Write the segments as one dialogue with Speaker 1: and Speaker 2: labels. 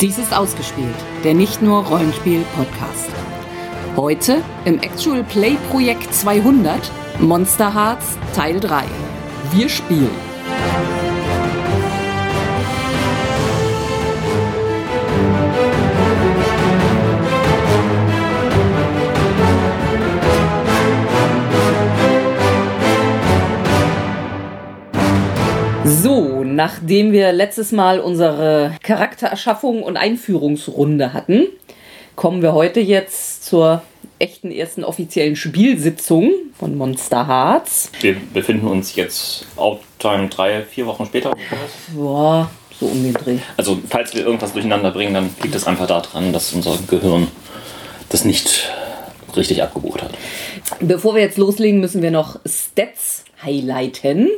Speaker 1: Dies ist Ausgespielt, der nicht nur Rollenspiel-Podcast. Heute im Actual Play Projekt 200 Monster Hearts Teil 3. Wir spielen. So, nachdem wir letztes Mal unsere Charaktererschaffung und Einführungsrunde hatten, kommen wir heute jetzt zur echten ersten offiziellen Spielsitzung von Monster Hearts.
Speaker 2: Wir befinden uns jetzt Outtime drei, vier Wochen später.
Speaker 1: Boah, so um den Dreh.
Speaker 2: Also falls wir irgendwas durcheinander bringen, dann liegt es einfach daran, dass unser Gehirn das nicht richtig abgebucht hat.
Speaker 1: Bevor wir jetzt loslegen, müssen wir noch Stats highlighten.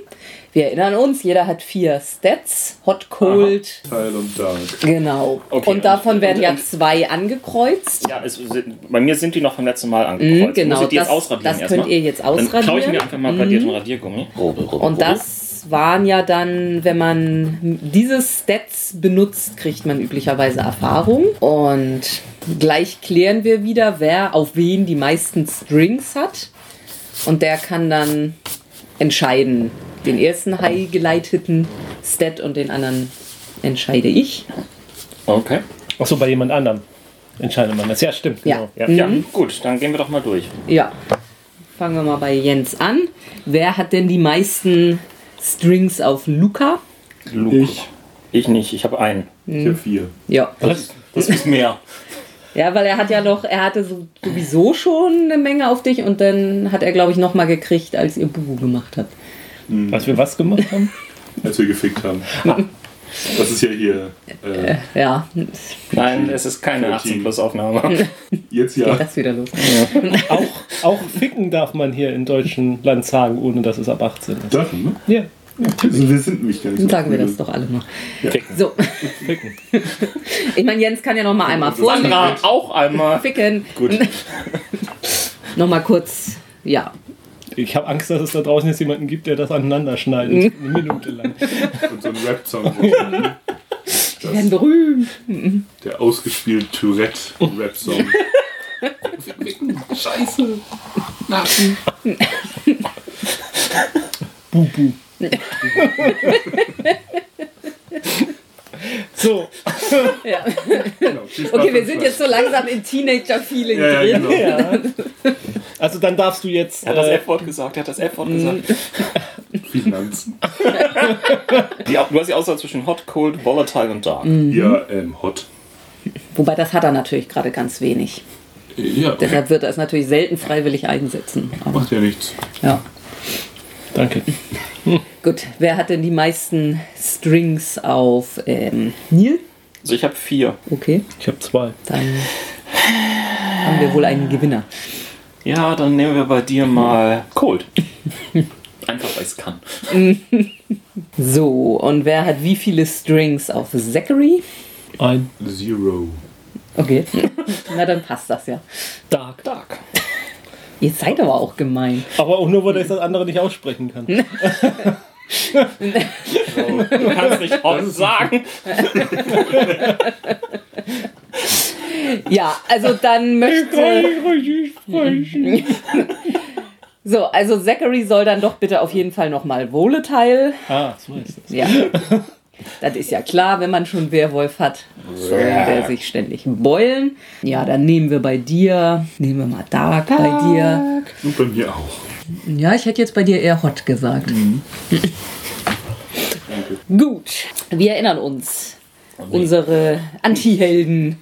Speaker 1: Wir erinnern uns, jeder hat vier Stats. Hot, Cold,
Speaker 3: Teil und Dank.
Speaker 1: genau.
Speaker 2: Okay,
Speaker 1: und davon
Speaker 2: und-
Speaker 1: werden
Speaker 2: und-
Speaker 1: ja
Speaker 2: und-
Speaker 1: zwei angekreuzt.
Speaker 2: Ja, es, bei mir sind die noch vom letzten Mal angekreuzt.
Speaker 1: Mhm, genau,
Speaker 2: Muss ich die
Speaker 1: das-
Speaker 2: jetzt ausradieren
Speaker 1: das
Speaker 2: erstmal?
Speaker 1: könnt ihr jetzt
Speaker 2: Dann klaue ich
Speaker 1: ausradieren. Mhm.
Speaker 2: mir einfach mal radierten Radiergummi. Rubbel, rubbel, rubbel.
Speaker 1: Und das waren ja dann, wenn man diese Stats benutzt, kriegt man üblicherweise Erfahrung. Und gleich klären wir wieder, wer auf wen die meisten Strings hat. Und der kann dann entscheiden. Den ersten high geleiteten Stat und den anderen entscheide ich.
Speaker 2: Okay.
Speaker 4: Achso, bei jemand anderem entscheidet man das. Ja, stimmt.
Speaker 1: Ja.
Speaker 4: Genau.
Speaker 2: Ja, ja,
Speaker 1: Mhm.
Speaker 2: gut, dann gehen wir doch mal durch.
Speaker 1: Ja, fangen wir mal bei Jens an. Wer hat denn die meisten Strings auf Luca?
Speaker 2: Luke.
Speaker 3: Ich.
Speaker 2: Ich nicht, ich habe einen.
Speaker 3: Ich
Speaker 1: Hm.
Speaker 3: habe vier.
Speaker 1: Ja.
Speaker 4: Was?
Speaker 2: Das ist mehr.
Speaker 1: Ja, weil er hat ja noch, er hatte so, sowieso schon eine Menge auf dich und dann hat er, glaube ich, nochmal gekriegt, als ihr Bubu gemacht habt.
Speaker 4: Als wir was gemacht haben?
Speaker 3: Als wir gefickt haben. Das ist ja hier. Äh,
Speaker 1: Ja,
Speaker 2: Nein, es ist keine 18 plus Aufnahme.
Speaker 3: jetzt
Speaker 1: geht
Speaker 3: ja.
Speaker 1: das wieder los.
Speaker 4: auch, auch ficken darf man hier in deutschen Land sagen, ohne dass es ab 18 ist.
Speaker 3: Dürfen, ne?
Speaker 4: Ja,
Speaker 3: Also wir sind nämlich gar nicht
Speaker 1: Dann
Speaker 3: so
Speaker 1: sagen wir
Speaker 3: viele.
Speaker 1: das doch alle mal.
Speaker 2: Ficken.
Speaker 1: So,
Speaker 4: ficken.
Speaker 1: ich meine, Jens kann ja nochmal einmal vorlesen.
Speaker 2: Sandra, auch einmal.
Speaker 1: Ficken.
Speaker 2: Gut.
Speaker 1: Nochmal kurz, ja.
Speaker 4: Ich habe Angst, dass es da draußen jetzt jemanden gibt, der das aneinander schneidet. Eine Minute lang.
Speaker 3: Und so ein Rap-Song. rausnehmen.
Speaker 1: Wir werden berühmt.
Speaker 3: Der ausgespielte Tourette-Rap-Song. Scheiße. Nacken.
Speaker 4: Bubu. so,
Speaker 1: Ja.
Speaker 3: Genau. Viel Spaß
Speaker 1: Okay, wir
Speaker 3: beim
Speaker 1: sind
Speaker 3: Fleisch.
Speaker 1: jetzt so langsam in Teenager-Feeling
Speaker 3: Ja, ja,
Speaker 1: drin.
Speaker 3: genau.
Speaker 4: ja. Also dann darfst du jetzt.
Speaker 2: Er hat das
Speaker 4: Äh,
Speaker 2: F-Wort gesagt, er hat das F-Wort gesagt.
Speaker 3: genau. Finanzen.
Speaker 2: Die, du hast die Auswahl zwischen Hot, Cold, Volatile und Dark.
Speaker 1: Mhm.
Speaker 3: Ja, ähm, hot.
Speaker 1: Wobei das hat er natürlich gerade ganz wenig.
Speaker 3: Ja,
Speaker 1: Deshalb wird er es natürlich selten freiwillig einsetzen. Aber
Speaker 3: macht ja nichts.
Speaker 1: ja.
Speaker 4: danke.
Speaker 1: Gut, wer hat denn die meisten Strings auf ähm, Neil?
Speaker 2: Also ich habe vier.
Speaker 1: Okay,
Speaker 4: Ich habe zwei.
Speaker 1: dann haben wir wohl einen Gewinner.
Speaker 2: Ja, dann nehmen wir bei dir mal Cold. Einfach weil es kann.
Speaker 1: So, und wer hat wie viele Strings auf Zachary?
Speaker 4: Ein
Speaker 3: Zero.
Speaker 1: Okay, na dann passt das ja.
Speaker 4: Dark.
Speaker 2: Dark.
Speaker 1: Ihr seid aber auch gemein.
Speaker 4: Aber auch nur, weil ich das andere nicht aussprechen kann.
Speaker 2: Du kannst nicht Hot sagen.
Speaker 1: Ja, also dann möchte. So, also Zachary soll dann doch bitte auf jeden Fall nochmal Volatile.
Speaker 4: Ah, so ist das.
Speaker 1: Ja. Das ist ja klar, wenn man schon Werwolf hat, soll der sich ständig beulen. Ja, dann nehmen wir bei dir, nehmen wir mal Dark, bei dir.
Speaker 3: Und bei mir auch.
Speaker 1: Ja, ich hätte jetzt bei dir eher Hot gesagt.
Speaker 3: Mhm.
Speaker 1: Gut, wir erinnern uns. Unsere Anti-Helden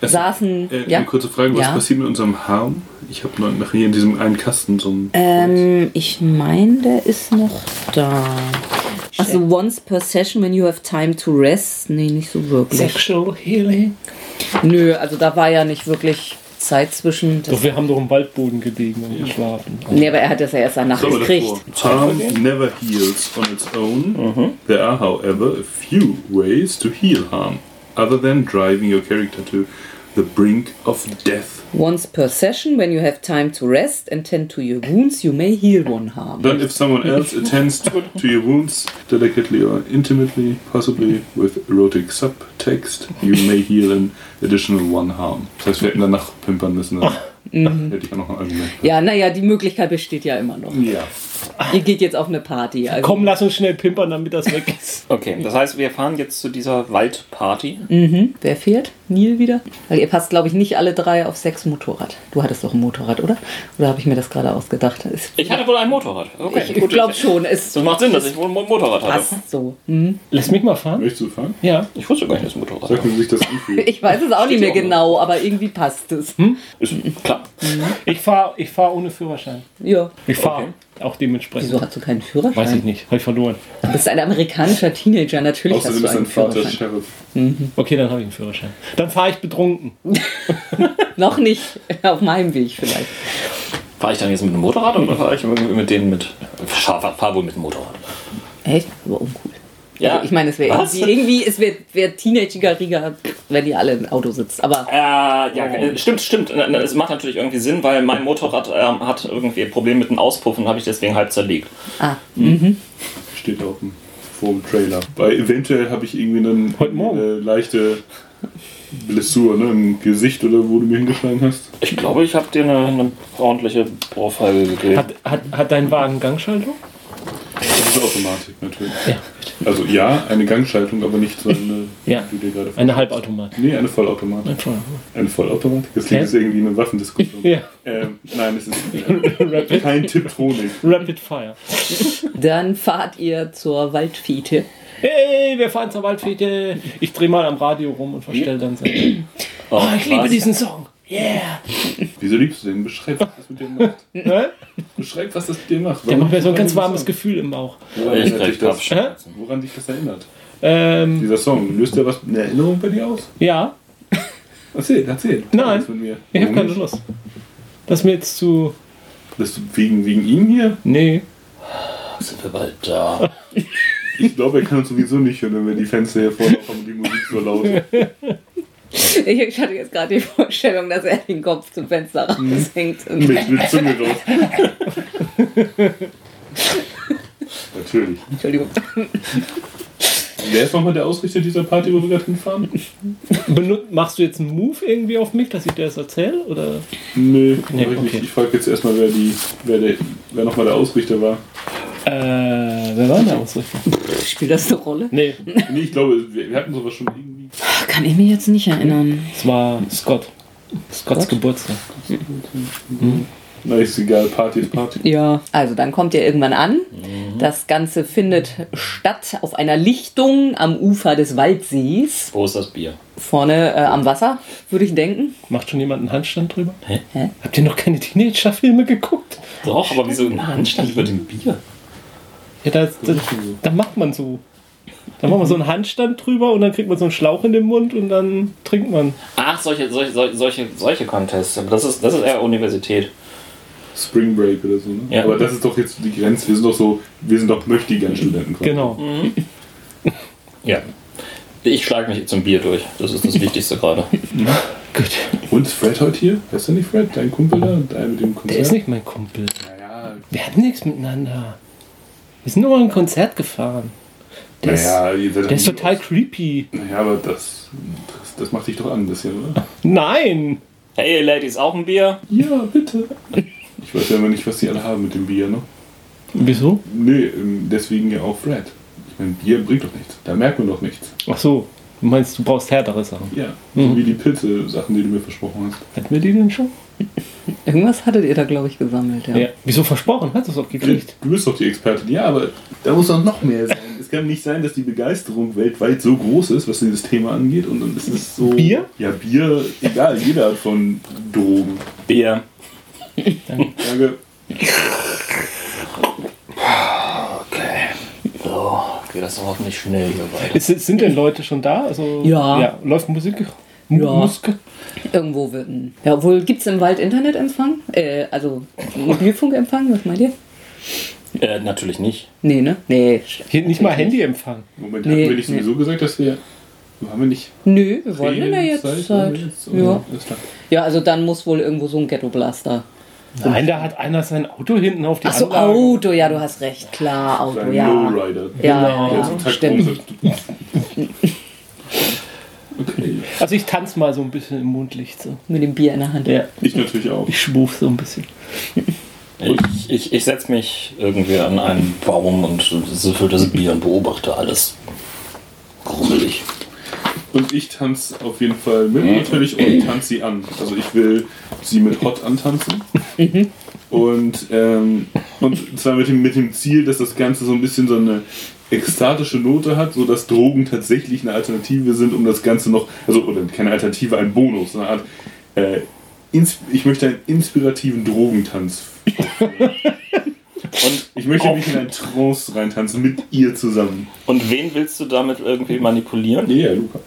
Speaker 1: saßen.
Speaker 3: Äh,
Speaker 1: ja?
Speaker 3: Eine kurze Frage, was
Speaker 1: Ja.
Speaker 3: passiert mit unserem Harm? Ich habe noch nachher in diesem einen Kasten so ein.
Speaker 1: Ähm, ich meine, der ist noch da. Also once per session when you have time to rest. Nee, nicht so wirklich.
Speaker 4: Sexual Healing.
Speaker 1: Nö, also da war ja nicht wirklich Zeit zwischen. Das
Speaker 4: Doch, wir haben doch im Waldboden gelegen und geschlafen.
Speaker 1: Nee, aber er hat das ja erst danach
Speaker 3: So,
Speaker 1: gekriegt.
Speaker 3: davor. Harm never heals on its own. There are, however, a few ways to heal harm, other than driving your character to The brink of death.
Speaker 1: Once per session, when you have time to rest and tend to your wounds, you may heal one harm.
Speaker 3: Then if someone else attends to, to your wounds delicately or intimately, possibly with erotic subtext, you may heal an additional one harm. Das heißt, wir hätten danach pimpern müssen. Dann Hätte ich auch noch ein Argument.
Speaker 1: Mhm. Ja, naja, die Möglichkeit besteht ja immer noch.
Speaker 3: Ja.
Speaker 1: Ihr geht jetzt auf eine Party. Also
Speaker 4: Komm, lass uns schnell pimpern, damit das weg ist.
Speaker 2: Okay, das heißt, wir fahren jetzt zu dieser Waldparty.
Speaker 1: Wer fährt? Neil wieder? Weil ihr passt, glaube ich, nicht alle drei auf sechs Motorrad. Du hattest doch ein Motorrad, oder? Oder habe ich mir das gerade ausgedacht? Ist-
Speaker 2: Ich hatte wohl ein Motorrad. Okay,
Speaker 1: ich glaube schon, es
Speaker 2: Das macht Sinn, dass ich wohl ein Motorrad hatte.
Speaker 1: passt so. Hm.
Speaker 4: Lass mich mal fahren.
Speaker 3: Möchtest du fahren?
Speaker 4: Ja.
Speaker 2: Ich wusste gar nicht, dass ich ein Motorrad
Speaker 3: Sagt
Speaker 2: hatte.
Speaker 3: man sich das anfühlt.
Speaker 1: Ich weiß es auch nicht
Speaker 2: Steht
Speaker 1: mehr
Speaker 2: hier auch
Speaker 1: genau, aber irgendwie passt es.
Speaker 2: Ist klar.
Speaker 4: Ich fahre ich fahr ohne Führerschein.
Speaker 1: Ja.
Speaker 4: Ich fahre auch dementsprechend.
Speaker 1: Wieso hast du keinen Führerschein?
Speaker 4: Weiß ich nicht. Habe ich verloren.
Speaker 1: Du bist ein amerikanischer Teenager, natürlich hast
Speaker 3: Außerdem
Speaker 1: du
Speaker 3: ist
Speaker 1: einen
Speaker 3: dein Vater
Speaker 1: Führerschein.
Speaker 3: Sheriff.
Speaker 4: Okay, dann habe ich einen Führerschein. Dann fahre ich betrunken.
Speaker 1: Noch nicht, auf meinem Weg vielleicht.
Speaker 2: Fahre ich dann jetzt mit dem Motorrad oder fahre ich irgendwie mit denen mit. Fahre fahr wohl mit dem Motorrad.
Speaker 1: Echt? Aber uncool.
Speaker 2: Ja.
Speaker 1: Also ich meine, es wäre
Speaker 2: Was?
Speaker 1: irgendwie, irgendwie es wär, wär teenager wenn ihr alle im Auto sitzt. Aber
Speaker 2: Äh, ja, äh, stimmt, stimmt. Na, na, Es macht natürlich irgendwie Sinn, weil mein Motorrad ähm, hat irgendwie ein Problem mit dem Auspuff und habe ich deswegen halb zerlegt.
Speaker 1: ah,
Speaker 3: Steht auch im, vor dem Trailer. Weil eventuell habe ich irgendwie dann
Speaker 4: Heute Morgen.
Speaker 3: eine leichte Blessur ne, im Gesicht oder wo du mir hingeschlagen hast.
Speaker 2: Ich glaube, ich habe dir eine, eine ordentliche Ohrfeige gegeben.
Speaker 4: Hat, hat, hat dein Wagen Gangschaltung?
Speaker 3: Das ist Automatik natürlich. Also ja, eine Gangschaltung, aber nicht so eine,
Speaker 4: Ja.
Speaker 3: wie du dir gerade
Speaker 4: Eine Halbautomat.
Speaker 3: Nee, eine Vollautomatik. Eine Vollautomatik? Das klingt
Speaker 4: Hä?
Speaker 3: jetzt irgendwie eine Waffendiskussion.
Speaker 4: Ja.
Speaker 3: Ähm, nein, es ist äh,
Speaker 4: Rapid,
Speaker 3: kein Tiptronik.
Speaker 4: Rapid Fire.
Speaker 1: dann fahrt ihr zur Waldfete.
Speaker 4: Hey, wir fahren zur Waldfete. Ich drehe mal am Radio rum und verstelle dann sein.
Speaker 2: Oh,
Speaker 4: Ah, Ich liebe diesen Song. Yeah.
Speaker 3: Wieso liebst du den? Beschreib, was das mit dir macht.
Speaker 4: Ne?
Speaker 3: Beschreib, was das mit dir macht.
Speaker 4: Der
Speaker 3: Warum-
Speaker 4: macht mir so ein ganz
Speaker 3: warum-
Speaker 4: warmes Gefühl im Bauch.
Speaker 3: Woran
Speaker 2: Ich
Speaker 3: erinnert dich
Speaker 2: krieg
Speaker 3: das?
Speaker 2: Kopfschmerzen.
Speaker 3: Woran dich das erinnert?
Speaker 4: Ähm,
Speaker 3: Dieser Song, löst der was eine Erinnerung bei dir aus?
Speaker 4: ja,
Speaker 3: Erzähl, erzähl.
Speaker 4: Nein.
Speaker 3: Das Von mir.
Speaker 4: ich habe
Speaker 3: Warum
Speaker 4: keine
Speaker 3: nicht?
Speaker 4: Lust. Das ist mir jetzt zu.
Speaker 3: Bist du wegen, wegen ihm hier?
Speaker 4: Nee.
Speaker 2: Sind wir bald da?
Speaker 3: Ich glaube, er kann uns sowieso nicht hören, wenn wir die Fenster hier vorne haben und die Musik so laut ist.
Speaker 1: Ich hatte jetzt gerade die Vorstellung, dass er den Kopf zum Fenster raushängt. Und
Speaker 3: mit, mit Zunge raus. Natürlich.
Speaker 1: Entschuldigung.
Speaker 3: Wer ist nochmal der Ausrichter dieser Party, wo wir gerade hinfahren?
Speaker 4: Benut machst du jetzt einen Move irgendwie auf mich, dass ich dir das erzähle? Oder?
Speaker 3: Nö,
Speaker 4: Nee,
Speaker 3: mach ich nicht.
Speaker 4: okay.
Speaker 3: Ich frage jetzt erstmal, wer, die- wer, der- wer nochmal der Ausrichter war.
Speaker 4: Äh, wer war denn der Ausrichter?
Speaker 1: Spielt das eine Rolle?
Speaker 4: Nee,
Speaker 3: Nee, ich glaube, wir, wir hatten sowas schon irgendwie.
Speaker 1: Kann ich mich jetzt nicht erinnern.
Speaker 4: es war Scott. Scotts Geburtstag.
Speaker 3: Na, ist egal, Party ist Party.
Speaker 1: Ja. Also dann kommt ihr irgendwann an. Das Ganze findet statt auf einer Lichtung am Ufer des Waldsees.
Speaker 2: Wo ist das Bier?
Speaker 1: Vorne äh, am Wasser, würde ich denken.
Speaker 4: Macht schon jemand einen Handstand drüber?
Speaker 1: Hä?
Speaker 4: Habt ihr noch keine Teenager-Filme geguckt?
Speaker 2: Doch, aber wieso ein Handstand über dem Bier?
Speaker 4: Ja, da, da, da macht man so. Da macht man so einen Handstand drüber und dann kriegt man so einen Schlauch in den Mund und dann trinkt man.
Speaker 2: Ach, solche, solche, solche, solche, solche Contests. Aber das ist, das ist eher Universität.
Speaker 3: Spring Break oder so, ne?
Speaker 2: Ja.
Speaker 3: Aber das ist doch jetzt die Grenze. Wir sind doch so, wir sind doch möchtigen Studenten.
Speaker 4: Genau.
Speaker 2: Ja. Ich schlage mich zum Bier durch. Das ist das Wichtigste gerade.
Speaker 4: Gut.
Speaker 3: Und ist Fred heute hier? Weißt du nicht Fred? Dein Kumpel da? Dein mit dem Konzert?
Speaker 4: Der ist nicht mein Kumpel.
Speaker 3: Naja,
Speaker 4: Wir hatten nichts miteinander. Wir sind nur mal ein Konzert gefahren. Der,
Speaker 3: naja,
Speaker 4: ist,
Speaker 3: ihr seid
Speaker 4: der ist total creepy.
Speaker 3: Naja, aber das, das, das macht dich doch an ein bisschen, oder?
Speaker 4: Nein!
Speaker 2: Hey, Ladies, auch ein Bier?
Speaker 3: Ja, bitte. Ich weiß ja immer nicht, was die alle haben mit dem Bier, ne?
Speaker 4: Wieso?
Speaker 3: Nee, ähm, deswegen ja auch Fred. Ich meine, Bier bringt doch nichts. Da merkt man doch nichts.
Speaker 4: Ach so, du meinst, du brauchst härtere Sachen.
Speaker 3: Ja, so
Speaker 4: Mhm.
Speaker 3: wie die Pilze-Sachen, die du mir versprochen hast.
Speaker 4: Hatten wir die denn schon?
Speaker 1: Irgendwas hattet ihr da, glaube ich, gesammelt, ja.
Speaker 4: Ja. Wieso versprochen? Hat es doch gekriegt.
Speaker 3: Du bist doch die Expertin. Ja, aber da muss doch noch mehr sein. Es kann nicht sein, dass die Begeisterung weltweit so groß ist, was dieses Thema angeht. Und dann ist es so...
Speaker 4: Bier?
Speaker 3: Ja, Bier, egal, jeder hat von Drogen.
Speaker 2: Bier.
Speaker 3: Danke.
Speaker 2: Okay. So, geht Oh, das doch hoffentlich schnell hier weiter.
Speaker 4: Ist, sind denn Leute schon da? Also,
Speaker 1: Ja.
Speaker 4: Läuft Musik?
Speaker 1: Ja.
Speaker 4: Muske?
Speaker 1: Irgendwo wird ein. Ja, obwohl gibt es im Wald Internetempfang? Äh, also Mobilfunkempfang, was meint ihr?
Speaker 2: Äh, natürlich nicht.
Speaker 1: Nee, ne? Nee.
Speaker 4: Hier nicht mal Handyempfang.
Speaker 3: Moment,
Speaker 1: Nee,
Speaker 3: hatten wir nicht
Speaker 1: nee.
Speaker 3: sowieso gesagt, dass wir Haben wir nicht
Speaker 1: Nö, wir wollen in der jetzt
Speaker 3: Zeit,
Speaker 1: halt.
Speaker 3: jetzt,
Speaker 1: Ja.
Speaker 3: oder? Alles klar.
Speaker 1: ja, also dann muss wohl irgendwo so ein Ghetto-Blaster.
Speaker 4: Nein, da hat einer sein Auto hinten auf die
Speaker 1: Achso,
Speaker 4: Anlage.
Speaker 1: Auto, ja, du hast recht. Klar,
Speaker 3: So
Speaker 1: Auto,
Speaker 3: ein
Speaker 1: ja.
Speaker 3: Lowrider.
Speaker 4: Genau.
Speaker 1: Ja,
Speaker 3: Der
Speaker 1: ja,
Speaker 3: zum
Speaker 1: ja.
Speaker 3: Takt
Speaker 1: stimmt.
Speaker 3: runter- Okay.
Speaker 4: Also ich tanze mal so ein bisschen im Mondlicht. So.
Speaker 1: Mit dem Bier in der Hand.
Speaker 4: Ja.
Speaker 3: Ich natürlich auch.
Speaker 4: Ich schwuf so ein bisschen.
Speaker 2: Ich, ich, ich setze mich irgendwie an einen Baum und süffel das Bier und beobachte alles. Gruselig.
Speaker 3: Und ich tanze auf jeden Fall mit natürlich und tanze sie an. Also ich will sie mit Hot antanzen. und, ähm, und zwar mit dem, mit dem Ziel, dass das Ganze so ein bisschen so eine ekstatische Note hat, sodass Drogen tatsächlich eine Alternative sind, um das Ganze noch, also oder keine Alternative, ein Bonus, eine Art, äh, ins, ich möchte einen inspirativen Drogentanz. aufführen. und ich möchte mich in einen Trance reintanzen mit ihr zusammen.
Speaker 2: Und wen willst du damit irgendwie manipulieren?
Speaker 3: Ja, Luca.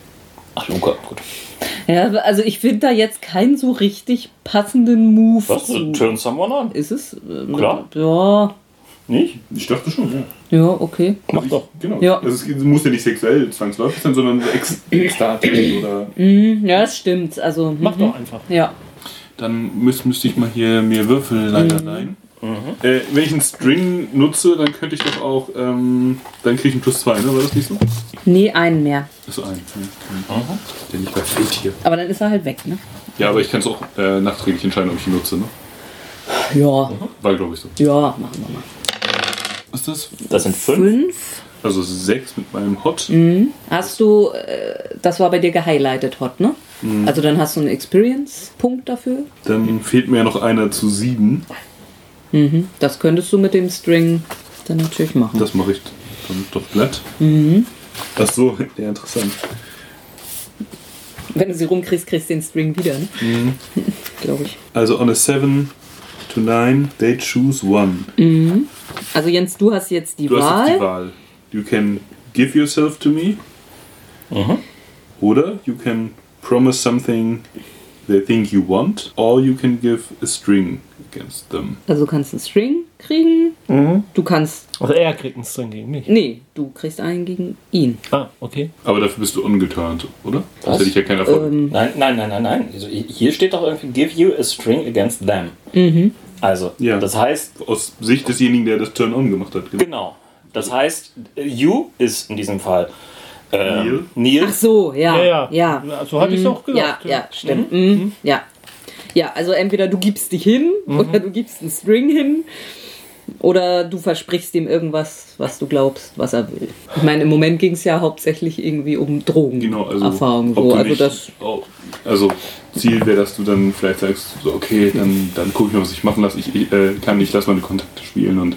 Speaker 2: Ach, Luca, gut.
Speaker 1: Ja, also ich finde da jetzt keinen so richtig passenden Move.
Speaker 2: Was?
Speaker 1: zu.
Speaker 2: Turn someone on?
Speaker 1: Ist es? Ähm,
Speaker 2: Klar.
Speaker 1: Ja,
Speaker 2: Nicht?
Speaker 3: Ich dachte schon, ja.
Speaker 1: ja, okay.
Speaker 3: Mach doch. Genau.
Speaker 1: Ja.
Speaker 3: Also es muss ja nicht sexuell zwangsläufig sein, sondern ex ekstatisch oder.
Speaker 1: Mhm, ja, das stimmt. Also,
Speaker 4: Mach
Speaker 1: mhm.
Speaker 4: doch einfach.
Speaker 1: Ja.
Speaker 3: Dann müß, müsste ich mal hier mir Würfel leider leihen. Äh, wenn ich einen String nutze, dann könnte ich doch auch. Ähm, dann kriege ich einen plus 2, ne? War das nicht so?
Speaker 1: Nee, einen mehr.
Speaker 3: Achso, ein. Ja, okay. Der liegt bei Fate hier.
Speaker 1: Aber dann ist er halt weg, ne?
Speaker 3: Ja, aber ich kann es auch äh, nachträglich entscheiden, ob ich ihn nutze, ne?
Speaker 1: Ja,
Speaker 3: War, glaube ich, so.
Speaker 1: ja, machen wir mal.
Speaker 3: Ist das?
Speaker 2: Das sind fünf.
Speaker 1: Fünf.
Speaker 3: Also 6 mit meinem Hot.
Speaker 1: Hast du, äh, das war bei dir gehighlightet, Hot, ne?
Speaker 3: Mhm.
Speaker 1: Also dann hast du einen Experience-Punkt dafür.
Speaker 3: Dann fehlt mir ja noch einer zu 7.
Speaker 1: Mhm. Das könntest du mit dem String dann natürlich machen.
Speaker 3: Das mache ich dann doch glatt. Ach so, ja, interessant.
Speaker 1: Wenn du sie rumkriegst, kriegst du den String wieder, ne?
Speaker 3: Mhm.
Speaker 1: Glaube ich.
Speaker 3: Also on a 7 to 9, they choose one.
Speaker 1: Also Jens, du hast jetzt die
Speaker 3: Du hast jetzt die
Speaker 1: Wahl.
Speaker 3: Wahl. You can give yourself to me. Oder you can promise something they think you want. Or you can give a string against them.
Speaker 1: Also du kannst einen String kriegen.
Speaker 3: Mhm.
Speaker 1: Du kannst,
Speaker 4: Also er kriegt einen String gegen mich.
Speaker 1: nee, du kriegst einen gegen ihn.
Speaker 4: Ah, okay.
Speaker 3: Aber dafür bist du ungeturnt, oder?
Speaker 2: Was?
Speaker 3: Das
Speaker 2: Ähm.
Speaker 3: hätte ich ja keinen Erfolg.
Speaker 2: Nein, nein, nein, nein, nein. Also hier steht doch irgendwie, give you a string against them. Also,
Speaker 3: Ja.
Speaker 2: das heißt,
Speaker 3: Aus Sicht desjenigen, der das Turn-On gemacht hat. Genau.
Speaker 2: genau. Das heißt, you ist in diesem Fall äh,
Speaker 3: Neil.
Speaker 2: Neil.
Speaker 1: Ach so, ja.
Speaker 4: Ja, ja.
Speaker 1: ja. Mhm.
Speaker 4: So hatte ich es auch
Speaker 1: Ja,
Speaker 4: gesagt.
Speaker 1: ja, stimmt. Mhm. Ja. ja, also entweder du gibst dich hin oder du gibst einen String hin oder du versprichst ihm irgendwas, was du glaubst, was er will. Ich meine, im Moment ging es ja hauptsächlich irgendwie um Drogen.
Speaker 3: Genau, also,
Speaker 1: Erfahrung.
Speaker 3: ob
Speaker 1: So.
Speaker 3: du
Speaker 1: Also
Speaker 3: nicht-
Speaker 1: das,
Speaker 3: oh, also Ziel wäre, dass du dann vielleicht sagst, so, okay, dann, dann gucke ich mal, was ich machen lasse. Ich, ich äh, kann nicht, lass meine Kontakte spielen und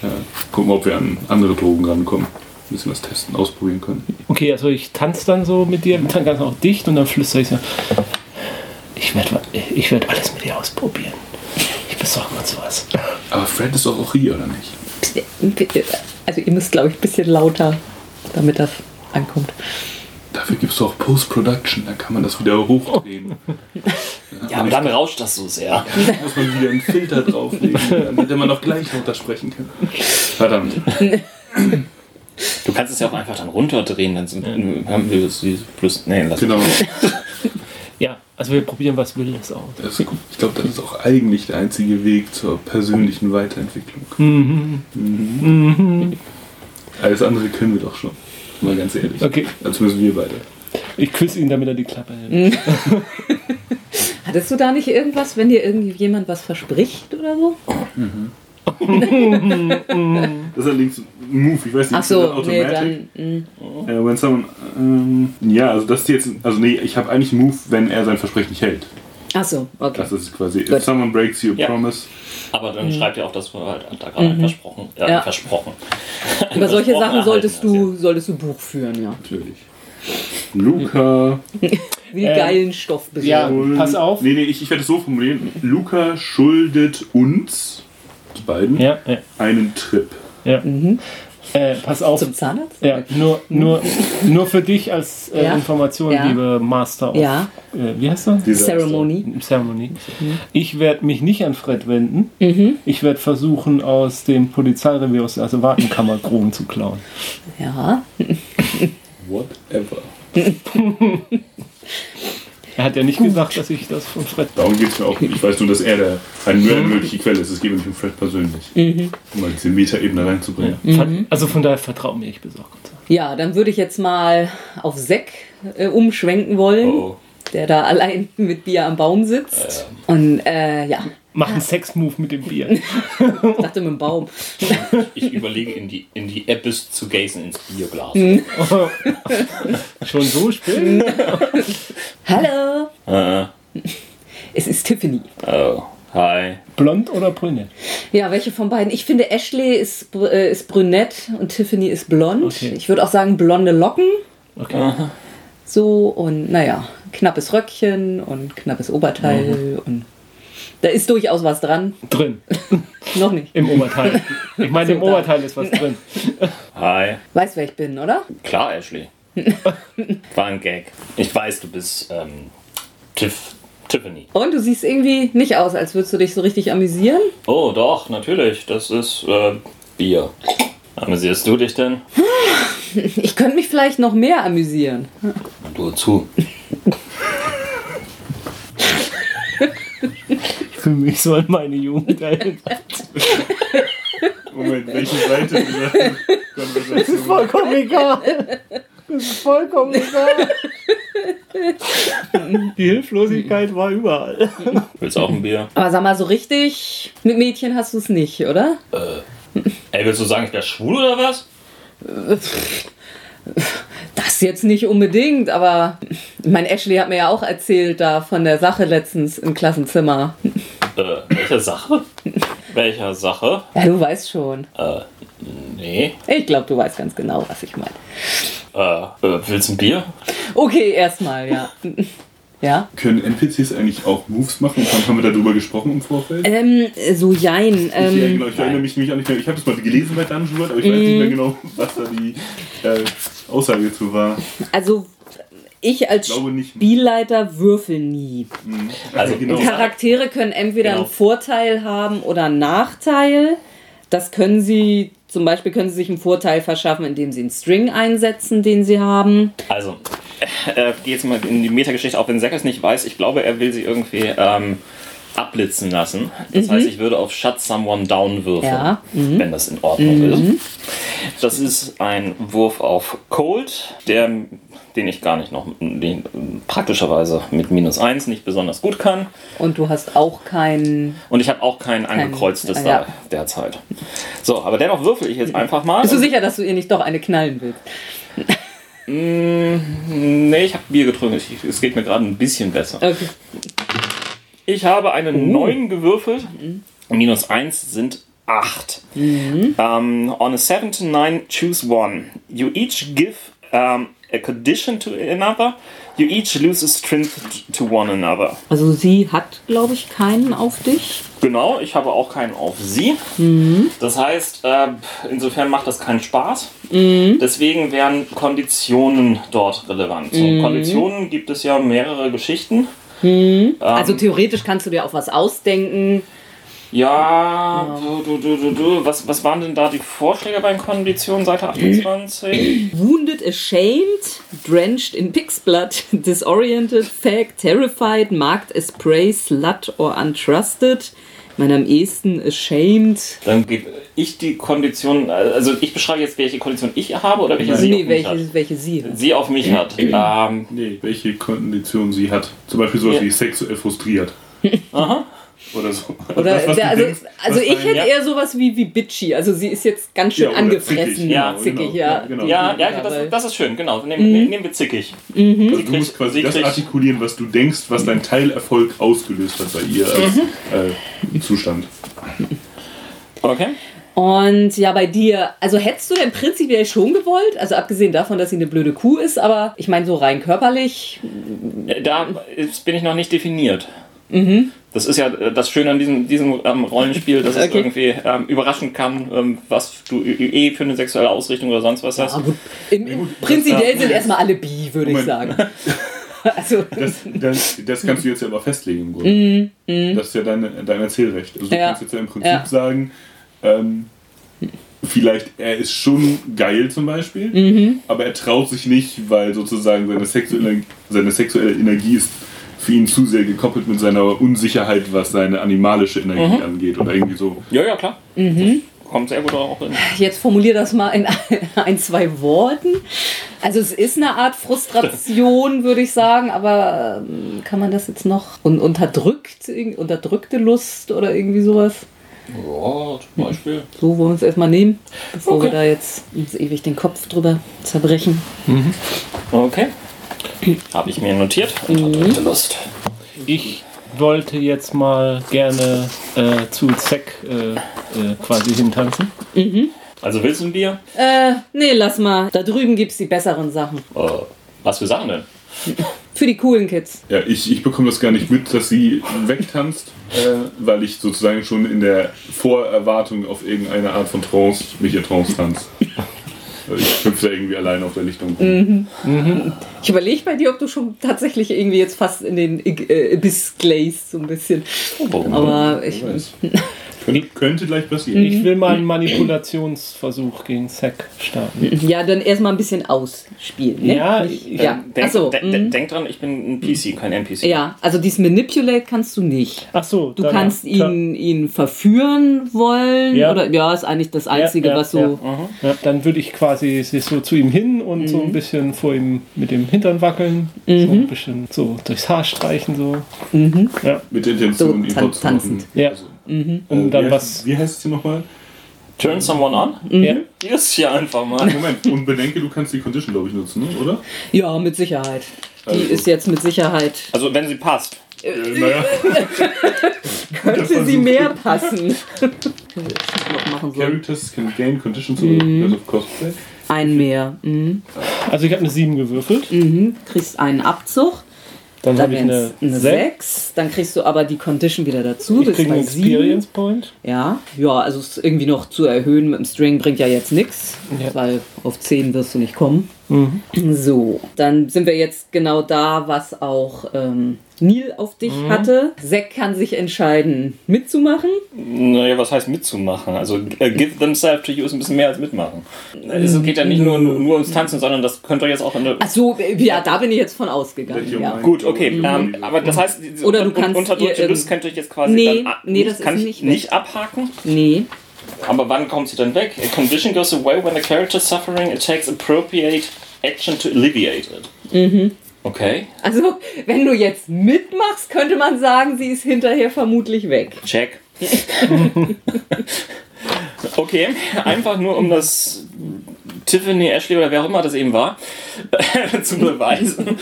Speaker 3: äh, gucken, ob wir an andere Drogen rankommen. Ein bisschen was testen, ausprobieren können.
Speaker 4: Okay, also ich tanze dann so mit dir, dann ganz auch dicht und dann flüstere ich so. Ich werde ich werd alles mit dir ausprobieren. Ich besorge uns was.
Speaker 3: Aber Fred ist doch auch hier, oder nicht?
Speaker 1: also ihr müsst, glaube ich, ein bisschen lauter, damit das ankommt.
Speaker 3: Dafür gibt es auch Post-Production, da kann man das wieder hochdrehen.
Speaker 2: Ja, aber dann rauscht das so sehr.
Speaker 3: Da muss man wieder einen Filter drauflegen, damit man noch gleich lauter sprechen kann. Verdammt.
Speaker 2: Du kannst es ja auch einfach dann runterdrehen, dann sind, haben wir das dieses plus. Nee, lass
Speaker 3: Genau.
Speaker 4: Ja, also wir probieren was Wildes aus.
Speaker 3: Das, ich glaube, das ist auch eigentlich der einzige Weg zur persönlichen Weiterentwicklung.
Speaker 4: Mhm.
Speaker 3: Alles andere können wir doch schon. Mal ganz ehrlich.
Speaker 4: Okay.
Speaker 3: Also müssen wir beide.
Speaker 4: Ich küsse ihn, damit er die Klappe hält.
Speaker 1: Hattest du da nicht irgendwas, wenn dir irgendjemand was verspricht oder so?
Speaker 3: Das ist allerdings ein Move, ich weiß nicht,
Speaker 1: Ach
Speaker 3: ist das
Speaker 1: so, nee,
Speaker 3: automatisch?
Speaker 1: dann. mm.
Speaker 3: Äh, wenn someone, ähm, ja, also das ist jetzt, also nee, ich habe eigentlich einen Move, wenn er sein Versprechen nicht hält.
Speaker 1: Ach so, okay.
Speaker 3: Das ist quasi,
Speaker 1: Gut.
Speaker 3: if someone breaks your
Speaker 2: Ja.
Speaker 3: promise,
Speaker 2: Aber dann schreibt ihr auch, dass wir halt da gerade versprochen. Mhm. Ja,
Speaker 1: Ja.
Speaker 2: versprochen.
Speaker 1: Über solche
Speaker 2: Versprochen
Speaker 1: Sachen solltest
Speaker 2: erhalten
Speaker 1: du, solltest du Buch führen, ja.
Speaker 3: natürlich. Luca.
Speaker 1: Wie
Speaker 4: Ähm,
Speaker 1: geilen Stoff besorgen.
Speaker 4: ja.
Speaker 3: schuld-
Speaker 4: Pass auf.
Speaker 3: Nee, nee, ich, ich werde es so formulieren. Luca schuldet uns, uns beiden,
Speaker 4: Ja, ja,
Speaker 3: einen Trip.
Speaker 4: ja. Äh, pass auf.
Speaker 1: Mhm. Zum Zahnarzt?
Speaker 4: Ja, nur, nur, nur für dich als äh,
Speaker 1: Ja.
Speaker 4: Information,
Speaker 1: Ja.
Speaker 4: liebe Master of,
Speaker 1: Ja. Mhm.
Speaker 4: äh, wie heißt er?
Speaker 3: Disaster.
Speaker 1: Ceremony.
Speaker 4: Ceremony. Ich werde mich nicht an Fred wenden.
Speaker 1: Mhm.
Speaker 4: Ich werde versuchen, aus dem Polizeirevier, aus der Wartenkammer Drogen zu klauen.
Speaker 1: Ja.
Speaker 3: Whatever.
Speaker 4: Er hat ja nicht gesagt, dass ich das von Fred.
Speaker 3: Darum geht es mir auch nicht. Ich weiß nur, dass er der, ein, nur eine mögliche Quelle ist. Es geht mir nicht um Fred persönlich.
Speaker 1: Mhm.
Speaker 3: Um mal diese Meta-Ebene reinzubringen.
Speaker 4: Also von daher vertrau mir, ich besorge uns.
Speaker 1: Ja, dann würde ich jetzt mal auf Zack äh, umschwenken wollen,
Speaker 2: Oh.
Speaker 1: der da allein mit Bier am Baum sitzt. Und äh, ja,
Speaker 4: Mach einen Sex-Move mit dem Bier.
Speaker 1: ich dachte mit dem Baum.
Speaker 2: Ich überlege, in die, in die Abyss zu gazen, ins Bierglas.
Speaker 4: Schon so spät?
Speaker 1: Hallo,
Speaker 2: Äh,
Speaker 1: es ist Tiffany.
Speaker 2: oh, hi.
Speaker 4: Blond oder brünett?
Speaker 1: Ja, welche von beiden? Ich finde, Ashley ist, br- äh, ist brünett und Tiffany ist blond.
Speaker 4: Okay.
Speaker 1: Ich würde auch sagen, blonde Locken.
Speaker 4: Okay.
Speaker 1: So und naja, knappes Röckchen und knappes Oberteil
Speaker 4: Mhm.
Speaker 1: und da ist durchaus was dran.
Speaker 4: Drin.
Speaker 1: Noch nicht.
Speaker 4: Im Oberteil. Ich meine, im
Speaker 1: da.
Speaker 4: Oberteil ist was drin.
Speaker 2: Hi.
Speaker 1: Weißt, wer ich bin, oder?
Speaker 2: Klar, Ashley. War ein Gag. Ich weiß, du bist ähm, Tiff, Tiffany.
Speaker 1: Und du siehst irgendwie nicht aus, als würdest du dich so richtig amüsieren.
Speaker 2: Oh, doch, natürlich. Das ist äh, Bier. Amüsierst du dich denn?
Speaker 1: Ich könnte mich vielleicht noch mehr amüsieren.
Speaker 2: Du zu.
Speaker 4: Für mich soll meine Jugend ein.
Speaker 3: Moment, welche Seite dieser Konversation?
Speaker 4: Vollkommen egal. Das ist vollkommen egal. Die Hilflosigkeit war überall.
Speaker 2: Willst auch ein Bier?
Speaker 1: Aber sag mal, so richtig mit Mädchen hast du es nicht, oder?
Speaker 2: Ey, willst du sagen, ich wäre schwul oder was?
Speaker 1: Das jetzt nicht unbedingt, aber mein Ashley hat mir ja auch erzählt da von der Sache letztens im Klassenzimmer.
Speaker 2: Äh, welche Sache? Welcher Sache?
Speaker 1: Ja, du weißt schon.
Speaker 2: Äh, nee.
Speaker 1: Ich glaube, du weißt ganz genau, was ich meine.
Speaker 2: Äh, äh, willst du ein Bier?
Speaker 1: Okay, erstmal, ja. Ja?
Speaker 3: Können NPCs eigentlich auch Moves machen? Haben wir darüber gesprochen im Vorfeld?
Speaker 1: Ähm, so jein.
Speaker 3: Ich, ja,
Speaker 1: Ähm,
Speaker 3: genau, ich erinnere mich nämlich auch nicht mehr. Ich habe das mal gelesen bei Dungeon World, aber ich weiß nicht
Speaker 1: Mhm.
Speaker 3: mehr genau, was da die äh, Aussage zu war.
Speaker 1: also ich als
Speaker 3: Glaube nicht.
Speaker 1: Spielleiter würfel nie.
Speaker 2: Also,
Speaker 3: genau.
Speaker 1: Charaktere können entweder
Speaker 2: Genau.
Speaker 1: einen Vorteil haben oder einen Nachteil. Das können sie, zum Beispiel können sie sich einen Vorteil verschaffen, indem sie einen String einsetzen, den sie haben.
Speaker 2: Also, äh, geh jetzt mal in die Metageschichte, auch wenn Zack es nicht weiß. Ich glaube, er will sie irgendwie ähm, abblitzen lassen. Das heißt, ich würde auf Shut Someone Down würfeln,
Speaker 1: Ja,
Speaker 2: wenn das in Ordnung ist. Das ist ein Wurf auf Cold, der, den ich gar nicht noch, den, praktischerweise mit minus 1 nicht besonders gut kann.
Speaker 1: Und du hast auch keinen.
Speaker 2: Und ich habe auch kein angekreuztes
Speaker 1: ah, ja.
Speaker 2: da derzeit. So, aber dennoch würfel ich jetzt einfach mal.
Speaker 1: Bist du sicher, dass du ihr nicht doch eine knallen willst?
Speaker 2: Nee, ich habe Bier getrunken. Ich, es geht mir gerade ein bisschen besser.
Speaker 1: Okay.
Speaker 2: Ich habe eine
Speaker 1: Uh.
Speaker 2: 9 gewürfelt.
Speaker 1: Mhm.
Speaker 2: Minus 1 sind 8. Ähm, on a 7 to 9, choose one. You each give ähm, a condition to another. You each lose a strength to one another.
Speaker 1: Also sie hat, glaube ich, keinen auf dich.
Speaker 2: Genau, ich habe auch keinen auf sie.
Speaker 1: Mhm.
Speaker 2: Das heißt, äh, insofern macht das keinen Spaß.
Speaker 1: Mhm.
Speaker 2: Deswegen wären Konditionen dort relevant. So,
Speaker 1: Mhm.
Speaker 2: Konditionen gibt es ja mehrere Geschichten.
Speaker 3: Ähm.
Speaker 1: Also theoretisch kannst du dir auch was ausdenken.
Speaker 2: Ja, Du, du, du, du, du. Was, was waren denn da die Vorschläge bei den Konditionen, Seite
Speaker 1: Mhm.
Speaker 2: 28?
Speaker 1: Wounded, ashamed, drenched in pig's blood, disoriented, fag, terrified, marked as prey, slut or untrusted. Ich Meine am ehesten ashamed.
Speaker 2: Dann gebe ich die Konditionen, also ich beschreibe jetzt, welche Kondition ich habe oder welche sie
Speaker 1: nee,
Speaker 2: auf mich
Speaker 1: welche,
Speaker 2: hat.
Speaker 1: welche sie. hat.
Speaker 2: Sie auf mich hat. Ähm,
Speaker 3: Nee, welche Kondition sie hat. Zum Beispiel sowas
Speaker 2: Ja.
Speaker 3: wie sexuell frustriert. Aha. Oder so.
Speaker 1: Oder
Speaker 3: Das, was
Speaker 1: der,
Speaker 3: du
Speaker 1: also,
Speaker 3: denkst,
Speaker 1: also
Speaker 3: was
Speaker 1: ich
Speaker 3: dein-
Speaker 1: hätte
Speaker 2: ja.
Speaker 1: eher sowas wie, wie bitchy. Also sie ist jetzt ganz schön
Speaker 3: Ja, oder
Speaker 1: angefressen.
Speaker 3: zickig, ja, genau,
Speaker 1: zickig,
Speaker 3: genau,
Speaker 1: ja.
Speaker 3: ja, genau.
Speaker 2: ja, ja,
Speaker 1: Ja, weil- Mhm.
Speaker 2: das, das ist schön, genau. Nehmen, ne- nehmen wir zickig.
Speaker 3: also du musst
Speaker 2: kriegt-
Speaker 3: quasi
Speaker 2: sie
Speaker 3: das
Speaker 2: kriegt-
Speaker 3: artikulieren, was du denkst, was dein Teilerfolg ausgelöst hat bei ihr als
Speaker 2: Mhm.
Speaker 3: äh, Zustand.
Speaker 2: Okay.
Speaker 1: Und ja, bei dir, also hättest du denn prinzipiell schon gewollt, also abgesehen davon, dass sie eine blöde Kuh ist, aber ich meine so rein körperlich,
Speaker 2: Da ist, bin ich noch nicht definiert. Das ist ja äh, das Schöne an diesem, diesem ähm, Rollenspiel, dass es
Speaker 1: Okay.
Speaker 2: irgendwie ähm, überraschen kann, ähm, was du eh für eine sexuelle Ausrichtung oder sonst was hast.
Speaker 1: ah, gut, im, im prinzipiell sind erstmal alle bi, würde ich sagen.
Speaker 3: Moment.
Speaker 1: Also,
Speaker 3: Das, das, das kannst du jetzt ja aber festlegen im Grunde.
Speaker 2: Mhm,
Speaker 3: Das ist ja dein, dein Erzählrecht. Also du
Speaker 1: Ja.
Speaker 3: kannst jetzt ja im Prinzip
Speaker 1: Ja.
Speaker 3: sagen, ähm, vielleicht, er ist schon geil zum Beispiel,
Speaker 2: Mhm.
Speaker 3: aber er traut sich nicht, weil sozusagen seine sexuelle, seine sexuelle Energie ist für ihn zu sehr gekoppelt mit seiner Unsicherheit, was seine animalische Energie
Speaker 2: Mhm.
Speaker 3: angeht oder irgendwie so.
Speaker 2: Ja, ja, klar.
Speaker 1: Mhm.
Speaker 2: Das kommt sehr gut auch in.
Speaker 1: Jetzt formulier das mal in ein, zwei Worten. Also es ist eine Art Frustration, würde ich sagen, aber ähm, kann man das jetzt noch? Und unterdrückt, irg- unterdrückte Lust oder irgendwie sowas?
Speaker 2: Ja, zum Beispiel.
Speaker 1: So wollen wir es erstmal nehmen, bevor wir
Speaker 2: Okay.
Speaker 1: da jetzt uns ewig den Kopf drüber zerbrechen.
Speaker 2: Okay. Habe ich mir notiert.
Speaker 1: Mhm.
Speaker 2: Unterdrückte Lust.
Speaker 4: Ich wollte jetzt mal gerne äh, zu Zack äh, äh, quasi hintanzen.
Speaker 2: Also willst du ein Bier?
Speaker 1: Äh, nee, lass mal. Da drüben gibt's die besseren Sachen.
Speaker 2: Äh, was für Sachen denn?
Speaker 1: Für die coolen Kids.
Speaker 3: Ja, ich, ich bekomme das gar nicht mit, dass sie wegtanzt, äh, weil ich sozusagen schon in der Vorerwartung auf irgendeine Art von Trance mich in Trance tanze. Also Ich hüpfe da irgendwie allein auf der Lichtung rum.
Speaker 1: Mhm. Ich überlege bei dir, ob du schon tatsächlich irgendwie jetzt fast in den Ig- äh, Abyss Glaze so ein bisschen. Aber ich.
Speaker 3: Wer weiß. Könnte, könnte gleich passieren.
Speaker 1: Mhm.
Speaker 4: Ich will mal einen Manipulationsversuch gegen Zack starten.
Speaker 1: Ja, dann erstmal ein bisschen ausspielen. Ne?
Speaker 4: Ja, ich,
Speaker 1: Ja,
Speaker 2: Denk,
Speaker 1: achso.
Speaker 2: de, de, denk dran, ich bin ein PC, kein NPC.
Speaker 1: mhm. Ja, also dieses Manipulate kannst du nicht.
Speaker 4: ach so.
Speaker 1: Du
Speaker 4: dann-
Speaker 1: kannst
Speaker 4: klar.
Speaker 1: ihn, ihn verführen wollen.
Speaker 4: Ja.
Speaker 1: Oder ja, ist eigentlich das Einzige,
Speaker 4: ja,
Speaker 1: was du.
Speaker 4: ja. Ja, dann würde ich quasi sich so zu ihm hin und so ein bisschen vor ihm mit dem Hintern wackeln, so
Speaker 1: Mhm.
Speaker 4: ein bisschen so durchs Haar streichen so. Ja,
Speaker 3: Mit der Intention,
Speaker 1: So,
Speaker 3: ihn
Speaker 1: tan-
Speaker 3: fortzulaufen.
Speaker 1: tanzend.
Speaker 4: ja.
Speaker 1: Mhm.
Speaker 4: Und Um dann
Speaker 3: wie
Speaker 4: was.
Speaker 3: Heißt, wie heißt sie nochmal?
Speaker 2: Turn someone on?
Speaker 1: Mhm.
Speaker 4: Ja.
Speaker 2: Yes, hier einfach mal.
Speaker 3: Moment, und bedenke, du kannst die Condition, glaube ich, nutzen, ne? oder?
Speaker 1: Ja, mit Sicherheit. Die
Speaker 3: Also-
Speaker 1: ist jetzt mit Sicherheit.
Speaker 2: Also, wenn sie passt.
Speaker 3: Äh, naja,
Speaker 1: Könnte sie
Speaker 3: Versuch.
Speaker 1: mehr passen. Noch machen sollen.
Speaker 3: Characters can gain conditions
Speaker 1: Mhm.
Speaker 3: mm. of cosplay.
Speaker 1: Ein mehr. Mhm.
Speaker 4: Also ich habe eine 7 gewürfelt,
Speaker 1: Mhm. Kriegst einen Abzug.
Speaker 4: dann
Speaker 1: Dann
Speaker 4: habe ich
Speaker 1: wäre
Speaker 4: eine
Speaker 1: es eine
Speaker 4: 6.
Speaker 1: 6. Dann kriegst du aber die Condition wieder dazu.
Speaker 4: Ich
Speaker 1: bist
Speaker 4: kriege
Speaker 1: bei
Speaker 4: einen
Speaker 1: sieben.
Speaker 4: Experience Point.
Speaker 1: Ja, ja, also es irgendwie noch zu erhöhen mit dem String bringt ja jetzt nichts,
Speaker 4: Ja. Mhm.
Speaker 1: weil auf 10 wirst du nicht kommen. So, dann sind wir jetzt genau da, was auch ähm, Neil auf dich
Speaker 4: Mhm.
Speaker 1: hatte. Zack kann sich entscheiden, mitzumachen.
Speaker 2: Naja, was heißt mitzumachen? Also, äh, give themselves to you ist ein bisschen mehr als mitmachen. Es geht ja nicht nur, nur ums Tanzen, sondern das könnte jetzt auch in der.
Speaker 1: Ach so, äh, ja, da bin ich jetzt von ausgegangen.
Speaker 3: Welche
Speaker 1: Ja.
Speaker 3: Meinung?
Speaker 2: Gut, okay. Ähm, aber das heißt, diese
Speaker 1: mhm. Oder du
Speaker 2: un- un-
Speaker 1: kannst
Speaker 2: unterdrückte
Speaker 1: ihr, ähm,
Speaker 2: Lust könnte ich jetzt quasi
Speaker 1: nee,
Speaker 2: dann a-
Speaker 1: nee, das
Speaker 2: kann
Speaker 1: ist
Speaker 2: ich
Speaker 1: nicht weg.
Speaker 2: nicht abhaken.
Speaker 1: Nee,
Speaker 2: Aber wann kommt sie dann weg? A condition goes away when the character suffering it takes appropriate action to alleviate it.
Speaker 1: Mhm.
Speaker 2: Okay.
Speaker 1: also wenn du jetzt mitmachst, könnte man sagen, sie ist hinterher vermutlich weg.
Speaker 2: Check. okay, einfach nur um das Tiffany, Ashley oder wer auch immer das eben war, zu beweisen,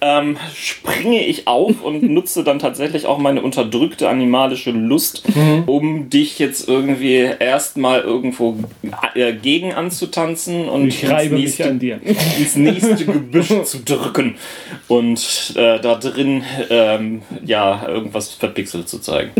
Speaker 2: ähm, springe ich auf und nutze dann tatsächlich auch meine unterdrückte animalische Lust, um dich jetzt irgendwie erstmal irgendwo äh, gegen anzutanzen und
Speaker 4: Ich reibe
Speaker 2: ins
Speaker 4: mich
Speaker 2: nächste,
Speaker 4: an dir.
Speaker 2: ins nächste Gebüsch zu drücken und äh, da drin ähm, ja irgendwas verpixelt zu zeigen.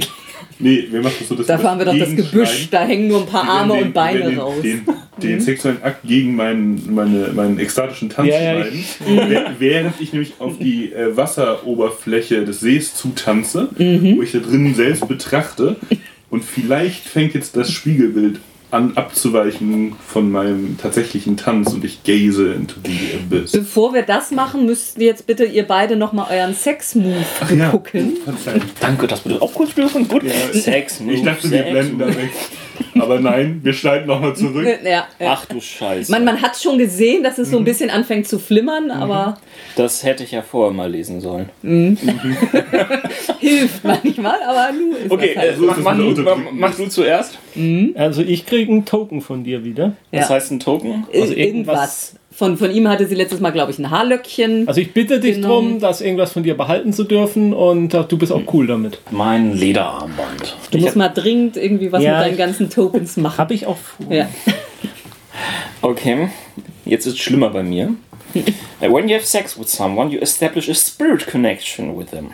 Speaker 3: Nee, wir machen das so, dass
Speaker 1: Da
Speaker 3: wir
Speaker 1: fahren wir doch das
Speaker 3: gegenschneiden.
Speaker 1: Gebüsch, da hängen nur ein paar
Speaker 3: Wir werden
Speaker 1: Arme
Speaker 3: den-
Speaker 1: und Beine
Speaker 3: wir werden
Speaker 1: raus.
Speaker 3: den, raus. Den,
Speaker 4: Mhm.
Speaker 3: den sexuellen Akt gegen meinen, meine, meinen ekstatischen Tanz
Speaker 4: Ja, ja,
Speaker 3: schneiden, Wäh- während ich nämlich auf die äh, Wasseroberfläche des Sees zutanze,
Speaker 1: Mhm.
Speaker 3: wo ich da drinnen selbst betrachte. Und vielleicht fängt jetzt das Spiegelbild an abzuweichen von meinem tatsächlichen Tanz und ich gaze into the abyss.
Speaker 1: Bevor wir das machen, müsst ihr jetzt bitte ihr beide nochmal euren Sex-Move
Speaker 3: ja.
Speaker 1: gucken.
Speaker 3: Verzeihung.
Speaker 2: Danke, dass du das auch kurz spürst. Gut. Sex,
Speaker 3: Ich dachte, wir blenden da weg. Aber nein, wir schneiden nochmal zurück.
Speaker 1: Ja, ja.
Speaker 2: Ach du Scheiße.
Speaker 1: Man, man hat schon gesehen, dass es so ein bisschen anfängt zu flimmern, aber
Speaker 2: Das hätte ich ja vorher mal lesen sollen.
Speaker 1: hilft manchmal, aber nu ist
Speaker 2: Okay,
Speaker 1: das halt.
Speaker 2: äh,
Speaker 3: so ist
Speaker 2: mach,
Speaker 3: es
Speaker 2: mach,
Speaker 3: mit
Speaker 2: du,
Speaker 3: der
Speaker 2: mach, mach du zuerst.
Speaker 4: Also ich kriege einen Token von dir wieder.
Speaker 1: Ja.
Speaker 2: Das heißt ein Token.
Speaker 1: Ir-
Speaker 4: also irgendwas-
Speaker 1: irgendwas. Von, von ihm hatte sie letztes Mal, glaube ich, ein Haarlöckchen.
Speaker 4: Also ich bitte dich
Speaker 1: Genau. Mhm.
Speaker 4: drum, dass irgendwas von dir behalten zu dürfen und äh, du bist auch cool damit.
Speaker 2: Mein Lederarmband.
Speaker 1: du musst mal dringend irgendwie was
Speaker 4: Ja,
Speaker 1: mit deinen
Speaker 4: ich-
Speaker 1: ganzen Tokens machen.
Speaker 4: Habe ich auch vor.
Speaker 1: Ja.
Speaker 2: Okay, jetzt ist schlimmer bei mir. Uh, When you have sex with someone, you establish a spirit connection with them.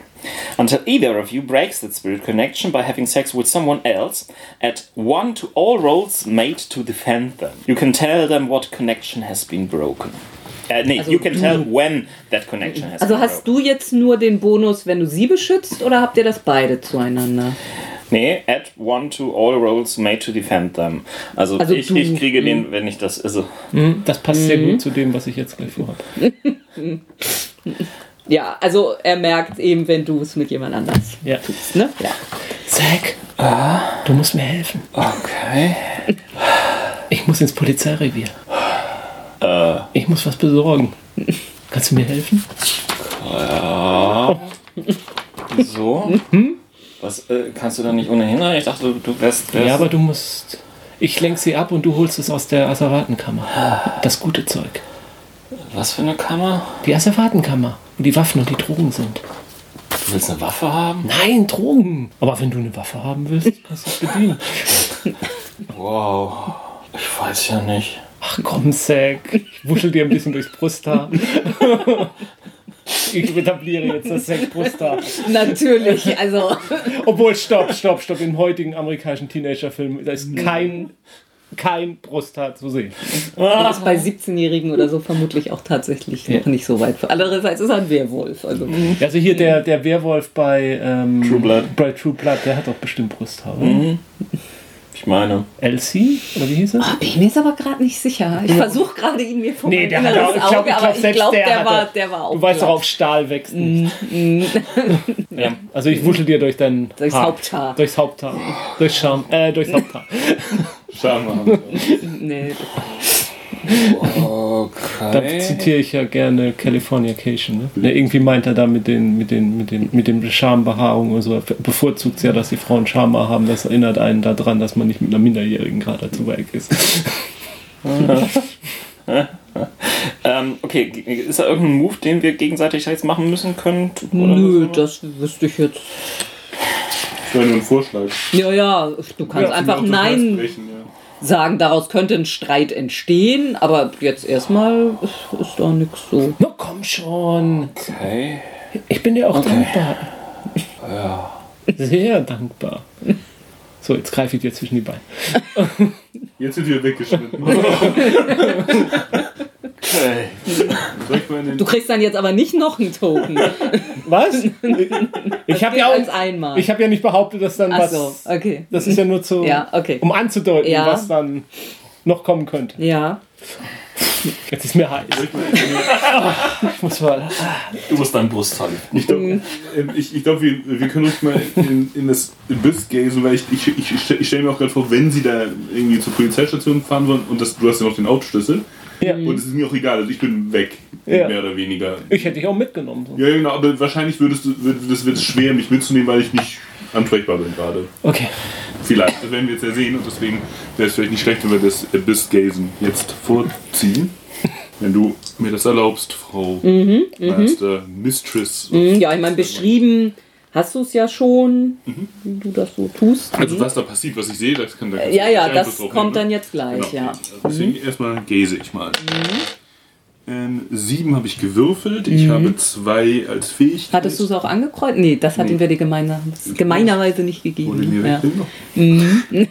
Speaker 2: Until either of you breaks that spirit connection by having sex with someone else, add one to all rolls made to defend them. You can tell them what connection has been broken. Uh, nee,
Speaker 1: Also
Speaker 2: you can
Speaker 1: du-
Speaker 2: tell when that connection has
Speaker 1: Also
Speaker 2: been
Speaker 1: hast
Speaker 2: broken.
Speaker 1: du jetzt nur den Bonus, wenn du sie beschützt, oder habt ihr das beide zueinander?
Speaker 2: Nee, add one to all rolls made to defend them. Also,
Speaker 1: Also
Speaker 2: ich,
Speaker 1: du,
Speaker 2: ich kriege den, wenn ich das. Also,
Speaker 4: Das passt sehr gut zu dem, was ich jetzt gleich vorhabe.
Speaker 1: Ja, also er merkt eben, wenn du es mit jemand anders
Speaker 4: Ja. Ah.
Speaker 1: tust, ne? Ja.
Speaker 4: Zack, du musst mir helfen.
Speaker 2: okay.
Speaker 4: Ich muss ins Polizeirevier. Ich muss was besorgen. Kannst du mir helfen?
Speaker 2: So. Was äh, kannst du da nicht ohnehin? rein? Ich dachte, du wärst. wärst
Speaker 4: Ja, aber du musst. Ich lenk sie ab und du holst es aus der Asservatenkammer. Das gute Zeug.
Speaker 2: was für eine Kammer?
Speaker 4: Die Asservatenkammer, wo die Waffen und die Drogen sind.
Speaker 2: Du willst eine Waffe haben?
Speaker 4: Nein, Drogen! Aber wenn du eine Waffe haben willst, kannst du es bedienen.
Speaker 2: Wow. Ich weiß ja nicht.
Speaker 4: Ach komm, Zack. Ich wuschel dir ein bisschen durchs Brusthaar. Ich etabliere jetzt das Zack-Brusthaar.
Speaker 1: Natürlich, also
Speaker 4: Obwohl, stopp, stopp, stopp. Im heutigen amerikanischen Teenager-Film, da
Speaker 1: Mhm.
Speaker 4: ist kein, kein Brusthaar zu sehen.
Speaker 1: das ist bei 17-Jährigen oder so vermutlich auch tatsächlich noch nicht so weit. Andererseits ist er ein Werwolf. Also.
Speaker 4: Also hier der, der Werwolf bei, ähm,
Speaker 2: True Blood.
Speaker 4: bei True Blood, der hat doch bestimmt Brusthaar. oder?
Speaker 1: Mhm.
Speaker 2: Ich meine.
Speaker 4: Elsie? Oder wie hieß er?
Speaker 1: Ah, Bin ich mir jetzt aber gerade nicht sicher. Ich versuche gerade ihn mir vor
Speaker 4: Nee,
Speaker 1: mein
Speaker 4: der hat auch,
Speaker 1: inneres
Speaker 4: ich
Speaker 1: Auge,
Speaker 4: glaube, glaub,
Speaker 1: aber ich
Speaker 4: selbst
Speaker 1: glaube,
Speaker 4: der,
Speaker 1: der,
Speaker 4: hatte,
Speaker 1: war, der war auch.
Speaker 4: Du weißt doch,
Speaker 1: glatt.
Speaker 4: auf Stahl wächst nicht.
Speaker 2: Ja.
Speaker 4: Also ich wuschel dir durch dein
Speaker 1: Mhm. Durchs
Speaker 4: Haar.
Speaker 1: Haupthaar.
Speaker 4: Durchs Haupthaar. Durchs Scham, äh, durchs Haupthaar.
Speaker 3: Scham
Speaker 1: Nee.
Speaker 4: Da
Speaker 2: Okay.
Speaker 4: zitiere ich ja gerne California Cation. Ne? Ne, irgendwie meint er da mit den, mit den, mit den, mit den Schambehaarungen und so. Er Bevorzugt ja, dass die Frauen Schamhaar haben. Das erinnert einen daran, dass man nicht mit einer Minderjährigen gerade zu weit ist.
Speaker 2: Ähm, okay, ist da irgendein Move, den wir gegenseitig jetzt machen müssen können? Oder
Speaker 1: Nö,
Speaker 2: so?
Speaker 1: das wüsste ich jetzt.
Speaker 3: Ich war nur ein Vorschlag.
Speaker 1: Ja, ja, du kannst
Speaker 3: Ja,
Speaker 1: Also einfach
Speaker 4: genau,
Speaker 3: zum
Speaker 1: Nein
Speaker 3: Ausbrechen, ja.
Speaker 1: sagen. Daraus könnte ein Streit entstehen, aber jetzt erstmal ist, ist da nichts so.
Speaker 4: Na komm schon.
Speaker 2: Okay.
Speaker 4: Ich bin dir auch dankbar. Ja. Sehr dankbar. So, jetzt greife ich dir zwischen die Beine.
Speaker 3: Jetzt sind wir weggeschnitten. Soll
Speaker 2: okay.
Speaker 3: ich mal in den
Speaker 1: Du kriegst dann jetzt aber nicht noch einen Token.
Speaker 4: Was? Ich habe
Speaker 1: Geht
Speaker 4: ja,
Speaker 1: als
Speaker 4: auch-
Speaker 1: einmal.
Speaker 4: ich hab ja nicht behauptet, dass dann
Speaker 1: Ach
Speaker 4: was.
Speaker 1: so, okay.
Speaker 4: Das ist ja nur zu,
Speaker 1: Ja, okay.
Speaker 4: um anzudeuten,
Speaker 1: Ja.
Speaker 4: was dann noch kommen könnte.
Speaker 1: Ja.
Speaker 4: Jetzt ist mir heiß. Ich muss mal.
Speaker 2: Du musst deinen Brusthaar
Speaker 3: Ich glaube, ich, ich glaub, wir, wir können uns mal in, in das Büss gehen, so, weil ich, ich, ich, ste- ich stelle mir auch gerade vor, wenn sie da irgendwie zur Polizeistation fahren wollen und das, du hast ja noch den Autoschlüssel
Speaker 4: Ja.
Speaker 3: und es ist mir auch egal, also ich bin weg,
Speaker 4: Mhm. Ja.
Speaker 3: mehr oder weniger.
Speaker 4: Ich hätte dich auch mitgenommen. So.
Speaker 3: Ja, ja, genau, aber wahrscheinlich würdest du, wird, das wird es schwer, mich mitzunehmen, weil ich nicht ansprechbar bin gerade.
Speaker 4: Okay.
Speaker 3: Vielleicht, das werden wir jetzt ja sehen und deswegen wäre es vielleicht nicht schlecht, wenn wir das Abyss-Gasen jetzt vorziehen. Wenn du mir das erlaubst, Frau Meister, Mistress.
Speaker 1: Hm, Ja, ich meine, beschrieben hast du es ja schon, wie du das so tust. Mhm.
Speaker 3: Also was da passiert, was ich sehe, das kann da kannst du
Speaker 1: Ja, ja,
Speaker 3: keinen
Speaker 1: das
Speaker 3: Einfluss drauf
Speaker 1: kommt
Speaker 3: nehmen,
Speaker 1: dann
Speaker 3: ne?
Speaker 1: jetzt gleich,
Speaker 3: Genau.
Speaker 1: ja. Mhm.
Speaker 3: Deswegen erstmal gäse ich mal. Ähm, sieben habe ich gewürfelt, ich habe zwei als Fähigkeit.
Speaker 1: Mhm. Hattest du es auch angekreuzt? Nee, das hatten wir dir gemeiner, gemeinerweise nicht gegeben.
Speaker 3: mir
Speaker 1: Ja. Mhm.
Speaker 3: wegnehmen äh,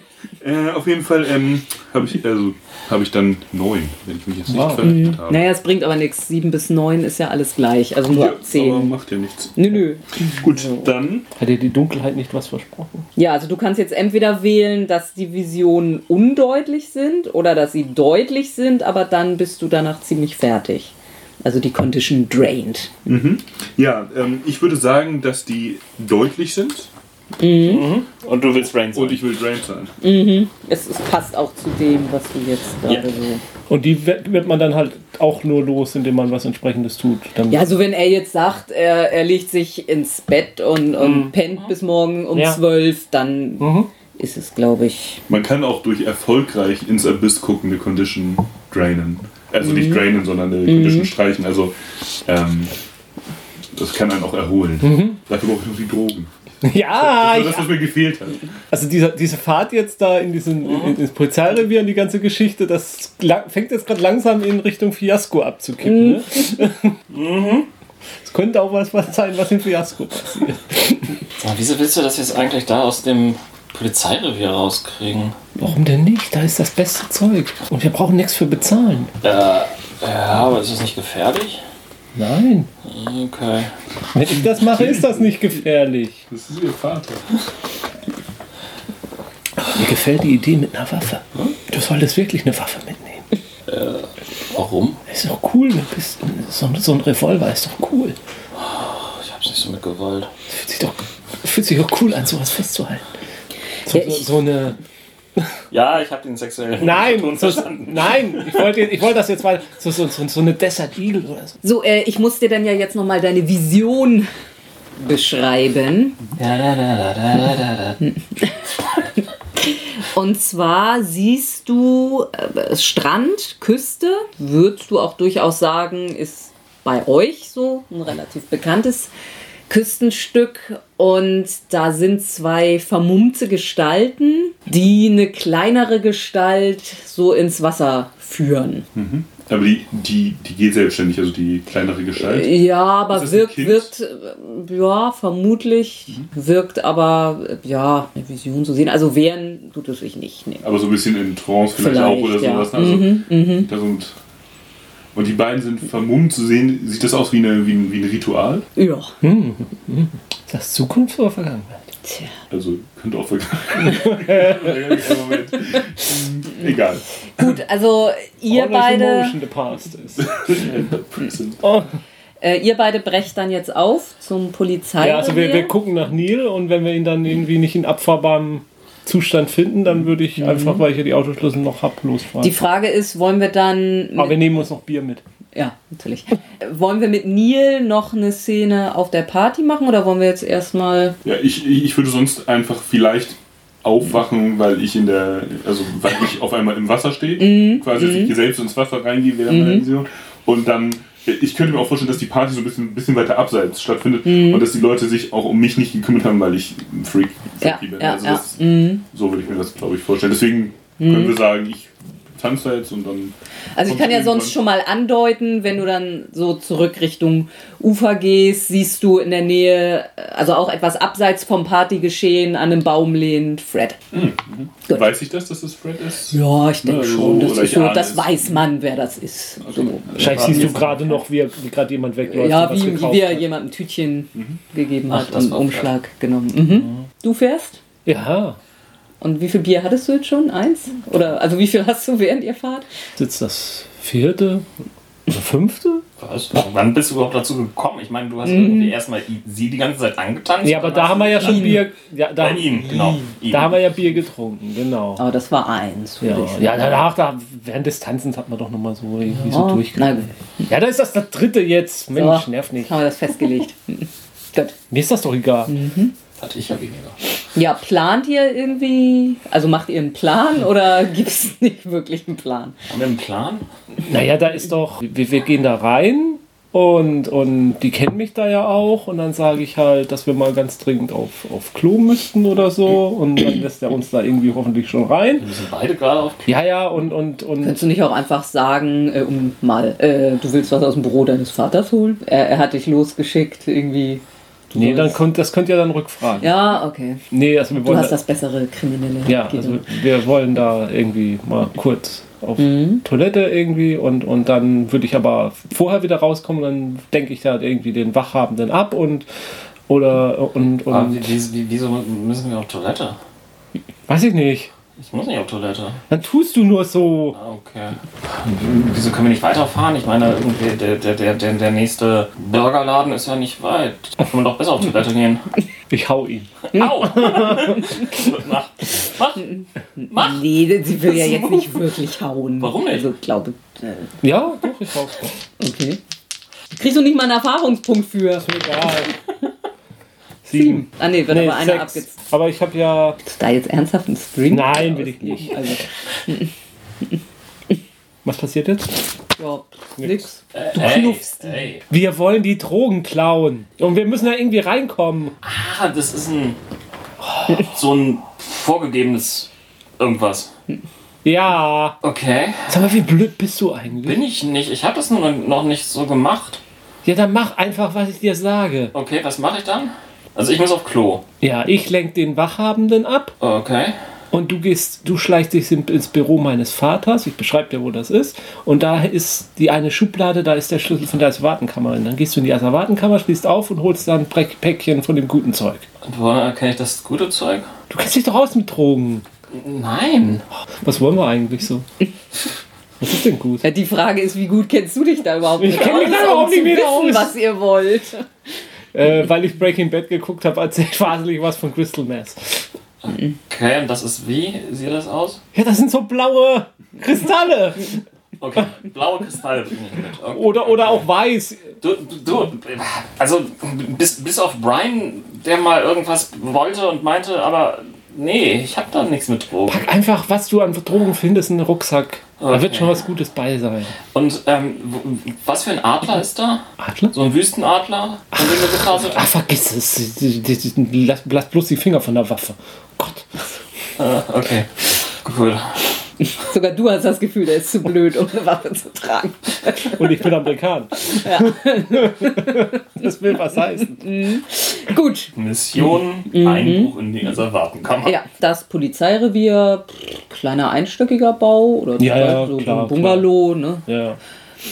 Speaker 3: Auf jeden Fall ähm, habe ich, also, habe ich dann neun, wenn ich mich jetzt nicht
Speaker 4: Wow.
Speaker 3: verrechnet habe.
Speaker 1: Naja, es bringt aber nichts. 7 bis 9 ist ja alles gleich, also nur
Speaker 3: ja,
Speaker 1: ab
Speaker 3: aber
Speaker 1: 10.
Speaker 3: macht ja nichts.
Speaker 1: Nö, nö.
Speaker 3: Gut, dann
Speaker 4: Hat dir die Dunkelheit nicht was versprochen?
Speaker 1: Ja, also du kannst jetzt entweder wählen, dass die Visionen undeutlich sind oder dass sie deutlich sind, aber dann bist du danach ziemlich fertig. Also die Condition drained.
Speaker 3: Ja, ähm, ich würde sagen, dass die deutlich sind
Speaker 2: Und du willst Rain
Speaker 3: und
Speaker 2: sein.
Speaker 3: ich will Drain sein.
Speaker 1: Es, es passt auch zu dem, was du jetzt gerade
Speaker 2: Ja.
Speaker 1: so.
Speaker 4: Und die wird wird man dann halt auch nur los, indem man was entsprechendes tut. Dann
Speaker 1: Ja, also wenn er jetzt sagt, er, er legt sich ins Bett und, und pennt bis morgen um
Speaker 4: Ja.
Speaker 1: 12, dann ist es, glaube ich.
Speaker 3: Man kann auch durch erfolgreich ins Abyss guckende Condition drainen. Also nicht drainen, sondern eine Condition streichen. Also ähm, das kann einen auch erholen. Dafür brauche ich noch die Drogen.
Speaker 4: Ah, ja,
Speaker 3: Also
Speaker 4: ich,
Speaker 3: das, was mir gefehlt hat.
Speaker 4: also dieser, diese Fahrt jetzt da in diesen in, ins Polizeirevier und die ganze Geschichte, das la- fängt jetzt gerade langsam in Richtung Fiasko abzukippen. Ne? Es könnte auch was, was sein, was in Fiasko passiert.
Speaker 2: Aber wieso willst du das jetzt eigentlich da aus dem Polizeirevier rauskriegen?
Speaker 4: Warum denn nicht? Da ist das beste Zeug. Und wir brauchen nichts für bezahlen.
Speaker 2: Äh, ja, aber ist das nicht gefährlich?
Speaker 4: Nein.
Speaker 2: Okay.
Speaker 4: Wenn ich das mache, ist das nicht gefährlich.
Speaker 3: Das ist ihr Vater.
Speaker 4: Mir gefällt die Idee mit einer Waffe. Du solltest wirklich eine Waffe mitnehmen.
Speaker 5: Warum?
Speaker 4: Ist doch cool. Du bist, so, ein- so ein Revolver ist doch cool.
Speaker 5: Ich hab's nicht so mit Gewalt.
Speaker 4: Fühlt sich doch, fühlt sich doch cool an, sowas festzuhalten. So,
Speaker 1: Ja,
Speaker 4: so,
Speaker 1: ich-
Speaker 4: so eine.
Speaker 2: Ja, ich habe den sexuellen
Speaker 4: Nein,
Speaker 2: Unterton
Speaker 4: so,
Speaker 2: verstanden.
Speaker 4: nein, ich wollte ich wollte das jetzt mal. So, so, so, so eine Desert Eagle oder so.
Speaker 1: So, äh, ich muss dir dann ja jetzt nochmal deine Vision beschreiben.
Speaker 5: Da, da, da, da, da, da, da.
Speaker 1: Und zwar siehst du äh, Strand, Küste, würdest du auch durchaus sagen, ist bei euch so ein relativ bekanntes Küstenstück. Und da sind zwei vermummte Gestalten, die eine kleinere Gestalt so ins Wasser führen.
Speaker 3: Hm. Aber die, die, die geht selbstständig, also die kleinere Gestalt.
Speaker 1: Ja, aber
Speaker 3: das ein
Speaker 1: wirkt,
Speaker 3: Kind? Mhm.
Speaker 1: wirkt, äh, ja, vermutlich, wirkt aber, äh, ja, eine Vision zu sehen. Also wehren tut es sich nicht. Nee.
Speaker 3: Aber so ein bisschen in Trance vielleicht, auch oder
Speaker 1: Vielleicht, ja. Mhm,
Speaker 3: sowas. ne? Also, da so ein- und die beiden sind vermummt zu sehen. Sieht das aus wie, eine, wie, ein, wie ein Ritual?
Speaker 1: Ja,
Speaker 3: Hm?
Speaker 4: Ist Das Zukunft oder Vergangenheit?
Speaker 1: tja.
Speaker 3: Also könnte auch vergangen. Moment. Egal.
Speaker 1: Gut, also ihr
Speaker 4: Always
Speaker 1: beide,
Speaker 4: Emotion the past ist.
Speaker 1: Mhm.
Speaker 3: Prison.
Speaker 4: Oh.
Speaker 1: äh, ihr beide brecht dann jetzt auf zum Polizei.
Speaker 4: Ja, also wir, wir gucken nach Neil und wenn wir ihn dann irgendwie nicht in abfahrbarem Zustand finden, dann würde ich einfach, weil ich ja die Autoschlüssel noch hab, losfahren.
Speaker 1: Mhm. Die Frage ist, wollen wir dann,
Speaker 4: Aber wir
Speaker 1: mit,
Speaker 4: nehmen uns noch Bier mit.
Speaker 1: ja, natürlich, Äh, wollen wir mit Neil noch eine Szene auf der Party machen oder wollen wir jetzt erstmal,
Speaker 3: Ja, ich, ich würde sonst einfach vielleicht aufwachen, weil ich in der, also weil ich auf einmal im Wasser stehe,
Speaker 1: Mhm.
Speaker 3: quasi dass ich hier selbst ins Wasser reingehe während meiner Vision und dann ich könnte mir auch vorstellen, dass die Party so ein bisschen, ein bisschen weiter abseits stattfindet
Speaker 1: Mhm.
Speaker 3: und dass die Leute sich auch um mich nicht gekümmert haben, weil ich ein Freak,
Speaker 1: Ja,
Speaker 3: Freaky bin.
Speaker 1: ja,
Speaker 3: also
Speaker 1: ja. Mhm.
Speaker 3: das, So würde ich mir das, glaube ich, vorstellen. Deswegen können wir sagen, ich tanze da jetzt und dann.
Speaker 1: also ich
Speaker 3: kommt
Speaker 1: kann ja
Speaker 3: irgendwann-
Speaker 1: sonst schon mal andeuten, wenn du dann so zurück Richtung Ufer gehst, siehst du in der Nähe, also auch etwas abseits vom Partygeschehen, an einem Baum lehnend Fred. Gut.
Speaker 3: Weiß ich das, dass das Fred ist?
Speaker 1: Ja, ich denke
Speaker 3: Also,
Speaker 1: schon, das,
Speaker 3: oder
Speaker 1: ist
Speaker 3: ich
Speaker 1: so,
Speaker 3: ahne
Speaker 1: das
Speaker 3: es. Also
Speaker 1: weiß man, wer das ist. So.
Speaker 4: Wahrscheinlich siehst du gerade noch, wie, wie gerade jemand wegläuft.
Speaker 1: Ja,
Speaker 4: und was
Speaker 1: wie, wie
Speaker 4: gekauft
Speaker 1: wir
Speaker 4: hat.
Speaker 1: jemandem Tütchen gegeben
Speaker 5: Ach,
Speaker 1: hat
Speaker 5: das
Speaker 1: und
Speaker 5: war
Speaker 1: Umschlag genommen. Mhm. Du fährst?
Speaker 4: Ja,
Speaker 1: Und wie viel Bier hattest du jetzt schon? Eins? Oder also wie viel hast du während ihr fahrt?
Speaker 4: sitzt das vierte oder fünfte?
Speaker 2: Was? Wann bist du überhaupt dazu gekommen? Ich meine, du hast irgendwie erstmal i- sie die ganze Zeit angetanzt.
Speaker 4: Mhm. Ja, aber da haben wir ja schon Bier. Ja, da,
Speaker 2: Bei ihm, genau. Ihn.
Speaker 4: da haben wir ja Bier getrunken, genau.
Speaker 1: Aber das war eins.
Speaker 4: Ja,
Speaker 1: würde ich sagen.
Speaker 4: ja danach, da, während des Tanzens hat man doch nochmal so irgendwie so
Speaker 1: Oh,
Speaker 4: durch.
Speaker 1: na gut.
Speaker 4: Ja, da ist das das dritte jetzt. Mensch,
Speaker 1: So,
Speaker 4: nerv nicht.
Speaker 1: Haben wir das festgelegt. Gut.
Speaker 4: Mir ist das doch egal.
Speaker 5: Hatte ich ja weniger.
Speaker 1: Ja, plant ihr irgendwie? Also macht ihr einen Plan oder gibt es nicht wirklich einen Plan?
Speaker 2: Haben wir einen Plan?
Speaker 4: Naja, da ist doch, wir, wir gehen da rein und, und die kennen mich da ja auch und dann sage ich halt, dass wir mal ganz dringend auf, auf Klo müssten oder so und dann lässt er uns da irgendwie hoffentlich schon rein.
Speaker 5: Wir sind beide gerade auf
Speaker 4: Ja, ja, und, und, und
Speaker 1: Könntest du nicht auch einfach sagen, äh, um mal, äh, du willst was aus dem Büro deines Vaters holen? Er, er hat dich losgeschickt irgendwie. Du
Speaker 4: nee, dann
Speaker 1: sollst-
Speaker 4: könnt, das könnt ihr dann rückfragen.
Speaker 1: Ja, okay.
Speaker 4: Nee, also wir
Speaker 1: Du
Speaker 4: wollen
Speaker 1: hast
Speaker 4: da,
Speaker 1: das bessere kriminelle.
Speaker 4: ja,
Speaker 1: Gehirn.
Speaker 4: also wir wollen da irgendwie mal kurz auf
Speaker 1: Mhm.
Speaker 4: Toilette irgendwie und, und dann würde ich aber vorher wieder rauskommen, dann denke ich da irgendwie den Wachhabenden ab und oder und,
Speaker 1: Ah.
Speaker 5: Aber
Speaker 4: und
Speaker 5: wie- wie- Wieso müssen wir auf Toilette?
Speaker 4: weiß ich nicht.
Speaker 5: Ich muss nicht auf Toilette.
Speaker 4: Dann tust du nur so.
Speaker 5: Ah, okay. Wieso können wir nicht weiterfahren? Ich meine, irgendwie der, der, der, der, der nächste Burgerladen ist ja nicht weit. Da kann man doch besser auf Toilette gehen.
Speaker 4: Ich hau ihn.
Speaker 5: Au! mach, mach, mach!
Speaker 1: Nee, sie will ja jetzt nicht wirklich hauen.
Speaker 5: Warum nicht?
Speaker 1: Also, glaube
Speaker 4: Ja, doch, ich hau.
Speaker 1: Okay. Kriegst du nicht mal einen Erfahrungspunkt für?
Speaker 4: Egal.
Speaker 1: Sieben.
Speaker 4: Sieben.
Speaker 1: Ah, nee, wird
Speaker 4: Nee,
Speaker 1: aber einer
Speaker 4: sechs.
Speaker 1: abgezogen.
Speaker 4: Aber ich habe ja.
Speaker 1: Da jetzt ernsthaft ein String?
Speaker 4: Nein, will ich nicht.
Speaker 1: Also,
Speaker 4: Was passiert jetzt?
Speaker 1: ja, nix.
Speaker 5: Du
Speaker 1: knuffst.
Speaker 5: Äh, Ey,
Speaker 4: Wir wollen die Drogen klauen. Und wir müssen da irgendwie reinkommen.
Speaker 2: Ah, das ist ein. so ein vorgegebenes irgendwas.
Speaker 4: Ja.
Speaker 5: okay.
Speaker 4: Sag mal, wie blöd bist du eigentlich?
Speaker 5: Bin ich nicht. Ich habe das nur noch nicht so gemacht.
Speaker 4: Ja, dann mach einfach, was ich dir sage.
Speaker 5: Okay, was mache ich dann? Also ich muss auf Klo.
Speaker 4: Ja, ich lenk den Wachhabenden ab
Speaker 5: Okay.
Speaker 4: und du gehst, du schleichst dich in- ins Büro meines Vaters. Ich beschreibe dir, wo das ist. Und da ist die eine Schublade, da ist der Schlüssel von der Asservatenkammer. Und dann gehst du in die Asservatenkammer, schließt auf und holst dann ein Päck- Päckchen von dem guten Zeug.
Speaker 5: Und woher erkenne ich äh, das gute Zeug?
Speaker 4: Du kennst dich doch aus mit Drogen.
Speaker 2: Nein.
Speaker 4: Was wollen wir eigentlich so? Was ist denn gut?
Speaker 1: Ja, die Frage ist, wie gut kennst du dich da überhaupt
Speaker 4: Ich kenn mich da
Speaker 1: um
Speaker 4: überhaupt
Speaker 1: zu
Speaker 4: nicht mehr
Speaker 1: wissen,
Speaker 4: aus.
Speaker 1: was ihr wollt.
Speaker 4: Äh, weil ich Breaking Bad geguckt habe, erzähl ich wahnsinnig was von Crystal Meth.
Speaker 2: Okay, und das ist wie? Sieht das aus?
Speaker 4: Ja, das sind so blaue Kristalle.
Speaker 2: Okay, blaue Kristalle bringe ich mit. Okay.
Speaker 4: Oder, oder auch weiß.
Speaker 2: Du, du, also bis, bis auf Brian, der mal irgendwas wollte und meinte, aber nee, ich hab da nichts mit Drogen.
Speaker 4: Pack einfach, was du an Drogen findest, in den Rucksack. Da wird schon was Gutes bei sein.
Speaker 2: Und ähm, w- was für ein Adler ist da?
Speaker 4: Adler?
Speaker 2: So ein Wüstenadler, von dem du gekrasselt
Speaker 4: Ah, vergiss es. Die- die- die- Lass, lass bloß die Finger von der Waffe. Oh Gott.
Speaker 2: hast? Okay, cool.
Speaker 1: Sogar du hast das Gefühl, der ist zu blöd, um eine Waffe zu tragen.
Speaker 4: Und ich bin Amerikaner. das will was heißen.
Speaker 1: Gut,
Speaker 2: Mission, Einbruch in die Asservatenkammer.
Speaker 1: ja, das Polizeirevier, pff, kleiner einstöckiger Bau oder
Speaker 4: Ja, ja,
Speaker 1: so, so
Speaker 4: klar,
Speaker 1: ein Bungalow, ne?
Speaker 4: Ja.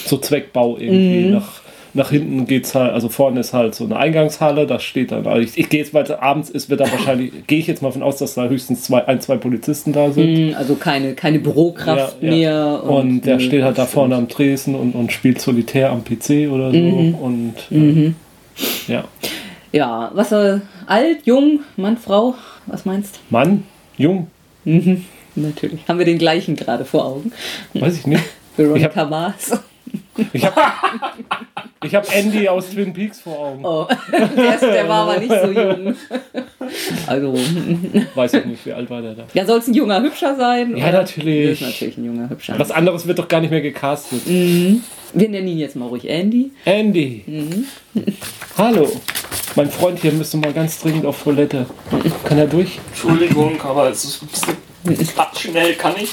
Speaker 4: So Zweckbau irgendwie. Nach, nach hinten geht's halt, also vorne ist halt so eine Eingangshalle, da steht dann. Also ich ich gehe jetzt, weil es abends ist, wird da wahrscheinlich, gehe ich jetzt mal von aus, dass da höchstens zwei, ein, zwei Polizisten da sind.
Speaker 1: Hm, Also keine, keine Bürokraft
Speaker 4: Ja, ja.
Speaker 1: mehr. äh,
Speaker 4: Und, der
Speaker 1: nö.
Speaker 4: steht halt da vorne am Tresen und, und spielt solitär am PC oder so. Und äh, ja.
Speaker 1: Ja, was soll alt, jung, Mann, Frau, was meinst
Speaker 4: Mann, jung,
Speaker 1: du? Natürlich. Haben wir den gleichen gerade vor Augen.
Speaker 4: weiß ich nicht.
Speaker 1: Veronica Mars.
Speaker 4: Ich habe ich hab Andy aus Twin Peaks vor Augen.
Speaker 1: Oh. Der, ist, der war aber nicht so jung. Also,
Speaker 4: Weiß ich nicht, wie alt war der da.
Speaker 1: ja, soll es ein junger Hübscher sein?
Speaker 4: Ja,
Speaker 1: oder? Der
Speaker 4: natürlich.
Speaker 1: ist natürlich Mhm. ein junger Hübscher.
Speaker 4: Was anderes wird doch gar nicht mehr gecastet.
Speaker 1: Wir nennen ihn jetzt mal ruhig Andy.
Speaker 4: Andy.
Speaker 1: Mhm.
Speaker 4: Hallo. Mein Freund hier müsste mal ganz dringend auf Toilette. Kann er durch?
Speaker 2: Entschuldigung, aber es ist ein bisschen schnell, kann ich?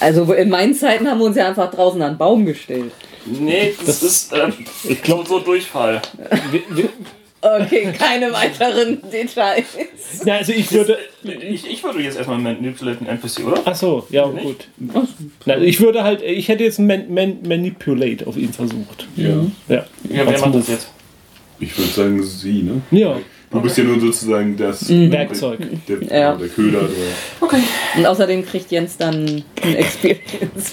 Speaker 1: Also in meinen Zeiten haben wir uns ja einfach draußen an einen Baum gestellt.
Speaker 2: Nee, das, ist äh, ich glaub, so Durchfall.
Speaker 4: Wir- wir-
Speaker 1: Okay, keine weiteren Details.
Speaker 4: Na, also ich würde.
Speaker 2: Ich, ich würde jetzt erstmal manipulaten NPC, oder?
Speaker 4: Ach so, ja gut. Na, also ich würde halt, ich hätte jetzt man, man, Manipulate auf ihn versucht.
Speaker 3: Ja.
Speaker 4: Ja.
Speaker 2: Ja, wer
Speaker 4: Als
Speaker 2: macht das
Speaker 4: Move.
Speaker 2: jetzt?
Speaker 3: Ich würde sagen, sie, ne?
Speaker 4: Ja,
Speaker 3: Du bist ja nur sozusagen das
Speaker 1: Mhm.
Speaker 2: Mhm.
Speaker 4: Werkzeug.
Speaker 3: Der,
Speaker 1: Ja.
Speaker 3: der Köder. Der,
Speaker 2: Okay.
Speaker 1: Und außerdem kriegt Jens dann ein Experience.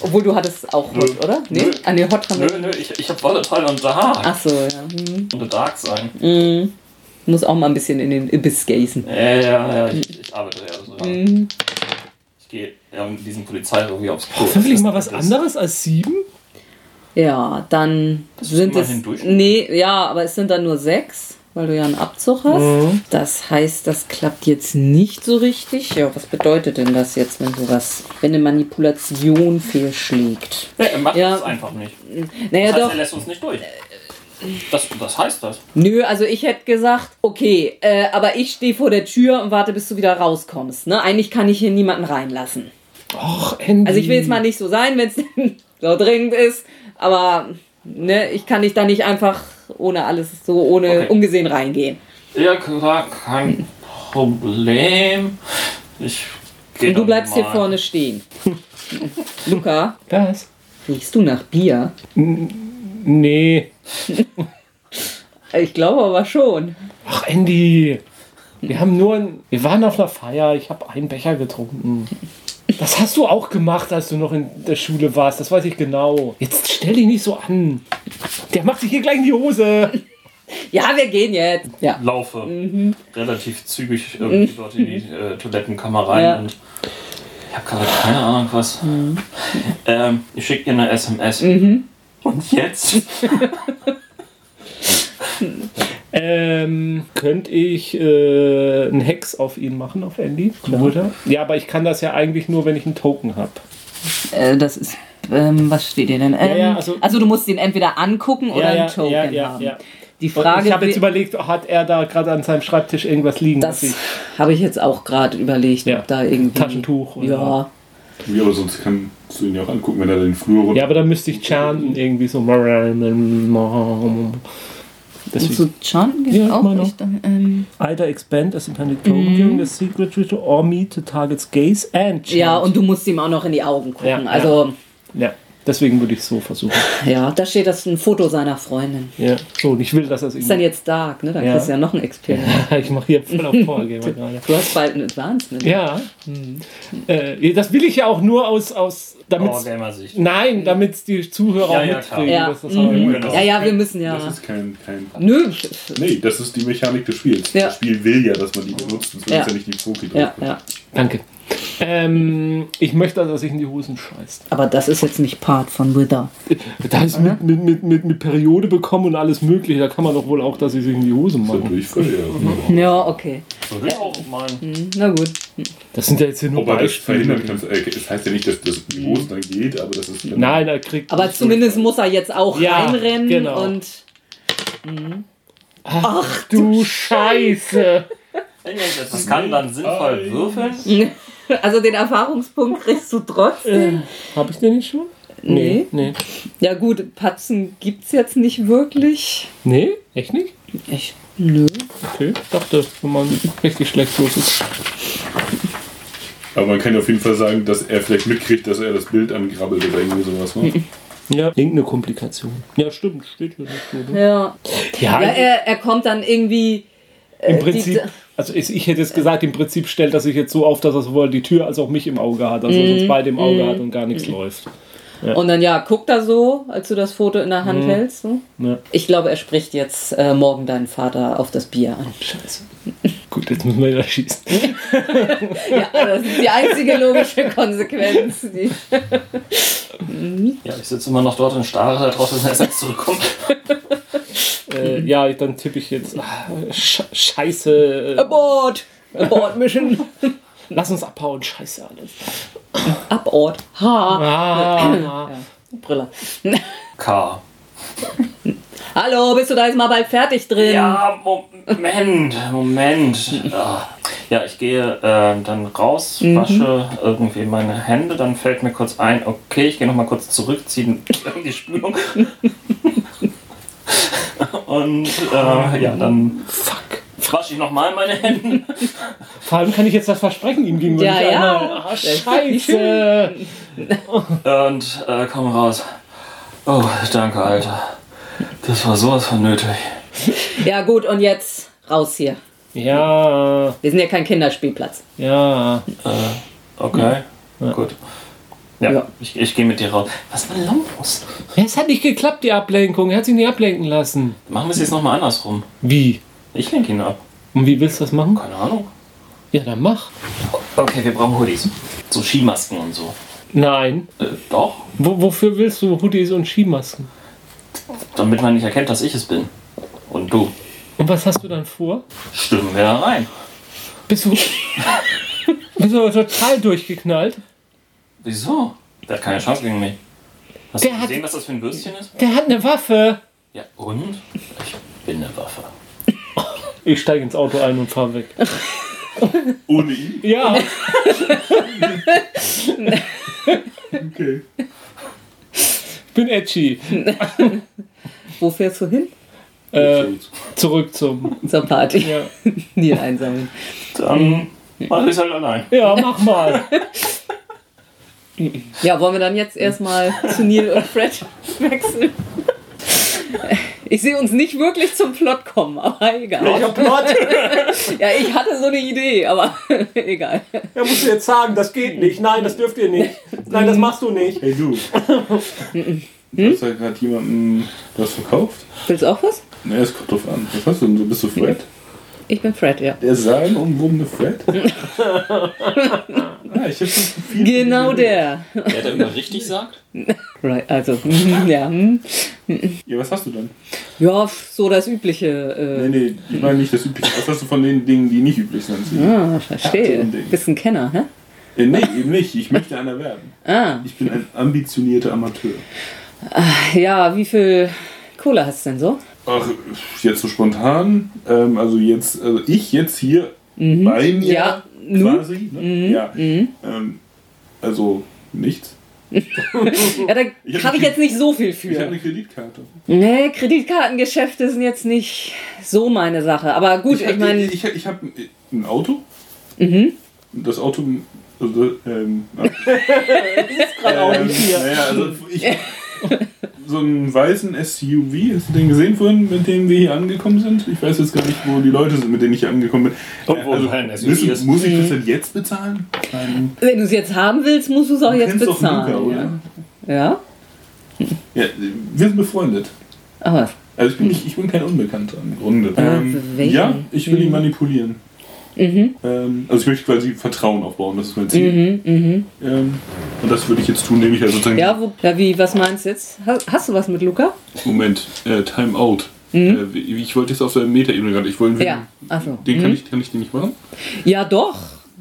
Speaker 1: Obwohl du hattest auch Hot, oder? Nee?
Speaker 2: Nö.
Speaker 1: Ah, nee, Hot haben
Speaker 2: Nö,
Speaker 1: wir.
Speaker 2: nö, ich, ich hab Volatile und Dark.
Speaker 1: Achso, ja. Hm.
Speaker 2: Und Dark sein.
Speaker 1: Muss auch mal ein bisschen in den Ibiss gazen.
Speaker 2: Ja, ja, ja,
Speaker 1: Mhm.
Speaker 2: ich, ich arbeite ja so dran. Ich gehe ja, um mit diesem Polizeirevier aufs Klo.
Speaker 4: Hoffentlich
Speaker 2: Das-
Speaker 4: mal was
Speaker 2: das-
Speaker 4: anderes als sieben?
Speaker 1: Ja, dann
Speaker 2: ist
Speaker 1: sind es.
Speaker 2: immerhin durch.
Speaker 1: Nee, ja, aber es sind dann nur sechs, weil du ja einen Abzug hast.
Speaker 2: Mhm.
Speaker 1: Das heißt, das klappt jetzt nicht so richtig. Ja, was bedeutet denn das jetzt, wenn sowas, wenn eine Manipulation fehlschlägt?
Speaker 2: Nee, er macht
Speaker 1: Ja.
Speaker 2: das einfach nicht.
Speaker 1: Naja,
Speaker 2: Das heißt,
Speaker 1: doch.
Speaker 2: er lässt uns nicht durch. Das, das heißt das.
Speaker 1: Nö, also ich hätte gesagt, okay, äh, aber ich stehe vor der Tür und warte, bis du wieder rauskommst. Ne? Eigentlich kann ich hier niemanden reinlassen.
Speaker 4: Och, Andy.
Speaker 1: Also ich will jetzt mal nicht so sein, wenn es so dringend ist, aber ne, ich kann dich da nicht einfach ohne alles so, ohne
Speaker 2: Okay.
Speaker 1: ungesehen reingehen.
Speaker 2: Ja, klar, kein Problem. Ich gehe
Speaker 1: Und du bleibst hier vorne stehen. Luca,
Speaker 4: Was?
Speaker 1: riechst du nach Bier?
Speaker 4: Nee.
Speaker 1: Ich glaube aber schon.
Speaker 4: Ach, Andy. Wir haben nur ein, Wir waren auf einer Feier. Ich habe einen Becher getrunken. Das hast du auch gemacht, als du noch in der Schule warst. Das weiß ich genau. Jetzt stell dich nicht so an. Der macht sich hier gleich in die Hose.
Speaker 1: Ja, wir gehen jetzt. Ja.
Speaker 2: Laufe relativ zügig irgendwie dort in die äh, Toilettenkammer rein.
Speaker 1: Ja.
Speaker 2: Und ich habe gerade keine Ahnung was. Ähm, ich schicke dir eine SMS. Und jetzt?
Speaker 4: Ähm, könnte ich äh, einen Hex auf ihn machen, auf Andy? Oder? Ja, aber ich kann das ja eigentlich nur, wenn ich einen Token habe.
Speaker 1: Äh, das ist. Ähm, was steht dir denn? Ähm,
Speaker 4: ja,
Speaker 1: also,
Speaker 4: also-
Speaker 1: du musst ihn entweder angucken oder einen Token haben. Die
Speaker 4: Und
Speaker 1: Frage.
Speaker 4: ich habe jetzt
Speaker 1: we-
Speaker 4: überlegt, hat er da gerade an seinem Schreibtisch irgendwas liegen? was
Speaker 1: das habe ich jetzt auch gerade überlegt,
Speaker 4: Ja.
Speaker 1: ob da irgendwie.
Speaker 4: Taschentuch oder-
Speaker 1: Ja.
Speaker 3: ja, aber sonst kannst du ihn ja auch angucken, wenn er den Flur runter.
Speaker 4: ich, ja, aber da müsste ich chanten, irgendwie so.
Speaker 1: Und
Speaker 4: Deswegen.
Speaker 1: zu Chan geht
Speaker 4: Ja,
Speaker 1: auch
Speaker 4: meine
Speaker 1: nicht. Ähm,
Speaker 4: Either expand as a panic
Speaker 1: Mhm.
Speaker 4: token during the secret ritual or meet the target's gaze and chant.
Speaker 1: ja, und du musst ihm auch noch in die Augen gucken.
Speaker 4: Ja, ja.
Speaker 1: also,
Speaker 4: Ja. Deswegen würde ich es so versuchen.
Speaker 1: Ja, da steht das ein Foto seiner Freundin.
Speaker 4: Ja. So, und ich will, dass das
Speaker 1: Ist dann
Speaker 4: irgendwie.
Speaker 1: jetzt Dark, ne? Dann
Speaker 4: Ja.
Speaker 1: kriegst du ja noch ein Experiment.
Speaker 4: ich mache hier voll auf Vorgamer gerade.
Speaker 1: Du hast bald ne? ein Advancement.
Speaker 4: Ja. Äh, das will ich ja auch nur aus. aus damit's,
Speaker 2: Gamer-Sicht.
Speaker 4: nein, damit die Zuhörer
Speaker 2: Ja,
Speaker 4: auch
Speaker 2: ja,
Speaker 4: mitkriegen.
Speaker 1: klar.
Speaker 4: dass das
Speaker 1: Ja. Mhm.
Speaker 4: auch-
Speaker 3: Genau.
Speaker 1: ja, ja, wir müssen ja.
Speaker 3: Das ist kein, kein.
Speaker 1: Nö.
Speaker 3: Nee, das ist die Mechanik des Spiels.
Speaker 1: Ja.
Speaker 3: Das Spiel will ja, dass man die benutzt, sonst
Speaker 1: Ja.
Speaker 3: ist ja nicht die Profi drauf.
Speaker 1: Ja, ja.
Speaker 4: Danke. Ähm, ich möchte, dass er sich in die Hosen scheißt.
Speaker 1: Aber das ist jetzt nicht Part von Wither.
Speaker 4: Da ist mit, mit, mit, mit, mit Periode bekommen und alles mögliche. Da kann man doch wohl auch, dass sie sich in die Hosen
Speaker 3: So
Speaker 4: machen.
Speaker 3: Durchfall, ja.
Speaker 4: Mhm.
Speaker 1: Ja, okay.
Speaker 2: Würde ich auch meinen.
Speaker 1: Hm, Na gut.
Speaker 4: Das sind ja jetzt hier nur
Speaker 3: Ob er Oh, das
Speaker 4: Beispiele.
Speaker 3: verhindern kann, äh, es heißt ja nicht, dass das groß dann geht, aber das ist.
Speaker 4: Nein, er kriegt.
Speaker 1: Aber zumindest muss er jetzt auch
Speaker 4: Ja,
Speaker 1: reinrennen
Speaker 4: genau.
Speaker 1: und.
Speaker 4: Ach du Scheiße!
Speaker 2: Wenn ihr das das kann, dann sinnvoll würfeln.
Speaker 1: Also den Erfahrungspunkt kriegst du trotzdem.
Speaker 4: Äh, Hab ich den nicht schon?
Speaker 1: Nee.
Speaker 4: Nee.
Speaker 1: Ja gut, Patzen gibt's jetzt nicht wirklich.
Speaker 4: Nee? Echt nicht?
Speaker 1: Ich. Nö.
Speaker 4: Okay. Ich dachte, wenn man richtig schlecht los ist.
Speaker 3: Aber man kann auf jeden Fall sagen, dass er vielleicht mitkriegt, dass er das Bild angrabbelt oder irgendwie sowas. Ne?
Speaker 4: Ja. Irgendeine Komplikation. Ja, stimmt. Steht hier nicht. ne?
Speaker 1: Ja. also
Speaker 4: Ja,
Speaker 1: Ja, er, er kommt dann irgendwie. äh,
Speaker 4: im
Speaker 1: die-
Speaker 4: Prinzip. Also ich, ich hätte jetzt gesagt, im Prinzip stellt er sich jetzt so auf, dass er sowohl die Tür als auch mich im Auge hat. Also
Speaker 1: Mhm,
Speaker 4: sonst beide im Auge hat und gar nichts läuft.
Speaker 1: Und dann ja, guckt er so, als du das Foto in der Hand hältst. So.
Speaker 4: Ja.
Speaker 1: Ich glaube, er spricht jetzt äh, morgen deinen Vater auf das Bier an.
Speaker 4: Scheiße. Gut, jetzt müssen wir wieder schießen.
Speaker 1: Ja, das ist die einzige logische Konsequenz. Die
Speaker 2: Ja, ich sitze immer noch dort und starre darauf, dass er erst jetzt zurückkommt.
Speaker 4: Äh, ja, dann tippe ich jetzt. Ah, Sche- Scheiße. äh,
Speaker 1: Abort! Abort Mission!
Speaker 4: Lass uns abhauen. Scheiße alles.
Speaker 1: Abort! Ha!
Speaker 4: Ah.
Speaker 1: Brille.
Speaker 2: K.
Speaker 1: Hallo, bist du da jetzt mal bald fertig drin?
Speaker 2: Ja, Moment, Moment. Ah. Ja, ich gehe äh, dann raus, wasche irgendwie meine Hände, dann fällt mir kurz ein, okay, ich gehe nochmal kurz zurück, ziehe die Spülung. Und äh, ja, dann
Speaker 4: Fuck.
Speaker 2: wasche ich nochmal meine Hände.
Speaker 4: Vor allem kann ich jetzt das Versprechen ihm gegenüber
Speaker 1: Ja,
Speaker 4: nicht
Speaker 1: ja.
Speaker 4: einhalten. Ah, scheiße.
Speaker 2: Und äh, komm raus. Oh, danke, Alter. Das war sowas von nötig.
Speaker 1: Ja, gut, und jetzt raus hier.
Speaker 4: Ja,
Speaker 1: Wir sind ja kein Kinderspielplatz.
Speaker 4: ja.
Speaker 2: Okay, gut. Ja,
Speaker 1: Ja.
Speaker 2: ich, ich gehe mit dir raus. Was war denn los?
Speaker 4: Es hat nicht geklappt, die Ablenkung. Er hat sich nicht ablenken lassen.
Speaker 2: Machen wir es jetzt nochmal andersrum.
Speaker 4: Wie?
Speaker 2: Ich lenke ihn ab.
Speaker 4: Und wie willst du das machen?
Speaker 2: Keine Ahnung.
Speaker 4: Ja, dann mach.
Speaker 2: Okay, wir brauchen Hoodies. So Skimasken und so.
Speaker 4: Nein.
Speaker 2: Äh, doch.
Speaker 4: Wo, wofür willst du Hoodies und Skimasken?
Speaker 2: Damit man nicht erkennt, dass ich es bin. Und du.
Speaker 4: Und was hast du dann vor?
Speaker 2: Stimmen wir da rein.
Speaker 4: Bist du. bist du total durchgeknallt?
Speaker 2: Wieso? Der hat keine Chance gegen mich. Hast
Speaker 4: Der
Speaker 2: du
Speaker 4: hat-
Speaker 2: gesehen, was das für ein Würstchen ist?
Speaker 4: Der hat eine Waffe.
Speaker 2: Ja, und? Ich bin eine Waffe.
Speaker 4: Ich steige ins Auto ein und fahre weg.
Speaker 3: Ohne ihn?
Speaker 4: Ja.
Speaker 3: Okay.
Speaker 4: Ich bin edgy.
Speaker 1: Wo fährst du hin?
Speaker 4: Äh, zurück zum.
Speaker 1: Zur Party.
Speaker 4: Ja.
Speaker 1: Nil einsammeln.
Speaker 2: Dann mach ich halt allein.
Speaker 4: ja, mach mal.
Speaker 1: Ja, wollen wir dann jetzt erstmal zu Neil und Fred wechseln? Ich sehe uns nicht wirklich zum Plot kommen, aber egal. Ja, ich hatte so eine Idee, aber egal.
Speaker 4: Er muss jetzt sagen, das geht nicht. Nein, das dürft ihr nicht. Nein, das machst du nicht.
Speaker 3: Hey du.
Speaker 1: Mhm.
Speaker 3: Du hast ja gerade jemandem was verkauft.
Speaker 1: Willst du auch was?
Speaker 3: Na, es kommt drauf an. Was hast du denn? Du bist so Fred?
Speaker 1: Ich bin Fred, ja.
Speaker 3: Der sagenumwobene Fred? ah, ich hab schon viel.
Speaker 1: Genau der.
Speaker 2: Der hat immer richtig sagt.
Speaker 1: Right, also, mm, ja. mm.
Speaker 3: Ja, was hast du denn?
Speaker 1: Ja, so das Übliche.
Speaker 3: Nee, nee, ich meine nicht das Übliche. Was hast du von den Dingen, die nicht üblich sind?
Speaker 1: Äh. Ah, verstehe.
Speaker 3: Ja, so ein Ding.
Speaker 1: Bist ein Kenner, hä?
Speaker 3: Äh, nee, eben nicht. Ich möchte einer werden.
Speaker 1: Ah.
Speaker 3: Ich bin ein ambitionierter Amateur.
Speaker 1: Ja, wie viel Kohle hast du denn so?
Speaker 3: Ach, jetzt so spontan. Ähm, also jetzt, also ich jetzt hier bei mir
Speaker 1: Ja, nu.
Speaker 3: quasi. Ne? Ja. Ähm, also nichts.
Speaker 1: Ja, da
Speaker 3: Ich hab
Speaker 1: habe ich
Speaker 3: die-
Speaker 1: jetzt nicht so viel für.
Speaker 3: Ich habe eine Kreditkarte.
Speaker 1: Nee, Kreditkartengeschäfte sind jetzt nicht so meine Sache. Aber gut, Mhm.
Speaker 3: ich
Speaker 1: ich,
Speaker 3: hab-
Speaker 1: meine,
Speaker 3: ich, ich habe ein Auto. Das Auto Also, ähm,
Speaker 4: Gerade auch nicht
Speaker 3: Ähm,
Speaker 4: hier.
Speaker 3: Naja, also ich, so einen weißen SUV, hast du den gesehen vorhin, mit dem wir hier angekommen sind? Ich weiß jetzt gar nicht, wo die Leute sind, mit denen ich hier angekommen bin.
Speaker 2: Obwohl
Speaker 3: also,
Speaker 2: kein SUV
Speaker 3: müssen,
Speaker 2: ist.
Speaker 3: Muss ich das denn jetzt bezahlen? Nein,
Speaker 1: Wenn du es jetzt haben willst, musst du es auch
Speaker 3: du
Speaker 1: Oh, jetzt
Speaker 3: kennst doch
Speaker 1: bezahlen.
Speaker 3: Luca, oder?
Speaker 1: ja? ja?
Speaker 3: Ja, wir sind befreundet.
Speaker 1: Ach was.
Speaker 3: Also ich bin, nicht, ich bin kein Unbekannter im Grunde.
Speaker 1: Ah,
Speaker 3: Ähm,
Speaker 1: welchen?
Speaker 3: ja, ich will ihn manipulieren.
Speaker 1: Mhm,
Speaker 3: Ähm, also ich möchte quasi Vertrauen aufbauen, das ist mein Ziel.
Speaker 1: mhm, mhm.
Speaker 3: Ähm, und das würde ich jetzt tun, nämlich also sozusagen
Speaker 1: Ja, wo, ja, wie, was meinst du jetzt? Hast, hast du was mit Luca?
Speaker 3: Moment, äh, Time Out. Äh, wie- ich wollte jetzt auf der Metaebene gerade. Ich wollte
Speaker 1: Mhm. Ja, also.
Speaker 3: Den kann, ich, kann ich den nicht machen?
Speaker 1: Ja, doch.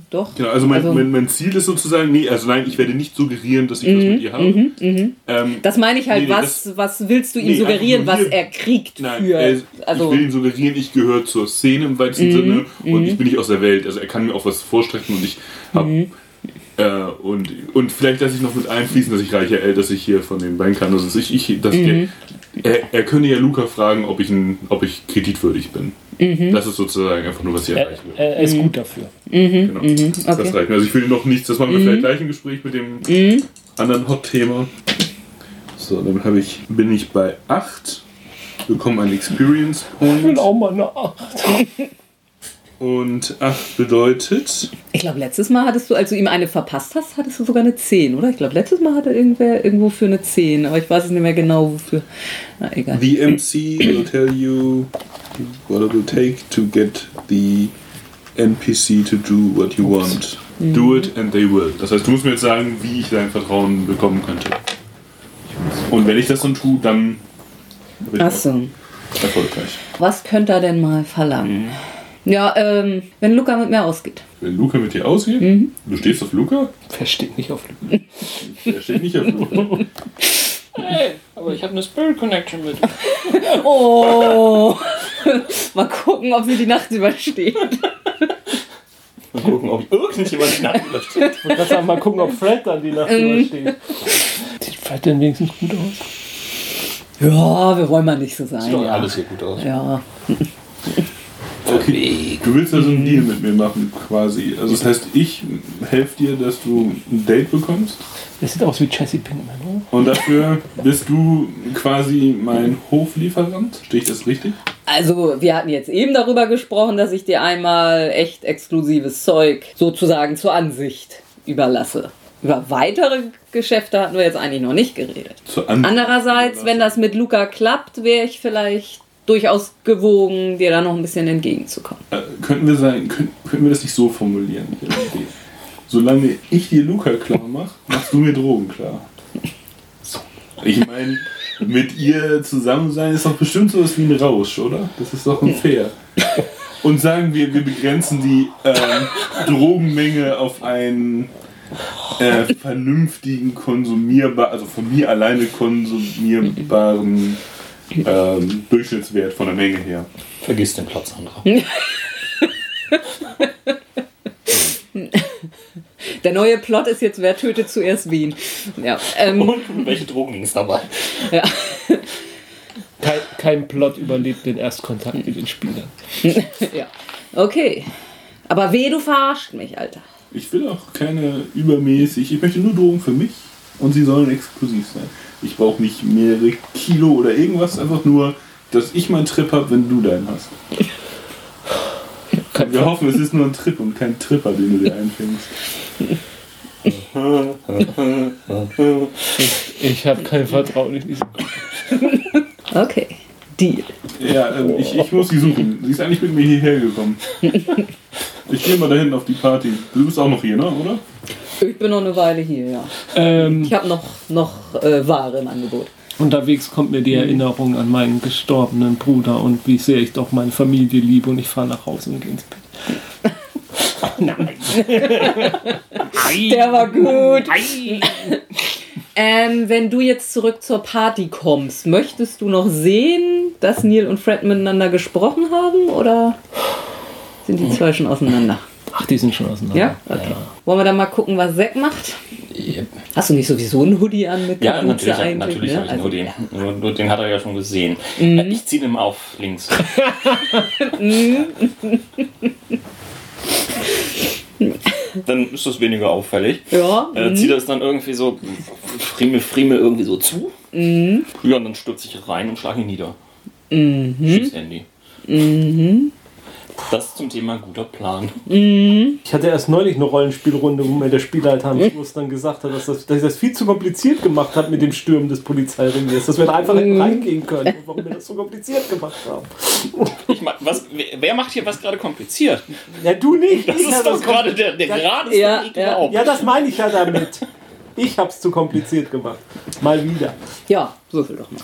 Speaker 1: Doch.
Speaker 3: Genau, also mein,
Speaker 1: Also-
Speaker 3: mein, mein Ziel ist sozusagen, nee, also nein, ich werde nicht suggerieren, dass ich
Speaker 1: Mhm,
Speaker 3: was mit ihr habe. Ähm,
Speaker 1: Das meine ich halt,
Speaker 3: Nee, nee,
Speaker 1: was, was willst du ihm
Speaker 3: Nee,
Speaker 1: suggerieren,
Speaker 3: einfach
Speaker 1: was
Speaker 3: nur hier.
Speaker 1: er kriegt
Speaker 3: nein,
Speaker 1: für.
Speaker 3: er,
Speaker 1: also, Mhm,
Speaker 3: ich will ihm suggerieren, ich gehöre zur Szene im weitesten Sinne und ich bin nicht aus der Welt. Also er kann mir auch was vorstrecken und ich habe.
Speaker 1: Mhm.
Speaker 3: Äh, und, und vielleicht lasse ich noch mit einfließen, dass ich reicher L, dass ich hier von dem Bank kann. Also dass ich, ich, dass
Speaker 1: Mhm.
Speaker 3: der, er, er könne ja Luca fragen, ob ich, ein, ob ich kreditwürdig bin.
Speaker 1: Mhm.
Speaker 3: Das ist sozusagen einfach nur, was ich
Speaker 4: Er,
Speaker 3: erreichen will.
Speaker 4: er ist gut dafür.
Speaker 3: Genau.
Speaker 4: Mhm,
Speaker 3: Das reicht mir. Also ich will noch nichts, das machen wir vielleicht gleich im Gespräch mit dem
Speaker 4: Mhm.
Speaker 3: anderen Hot-Thema. So, dann habe ich, bin ich bei 8, bekomme einen Experience
Speaker 4: Ich will
Speaker 3: Point
Speaker 4: auch mal eine Acht.
Speaker 3: und 8 bedeutet,
Speaker 1: ich glaube, letztes Mal hattest du, als du ihm eine verpasst hast, hattest du sogar eine 10, oder? Ich glaube, letztes Mal hatte irgendwer irgendwo für eine 10, aber ich weiß es nicht mehr genau, wofür. Na, egal.
Speaker 3: the MC will tell you what it will take to get the NPC to do what you want.
Speaker 4: Mhm.
Speaker 3: Do it and they will. Das heißt, du musst mir jetzt sagen, wie ich dein Vertrauen bekommen könnte. Und wenn ich das dann tue, dann bin ich auch
Speaker 1: Achso.
Speaker 3: erfolgreich.
Speaker 1: Was könnte er denn mal verlangen? Ja, ähm, wenn Luca mit mir ausgeht.
Speaker 3: Wenn Luca mit dir ausgeht, du stehst auf Luca?
Speaker 4: Versteht nicht auf Lügen.
Speaker 3: Der steht nicht auf Luca.
Speaker 5: Hey, aber ich habe eine Spirit Connection mit.
Speaker 1: Oh! mal gucken, ob sie die Nacht übersteht.
Speaker 2: Mal gucken, ob irgendjemand nachläuft.
Speaker 4: Und lass mal gucken, ob Fred dann die Nacht
Speaker 5: Ähm.
Speaker 4: übersteht. Sieht Fred denn wenigstens gut aus?
Speaker 1: Ja, wir wollen mal nicht so sein. Ja.
Speaker 2: Alles sieht gut aus.
Speaker 1: ja.
Speaker 3: Okay. Du willst also einen Deal mit mir machen, quasi. Also das heißt, ich helfe dir, dass du ein Date bekommst
Speaker 4: Er sieht aus wie Jesse Pinkman, oder?
Speaker 3: und dafür bist du quasi mein Hoflieferant. Stehe ich das richtig?
Speaker 1: Also, wir hatten jetzt eben darüber gesprochen, dass ich dir einmal echt exklusives Zeug sozusagen zur Ansicht überlasse. Über weitere Geschäfte hatten wir jetzt eigentlich noch nicht geredet.
Speaker 3: Zur
Speaker 2: Hm.
Speaker 3: An
Speaker 1: Andererseits, wenn das mit Luca klappt, wäre ich vielleicht durchaus gewogen, dir da noch ein bisschen entgegenzukommen.
Speaker 3: Äh, könnten wir sein, könnten, könnten wir das nicht so formulieren? hier irgendwie? Solange ich dir Luca klar mache, machst du mir Drogen klar. Ich meine, mit ihr zusammen sein ist doch bestimmt sowas wie ein Rausch, oder? Das ist doch unfair. Und sagen wir, wir begrenzen die ähm, Drogenmenge auf einen äh, vernünftigen, konsumierbar, also von mir alleine konsumierbaren ähm, Durchschnittswert von der Menge her.
Speaker 2: Vergiss den Platz, Sandra.
Speaker 1: Der neue Plot ist jetzt, wer tötet zuerst wen. Ja, ähm,
Speaker 2: Und welche Drogen ging es dabei?
Speaker 1: ja.
Speaker 4: Kein, kein Plot überlebt den Erstkontakt mit den Spielern.
Speaker 1: ja. Okay. Aber weh, du verarscht mich, Alter.
Speaker 3: Ich will auch keine übermäßig. Ich möchte nur Drogen für mich und sie sollen exklusiv sein. Ich brauche nicht mehrere Kilo oder irgendwas, einfach nur, dass ich meinen Trip habe, wenn du deinen hast.
Speaker 4: Kein
Speaker 3: Wir hoffen, es ist nur ein Trip und kein Tripper, den du dir einfängst.
Speaker 4: Ich habe kein Vertrauen in diesen.
Speaker 1: Okay. Deal.
Speaker 3: Ja, ähm, ich, ich muss sie suchen. Sie ist eigentlich mit mir hierher gekommen. Ich gehe mal dahin auf die Party. Du bist auch noch hier, ne? oder?
Speaker 1: Ich bin noch eine Weile hier, ja.
Speaker 4: Ähm,
Speaker 1: Ich habe noch, noch äh, Ware im Angebot.
Speaker 4: unterwegs kommt mir die Erinnerung an meinen gestorbenen Bruder und wie sehr ich doch meine Familie liebe und ich fahre nach Hause und gehe ins Bett.
Speaker 1: Der war gut. Ähm, wenn du jetzt zurück zur Party kommst, möchtest du noch sehen, dass Neil und Fred miteinander gesprochen haben oder sind die zwei schon auseinander?
Speaker 4: Ach, die sind schon auseinander.
Speaker 1: Ja? Okay. Wollen wir dann mal gucken, was Zack macht? Hast du nicht sowieso einen Hoodie an mit
Speaker 2: Ja,
Speaker 1: Kapuze
Speaker 2: natürlich,
Speaker 1: eigentlich,
Speaker 2: natürlich
Speaker 1: ne?
Speaker 2: habe ich
Speaker 1: Also, Mhm.
Speaker 2: nur den. Nur, nur den hat er ja schon gesehen. Äh, Ich ziehe den auf links. Mhm. dann ist das weniger auffällig.
Speaker 1: Ja.
Speaker 2: Äh, zieht das dann irgendwie so, friemel, friemel irgendwie so zu.
Speaker 1: Mhm.
Speaker 2: Ja, und dann stürze ich rein und schlage ihn nieder. Schieß Handy.
Speaker 1: Mhm.
Speaker 2: Das zum Thema guter Plan.
Speaker 4: Ich hatte erst neulich eine Rollenspielrunde, wo mir der Spieler halt am Schluss dann gesagt hat, dass, das, dass ich das viel zu kompliziert gemacht hat mit dem Stürmen des Polizeireviers. Dass wir da einfach hätten reingehen können. Und warum wir das so kompliziert gemacht haben.
Speaker 2: Ich mein, was, wer wer macht hier was gerade kompliziert?
Speaker 4: Ja, du nicht.
Speaker 2: Das
Speaker 4: ich hab
Speaker 2: ist doch gerade der, der Grad ist
Speaker 1: Ja,
Speaker 2: doch ekelhaft.
Speaker 4: Ja, das meine ich ja damit. Ich hab's zu kompliziert gemacht. Mal wieder.
Speaker 1: Ja, würfel doch mal.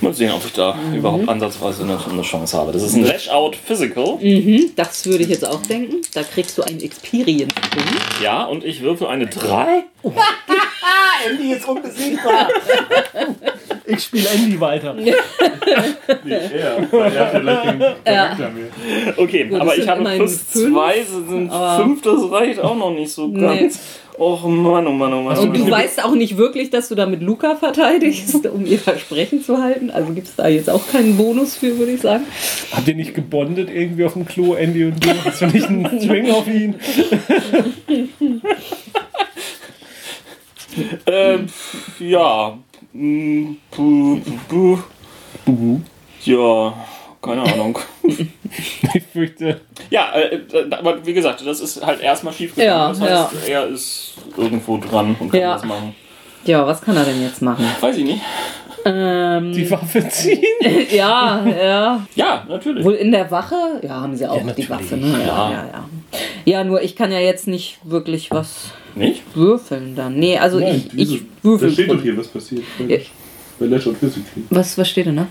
Speaker 2: Mal sehen, ob ich da
Speaker 1: Mhm.
Speaker 2: überhaupt ansatzweise eine, eine Chance habe. Das ist ein Lash-Out Physical.
Speaker 1: Mhm. Das würde ich jetzt auch denken. Da kriegst du einen Experience-Punkt.
Speaker 2: Ja, und ich würfel eine 3.
Speaker 1: Oh.
Speaker 4: Andy ist unbesiegbar. Ich spiele Andy weiter.
Speaker 3: Nicht er, weil er hat ja gleich den Charakter mehr.
Speaker 2: Okay,
Speaker 1: das
Speaker 2: aber
Speaker 1: sind
Speaker 2: ich habe
Speaker 1: immerhin
Speaker 2: plus
Speaker 1: fünf,
Speaker 2: 2, sind
Speaker 1: aber-
Speaker 2: 5, das reicht auch noch nicht so ganz. Och Mann, oh Mann, oh Mann.
Speaker 1: Und Also du weißt auch nicht wirklich, dass du damit Luca verteidigst, um ihr Versprechen zu halten. Also gibt es da jetzt auch keinen Bonus für, würde ich sagen.
Speaker 4: Habt ihr nicht gebondet irgendwie auf dem Klo, Andy und du? Hast du nicht einen String auf ihn?
Speaker 2: Ähm, pf, ja. Mm, Buh, buh, buh.
Speaker 1: Mhm.
Speaker 2: Ja, keine Ahnung.
Speaker 4: Ich fürchte.
Speaker 2: ja, äh, äh, aber wie gesagt, das ist halt erstmal schief gegangen.
Speaker 1: Ja,
Speaker 2: das heißt, er ist irgendwo dran und kann
Speaker 1: Ja.
Speaker 2: was machen.
Speaker 1: Ja, was kann er denn jetzt machen?
Speaker 2: Weiß ich nicht.
Speaker 1: Ähm,
Speaker 4: Die Waffe ziehen?
Speaker 1: ja, ja.
Speaker 2: Ja, natürlich.
Speaker 1: Wohl in der Wache? Ja, haben sie auch die Waffe. Ne? Ja, ja, ja. Ja, nur ich kann ja jetzt nicht wirklich was
Speaker 2: Nicht?
Speaker 1: würfeln dann. Nee, also
Speaker 3: Nein,
Speaker 1: ich,
Speaker 3: diese-
Speaker 1: ich würfel.
Speaker 3: Da steht doch hier, was passiert.
Speaker 1: Ja.
Speaker 3: Bei Lash und Physically.
Speaker 1: Was, was steht denn da?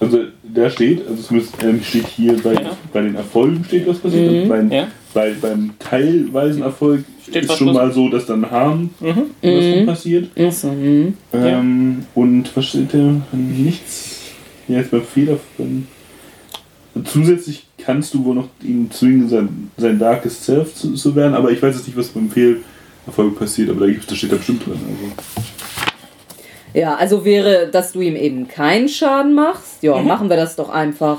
Speaker 3: Also da steht, also zumindest ähm, steht hier bei, bei den Erfolgen steht, was passiert. Und beim,
Speaker 2: Mhm, Ja.
Speaker 3: bei, beim teilweisen Erfolg ist
Speaker 2: was Mhm.
Speaker 3: schon
Speaker 2: los.
Speaker 3: mal so, dass dann Harm was schon passiert.
Speaker 1: Achso, hm.
Speaker 3: Ähm, Und was steht da? Nichts. Ja, jetzt beim Fehler. Beim Zusätzlich kannst du wohl noch ihn zwingen, sein, sein Darkest Self zu, zu werden, aber ich weiß jetzt nicht, was beim Fehlerfolg passiert, aber da, gibt's, da steht da bestimmt drin. Also.
Speaker 1: Ja, also wäre, dass du ihm eben keinen Schaden machst. Ja, machen wir das doch einfach.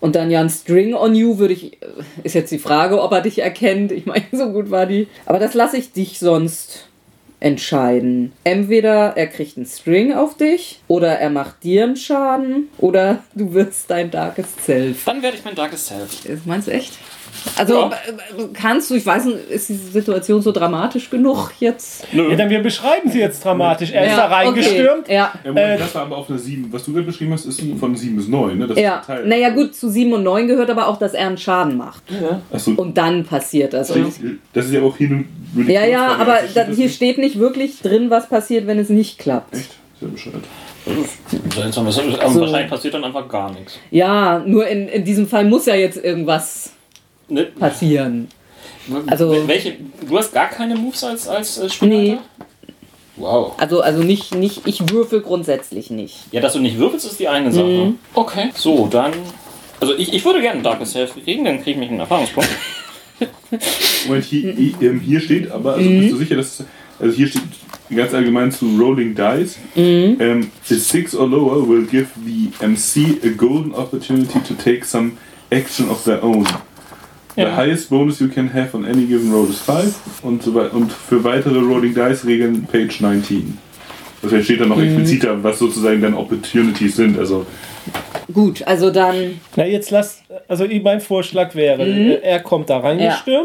Speaker 1: Und dann ja ein String on you würde ich. äh, Ist jetzt die Frage, ob er dich erkennt. Ich meine, so gut war die. Aber das lasse ich dich sonst entscheiden. Entweder er kriegt einen String auf dich oder er macht dir einen Schaden oder du wirst dein darkest Self.
Speaker 2: Dann werde ich mein Darkest Self.
Speaker 1: Meinst du echt? Also
Speaker 2: Ja.
Speaker 1: äh, kannst du, ich weiß nicht, ist die Situation so dramatisch genug jetzt?
Speaker 4: Ja, dann wir beschreiben sie jetzt dramatisch. Er ist da reingestürmt.
Speaker 1: Okay. Ja.
Speaker 3: Ja, Moment,
Speaker 4: Äh,
Speaker 3: das war aber auf einer 7. Was du gerade beschrieben hast, ist von 7 bis 9, ne? Das
Speaker 1: Ja,
Speaker 3: ist Teil.
Speaker 1: naja gut, zu 7 und 9 gehört aber auch, dass er einen Schaden macht.
Speaker 3: Achso,
Speaker 1: Und dann passiert das. Und
Speaker 3: das ist ja auch hier nur nur die
Speaker 1: ja, ja,
Speaker 3: Kurzfrage.
Speaker 1: aber
Speaker 3: Also
Speaker 1: da,
Speaker 3: das
Speaker 1: hier
Speaker 3: nicht-
Speaker 1: steht nicht wirklich drin, was passiert, wenn es nicht klappt.
Speaker 3: Echt? Sehr bescheuert.
Speaker 2: Seltsam, das ist- aber also Wahrscheinlich passiert dann einfach gar nichts.
Speaker 1: Ja, nur in, in diesem Fall muss ja jetzt irgendwas
Speaker 2: Ne?
Speaker 1: passieren. Also-
Speaker 2: Welche, du hast gar keine Moves als, als äh,
Speaker 1: Nee.
Speaker 2: Spielleiter? Wow.
Speaker 1: Also, also nicht, nicht, ich würfel grundsätzlich nicht.
Speaker 2: Ja, dass du nicht wirbelst, ist die eine Sache. Okay. So, dann. Also ich, ich würde gerne Darkest Self kriegen, dann kriege ich mich einen Erfahrungspunkt.
Speaker 1: Mhm.
Speaker 3: Moment, hier, hier, ähm, hier steht aber, also bist du sicher, dass. Also hier steht ganz allgemein zu Rolling Dice.
Speaker 1: Mhm.
Speaker 3: Ähm, a 6 or lower will give the MC a golden opportunity to take some action of their own. The
Speaker 2: Ja.
Speaker 3: highest bonus you can have on any given roll is 5 und, so wei- und für weitere Rolling Dice Regeln Page 19. Also hier steht dann noch
Speaker 1: Mhm.
Speaker 3: expliziter, was sozusagen dann Opportunities sind. Also
Speaker 1: Gut, also dann.
Speaker 4: Na, jetzt lass. Also, ich- mein Vorschlag wäre, äh, er kommt da
Speaker 1: Ja,
Speaker 4: reingestürmt.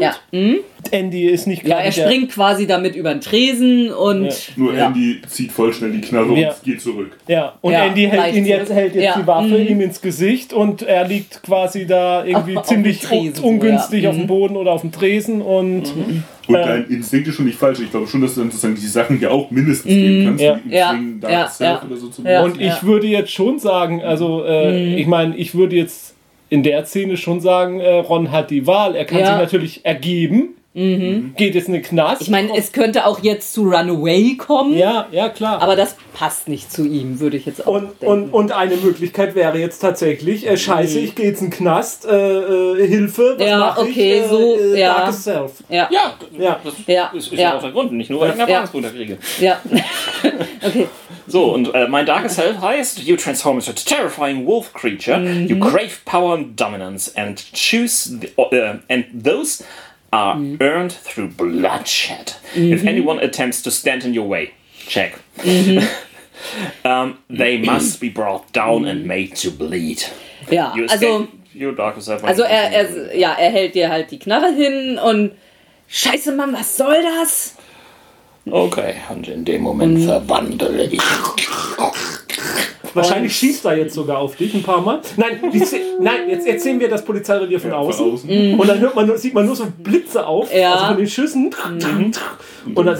Speaker 1: Mhm. ja. Mhm.
Speaker 4: Andy ist nicht
Speaker 1: ja,
Speaker 4: gerade
Speaker 1: er
Speaker 4: der-
Speaker 1: springt quasi damit über den Tresen und.
Speaker 3: nur
Speaker 1: ja.
Speaker 3: Andy zieht voll schnell die Knarre
Speaker 4: Ja.
Speaker 3: und geht zurück.
Speaker 4: Ja, und
Speaker 1: Ja,
Speaker 4: Andy hält,
Speaker 1: leicht
Speaker 4: ihn jetzt,
Speaker 1: zurück.
Speaker 4: hält jetzt
Speaker 1: Ja. Mhm.
Speaker 4: die Waffe ihm ins Gesicht und er liegt quasi da irgendwie
Speaker 1: Auf- auf
Speaker 4: ziemlich
Speaker 1: dem Tresen, Mhm.
Speaker 4: un- ungünstig
Speaker 1: ja.
Speaker 4: auf dem Boden oder auf dem Tresen und
Speaker 3: Und
Speaker 4: Ja.
Speaker 3: dein Instinkt ist schon nicht falsch. Ich glaube schon, dass du dann sozusagen die Sachen ja auch mindestens geben kannst.
Speaker 4: Ja.
Speaker 3: wie im
Speaker 1: Mm, Ja.
Speaker 3: Swing, Dark
Speaker 1: Ja.
Speaker 3: Self
Speaker 1: Ja.
Speaker 3: Oder so zu
Speaker 1: Ja. Mhm.
Speaker 3: benutzen.
Speaker 4: Und ich würde jetzt schon sagen, also äh, ich meine, ich würde jetzt in der Szene schon sagen, äh, Ron hat die Wahl. Er kann
Speaker 1: Ja. Mhm.
Speaker 4: sich natürlich ergeben, geht jetzt in den Knast.
Speaker 1: Ich meine, es könnte auch jetzt zu Runaway kommen,
Speaker 4: ja, ja, klar.
Speaker 1: aber das passt nicht zu ihm, würde ich jetzt auch
Speaker 4: und,
Speaker 1: denken. Mhm.
Speaker 4: und, und eine Möglichkeit wäre jetzt tatsächlich, äh, scheiße, ich gehe jetzt in den Knast, äh, äh, Hilfe, was
Speaker 1: Ja,
Speaker 4: mache
Speaker 1: okay,
Speaker 4: ich? Äh,
Speaker 1: so,
Speaker 4: äh,
Speaker 1: ja.
Speaker 4: Darkest Self.
Speaker 1: ja.
Speaker 2: Ja,
Speaker 4: Ja.
Speaker 2: das
Speaker 1: Ja,
Speaker 2: ist, ist
Speaker 1: ja.
Speaker 2: ja auch der Grund. Nicht nur, weil ich einen Erfahrungspunkt kriege.
Speaker 1: Ja. okay.
Speaker 2: So, und äh, mein Darkest Self heißt, you transform into a terrifying wolf
Speaker 1: Mm-hmm.
Speaker 2: creature, you crave power and dominance and choose the, uh, and uh, those are
Speaker 1: Mm.
Speaker 2: earned through bloodshed. If
Speaker 1: Mm-hmm.
Speaker 2: anyone attempts to stand in your way, check. um, they must be brought down and made to bleed.
Speaker 1: Ja,
Speaker 2: You
Speaker 1: Mm-hmm. also,
Speaker 2: escape your darkest hour.
Speaker 1: also er, er, ja, er hält dir halt die Knarre hin und Scheiße, Mann, was soll das?
Speaker 2: Okay, und in dem Moment
Speaker 1: Mm-hmm.
Speaker 2: verwandle ich.
Speaker 4: Wahrscheinlich schießt er jetzt sogar auf dich ein paar Mal. Nein, die Szene- nein jetzt erzählen wir das Polizeirevier von
Speaker 3: Von
Speaker 4: außen.
Speaker 3: außen.
Speaker 1: Mm.
Speaker 4: Und dann hört man, nur- sieht man nur so Blitze auf,
Speaker 1: Mhm. Ja. Mhm.
Speaker 4: also von den Schüssen. Und dann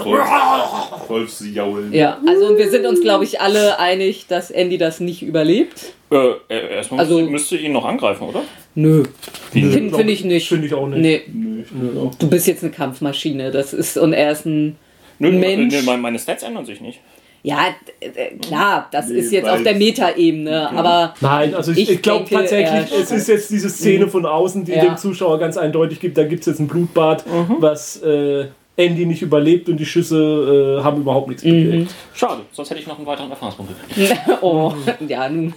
Speaker 3: Wolfsjaulen.
Speaker 1: Ja, also und wir sind uns, glaube ich, alle einig, dass Andy das nicht überlebt.
Speaker 2: Äh, äh, erstmal
Speaker 1: Also-
Speaker 2: müsste, müsste ich ihn noch angreifen, oder?
Speaker 1: Nö. Finde find ich nicht.
Speaker 4: finde ich auch nicht.
Speaker 1: Nee,
Speaker 3: Nö, ich glaub auch.
Speaker 1: du bist jetzt eine Kampfmaschine. Das ist, und er ist ein.
Speaker 2: Nö,
Speaker 1: Mensch.
Speaker 2: nö, meine Stats ändern sich nicht.
Speaker 1: Ja, d- d- klar, das
Speaker 3: Nee,
Speaker 1: ist jetzt
Speaker 3: weil- Genau.
Speaker 1: auf der Metaebene, aber
Speaker 4: Nein, also ich,
Speaker 1: Ich
Speaker 4: ich, glaube
Speaker 1: denke,
Speaker 4: tatsächlich,
Speaker 1: er-
Speaker 4: es ist jetzt diese Szene von außen, die
Speaker 1: Ja. Mhm.
Speaker 4: dem Zuschauer ganz eindeutig gibt, da gibt es jetzt ein Blutbad, was äh, Andy nicht überlebt und die Schüsse äh, haben überhaupt nichts
Speaker 1: Mhm.
Speaker 4: bewirkt.
Speaker 2: Schade, sonst hätte ich noch einen weiteren Erfahrungspunkt gekriegt.
Speaker 1: oh, ja, nun.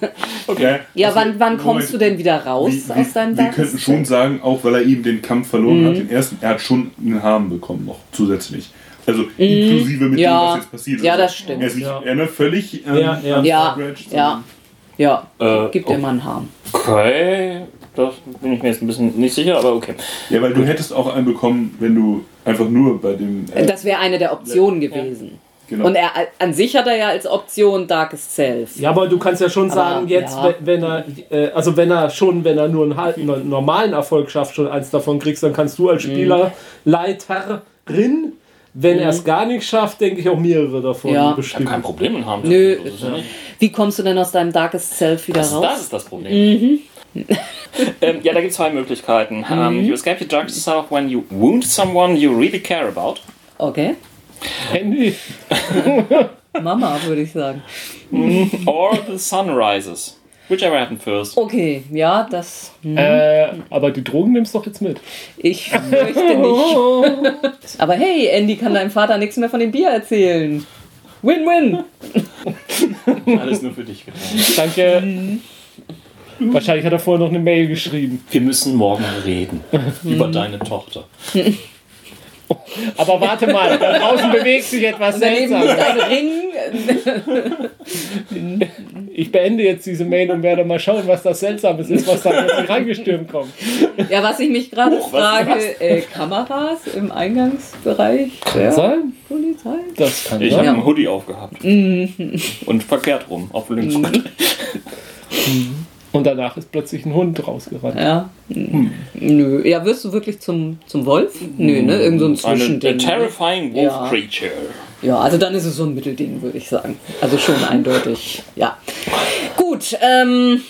Speaker 3: Okay.
Speaker 1: Ja,
Speaker 3: Hm. Also,
Speaker 1: wann, wann kommst du denn wieder raus
Speaker 3: wie- wie-
Speaker 1: aus deinem
Speaker 3: Wir
Speaker 1: Dark Mm.
Speaker 3: könnten
Speaker 1: Side?
Speaker 3: schon sagen, auch weil er eben den Kampf verloren hat, den ersten, er hat schon einen Harm bekommen noch zusätzlich. Also inklusive mit
Speaker 1: Mm. ja.
Speaker 3: dem, was jetzt passiert ist.
Speaker 1: Ja, das stimmt.
Speaker 3: Er ist nicht
Speaker 4: Ja.
Speaker 3: er ne, völlig ähm,
Speaker 4: Ja, ja.
Speaker 3: am
Speaker 1: Ja,
Speaker 3: Scratch,
Speaker 1: ja,
Speaker 3: sondern-
Speaker 1: ja.
Speaker 2: Äh,
Speaker 1: Gib dir mal einen Harm.
Speaker 2: Okay, das bin ich mir jetzt ein bisschen nicht sicher, aber okay.
Speaker 3: ja, weil du hättest auch einen bekommen, wenn du einfach nur bei dem... äh,
Speaker 1: Das wäre eine der Optionen gewesen.
Speaker 3: genau.
Speaker 1: Und er an sich hat er ja als Option Darkest Self.
Speaker 4: Ja, aber du kannst ja schon sagen, jetzt,
Speaker 1: ja.
Speaker 4: wenn- wenn er, äh, also wenn er schon, wenn er nur einen, halben- einen normalen Erfolg schafft, schon eins davon kriegst, dann kannst du
Speaker 1: Mhm.
Speaker 4: als Spielerleiterin, wenn er es gar nicht schafft, denke ich auch mehrere davon
Speaker 1: Ja.
Speaker 2: Ich habe kein
Speaker 4: bestimmen.
Speaker 2: Problem in haben.
Speaker 1: Nö.
Speaker 2: Das ist, ja nicht.
Speaker 1: Wie kommst du denn aus deinem Darkest Self wieder
Speaker 2: das,
Speaker 1: raus? Mhm.
Speaker 2: das, ist das Problem. ähm, ja, da gibt es zwei Möglichkeiten. Ähm, you escape your dark self when you wound someone you really care about.
Speaker 1: Okay.
Speaker 4: Handy.
Speaker 1: Mama, würde ich sagen.
Speaker 2: Or the sun rises. Whichever happened first.
Speaker 1: Okay, ja, das. hm,
Speaker 4: Äh, aber die Drogen nimmst du doch jetzt mit.
Speaker 1: Ich möchte nicht. Aber hey, Andy kann deinem Vater nichts mehr von dem Bier erzählen. Win-win.
Speaker 2: Alles nur für dich getan.
Speaker 4: Danke. Wahrscheinlich hat er vorher noch eine Mail geschrieben.
Speaker 2: Wir müssen morgen reden.
Speaker 1: Mhm.
Speaker 2: über deine Tochter.
Speaker 4: Aber warte mal, da draußen bewegt sich etwas
Speaker 1: Daneben liegt
Speaker 4: seltsam.
Speaker 1: ein Ring.
Speaker 4: Ich beende jetzt diese Mail und werde mal schauen, was das Seltsames ist, was da plötzlich reingestürmt kommt.
Speaker 1: Ja, was ich mich gerade
Speaker 2: was ist
Speaker 1: frage, äh, Kameras im Eingangsbereich
Speaker 4: Ja.
Speaker 1: der
Speaker 4: Sein?
Speaker 1: Polizei?
Speaker 4: Das kann
Speaker 2: Ich
Speaker 4: sein.
Speaker 2: habe einen Hoodie aufgehabt.
Speaker 1: Mhm.
Speaker 2: Und verkehrt rum, auf links.
Speaker 4: Und danach ist plötzlich ein Hund rausgerannt.
Speaker 1: Ja.
Speaker 2: Hm.
Speaker 1: Nö. Ja, wirst du wirklich zum, zum Wolf? Nö, ne? Irgend so ein
Speaker 2: Eine, a
Speaker 1: Zwischending.
Speaker 2: terrifying wolf
Speaker 1: Ja.
Speaker 2: creature.
Speaker 1: Ja, also dann ist es so ein Mittelding, würde ich sagen. Also schon eindeutig, ja. Gut, ähm,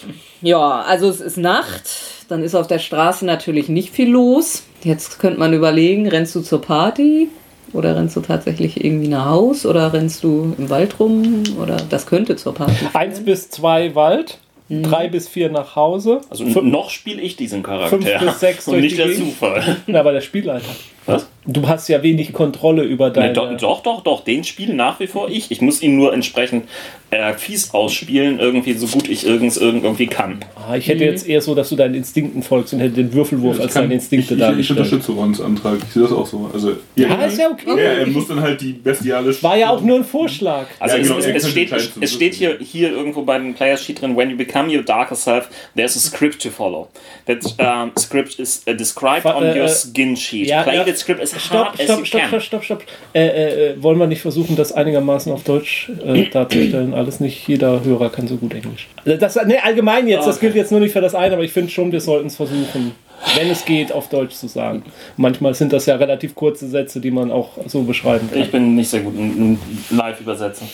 Speaker 1: ja, also es ist Nacht, dann ist auf der Straße natürlich nicht viel los. Jetzt könnte man überlegen, rennst du zur Party oder rennst du tatsächlich irgendwie nach Haus oder rennst du im Wald rum oder das könnte zur Party.
Speaker 4: Eins bis zwei Wald, drei bis vier nach Hause.
Speaker 2: Also noch spiele ich diesen Charakter.
Speaker 4: fünf bis sechs
Speaker 2: und
Speaker 4: durch
Speaker 2: nicht
Speaker 4: die
Speaker 2: der
Speaker 4: Gegend.
Speaker 2: Zufall.
Speaker 4: Na, aber der Spielleiter.
Speaker 2: Was?
Speaker 4: Du hast ja wenig Kontrolle über
Speaker 2: Nein,
Speaker 4: deine.
Speaker 2: doch, doch, doch, doch, den spiele nach wie vor ich. Ich muss ihn nur entsprechend äh, fies ausspielen, irgendwie so gut ich irgends irgend- irgendwie kann.
Speaker 4: Ah, ich hätte jetzt eher so, dass du deinen Instinkten folgst und hätte den Würfelwurf
Speaker 3: Ich
Speaker 4: als
Speaker 3: kann-
Speaker 4: deine Instinkte
Speaker 3: ich, ich, ich
Speaker 4: dargestellt.
Speaker 3: unterstütze Rons Antrag. Ich sehe das auch so. Also,
Speaker 4: Ah, ist ja okay.
Speaker 3: Ja, er muss dann halt die bestiale...
Speaker 4: War ja auch nur ein Vorschlag.
Speaker 2: Also
Speaker 3: Ja,
Speaker 2: es-
Speaker 3: genau, er
Speaker 2: es, es,
Speaker 3: könnte
Speaker 2: steht,
Speaker 3: entscheiden, zu
Speaker 2: es steht hier,
Speaker 3: wissen.
Speaker 2: hier irgendwo bei dem Player Sheet drin, when you become your darker self, there's a script to follow. That um, script is uh, described
Speaker 4: Wa-
Speaker 2: on
Speaker 4: äh,
Speaker 2: your
Speaker 4: äh,
Speaker 2: skin sheet.
Speaker 4: ja,
Speaker 2: Play
Speaker 4: ja.
Speaker 2: that script as
Speaker 4: Stopp,
Speaker 2: hard as you
Speaker 4: stopp, stopp,
Speaker 2: can.
Speaker 4: stopp, stopp, stopp. Äh, äh, äh, wollen wir nicht versuchen, das einigermaßen auf Deutsch äh, darzustellen? Alles nicht jeder Hörer kann so gut Englisch. Also Das, nee, allgemein jetzt, das
Speaker 2: Okay.
Speaker 4: gilt jetzt nur nicht für das eine, aber ich finde schon, wir sollten es versuchen, wenn es geht, auf Deutsch zu sagen. Manchmal sind das ja relativ kurze Sätze, die man auch so beschreiben kann.
Speaker 2: Ich bin nicht sehr gut in, in Live-Übersetzen.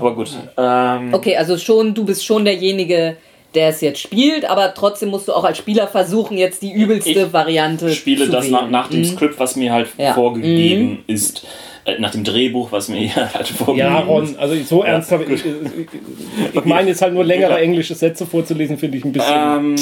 Speaker 2: Aber gut.
Speaker 4: Äh,
Speaker 2: Ähm,
Speaker 1: Okay, also schon, du bist schon derjenige, der es jetzt spielt, aber trotzdem musst du auch als Spieler versuchen, jetzt die übelste
Speaker 2: Ich
Speaker 1: Variante
Speaker 2: spiele
Speaker 1: zu
Speaker 2: das
Speaker 1: wählen.
Speaker 2: nach, nach dem Skript, was mir halt
Speaker 1: Ja.
Speaker 2: vorgegeben ist. Äh, Nach dem Drehbuch, was mir halt vorgegeben
Speaker 4: Ja,
Speaker 2: ist.
Speaker 4: Ron, also so ernst habe ich. Ich, ich, ich meine jetzt halt nur längere englische Sätze vorzulesen, finde ich ein bisschen.
Speaker 2: Ähm,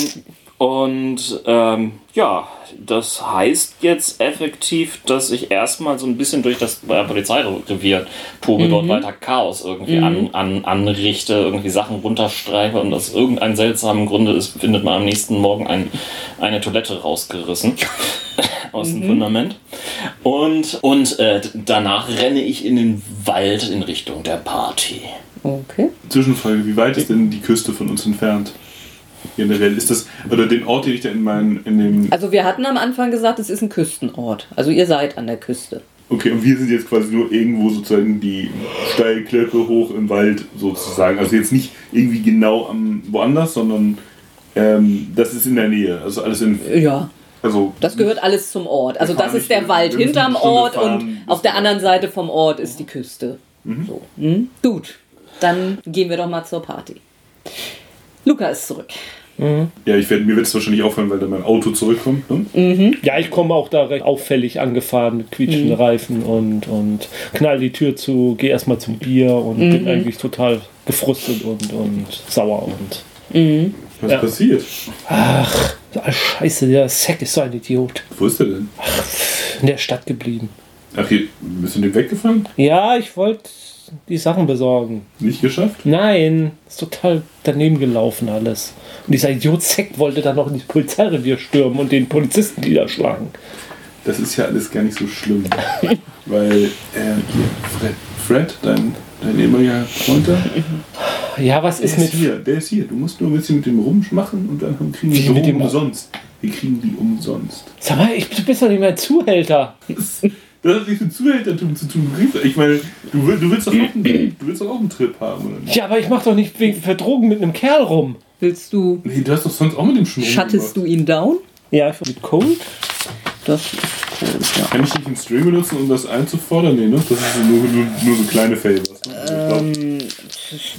Speaker 2: und ähm, ja, das heißt jetzt effektiv, dass ich erstmal so ein bisschen durch das äh, Polizeirevier tobe, dort weiter Chaos irgendwie an, an, anrichte, irgendwie Sachen runterstreife und aus irgendeinem seltsamen Grunde ist, findet man am nächsten Morgen ein, eine Toilette rausgerissen.
Speaker 5: aus dem Fundament. Und, und äh, danach renne ich in den Wald in Richtung der Party.
Speaker 1: Okay.
Speaker 3: Zwischenfrage, wie weit ist denn die Küste von uns entfernt? Generell ist das, oder den Ort, den ich da in meinem, in dem,
Speaker 1: Also wir hatten am Anfang gesagt, es ist ein Küstenort. Also ihr seid an der Küste.
Speaker 3: okay, und wir sind jetzt quasi nur irgendwo sozusagen die Steilklippe hoch im Wald sozusagen. Also jetzt nicht irgendwie genau am, woanders, sondern ähm, das ist in der Nähe. Also alles in,
Speaker 1: Ja,
Speaker 3: also
Speaker 1: das gehört alles zum Ort. Also
Speaker 3: Wir fahren
Speaker 1: das ist
Speaker 3: nicht-
Speaker 1: der Wald
Speaker 3: wir müssen
Speaker 1: hinterm
Speaker 3: eine Stunde
Speaker 1: Ort und
Speaker 3: fahren.
Speaker 1: auf der anderen Seite vom Ort ist die Küste.
Speaker 3: Mhm.
Speaker 1: So. Hm? Gut, dann gehen wir doch mal zur Party. Luca ist zurück.
Speaker 3: Ja, ich werd, mir wird es wahrscheinlich auffallen, weil dann mein Auto zurückkommt. Ne?
Speaker 4: Mm. Ja, ich komme auch da recht auffällig angefahren mit quietschenden Reifen und, und knall die Tür zu, gehe erstmal zum Bier und bin eigentlich total gefrustet und, und sauer und.
Speaker 3: Was
Speaker 4: Ja.
Speaker 3: passiert?
Speaker 4: Ah, scheiße, der Sack ist so ein Idiot.
Speaker 3: Wo ist der denn?
Speaker 4: In der Stadt geblieben.
Speaker 3: Ach, hier, bist du dem weggefahren?
Speaker 4: Ja, ich wollte die Sachen besorgen.
Speaker 3: Nicht geschafft?
Speaker 4: Nein, ist total daneben gelaufen alles. Und dieser Idiot Sack wollte dann noch in die Polizeirevier stürmen und den Polizisten niederschlagen.
Speaker 3: Das ist ja alles gar nicht so schlimm. weil, äh, hier, Fred, Fred dein, dein ehemaliger Freund da,
Speaker 4: Ja, was
Speaker 3: der
Speaker 4: ist
Speaker 3: ist
Speaker 4: mit.
Speaker 3: hier, der ist hier. Du musst nur ein bisschen mit dem rumschmachen und dann kriegen
Speaker 4: Wie
Speaker 3: die
Speaker 4: mit
Speaker 3: Drogen
Speaker 4: dem-
Speaker 3: umsonst. Wir kriegen die umsonst.
Speaker 4: Sag mal, ich, du bist doch nicht mehr Zuhälter.
Speaker 3: Das, das hat nichts mit Zuhältertum zu tun. Du kriegst- Ich meine, du, will- du, willst doch auch einen, du willst doch auch einen Trip haben, oder nicht?
Speaker 4: Ja, aber ich mach doch nicht wegen für Drogen mit einem Kerl rum.
Speaker 1: Willst du,
Speaker 3: Nee, du hast doch sonst auch mit dem Schmuck.
Speaker 1: schattest du ihn down?
Speaker 4: Ja, mit Cold?
Speaker 1: Das ist cool, ja.
Speaker 3: Kann ich nicht einen Stream benutzen, um das einzufordern? Nee, ne? Das ist nur, nur, nur so kleine Favors. Ne? Also ich
Speaker 4: Ähm,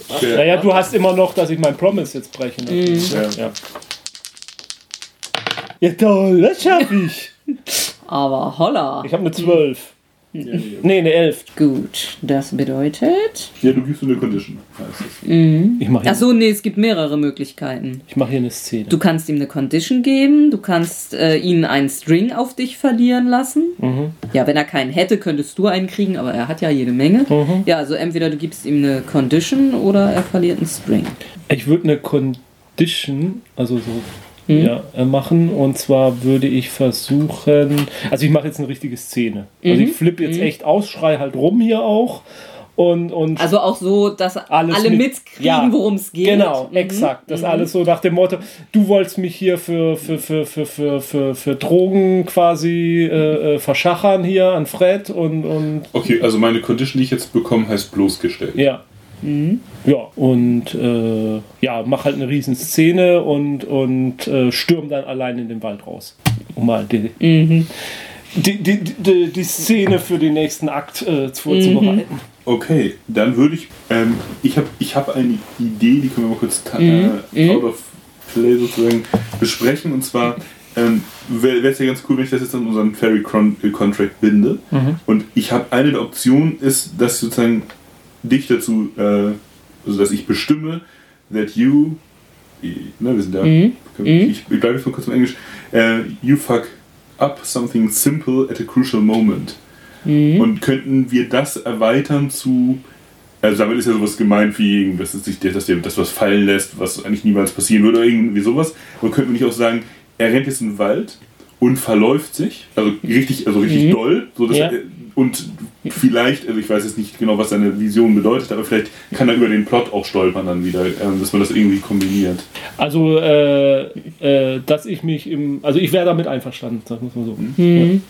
Speaker 3: glaub, der-
Speaker 4: Naja, du hast immer noch, dass ich mein Promise jetzt breche. Ne?
Speaker 1: Mhm.
Speaker 3: der-
Speaker 4: Ja. Ja, toll, das schaff ich.
Speaker 1: Aber holla.
Speaker 4: Ich habe eine 12.
Speaker 3: ja, ja.
Speaker 4: Nee, eine 11.
Speaker 1: Gut, das bedeutet.
Speaker 3: ja, du gibst mir eine Condition. Heißt es.
Speaker 4: Ich mache hier,
Speaker 1: Achso, nee, es gibt mehrere Möglichkeiten.
Speaker 4: ich mach hier eine Szene.
Speaker 1: Also- Du kannst ihm eine Condition geben, du kannst äh, ihn einen String auf dich verlieren lassen.
Speaker 4: Mhm.
Speaker 1: Ja, wenn er keinen hätte, könntest du einen kriegen, aber er hat ja jede Menge.
Speaker 4: Mhm.
Speaker 1: Ja, also entweder du gibst ihm eine Condition oder er verliert einen String.
Speaker 4: Ich würde eine Condition, also so,
Speaker 1: Mhm.
Speaker 4: ja, äh, machen. Und zwar würde ich versuchen, also ich mache jetzt eine richtige Szene. Also
Speaker 1: Mhm.
Speaker 4: ich flippe jetzt echt aus, schrei halt rum hier auch. Und, und
Speaker 1: Also auch so, dass
Speaker 4: Alles
Speaker 1: alle
Speaker 4: mit-
Speaker 1: mitkriegen,
Speaker 4: ja,
Speaker 1: worum es geht.
Speaker 4: Genau,
Speaker 1: Mhm.
Speaker 4: exakt. Das alles so nach dem Motto, du wolltest mich hier für, für, für, für, für, für, für Drogen quasi äh, äh, verschachern hier an Fred und, und
Speaker 3: Okay, also meine Condition, die ich jetzt bekomme, heißt bloßgestellt.
Speaker 4: ja.
Speaker 1: Mhm.
Speaker 4: Ja, und äh, ja, mach halt eine riesen Szene und, und äh, stürm dann allein in den Wald raus. Um mal die,
Speaker 1: Mhm.
Speaker 4: die, die, die, die Szene für den nächsten Akt äh,
Speaker 1: Mhm.
Speaker 4: vorzubereiten.
Speaker 3: Okay, dann würde ich. Ähm, ich habe ich hab eine Idee, die können wir mal kurz ta- äh, out of play sozusagen besprechen. Und zwar ähm, wäre es ja ganz cool, wenn ich das jetzt an unseren Ferry Con äh, Contract binde. Und ich habe eine der Optionen ist, dass sozusagen dich dazu, äh, also dass ich bestimme, that you. Ne, wir sind da. Ich, ich bleibe jetzt mal kurz im Englisch. Äh, you fuck up something simple at a crucial moment. Und könnten wir das erweitern zu. Also damit ist ja sowas gemeint wie, irgend- dass es sich dass dir das was fallen lässt, was eigentlich niemals passieren würde oder irgendwie sowas. Aber könnten wir nicht auch sagen, er rennt jetzt in den Wald und verläuft sich, also richtig, also richtig doll, so dass
Speaker 4: Ja.
Speaker 3: er, und vielleicht, also ich weiß jetzt nicht genau, was seine Vision bedeutet, aber vielleicht kann er über den Plot auch stolpern dann wieder, ähm, dass man das irgendwie kombiniert.
Speaker 4: Also, äh, äh, dass ich mich im. Also, ich wäre damit einverstanden, sagen wir es mal so.
Speaker 3: Mhm.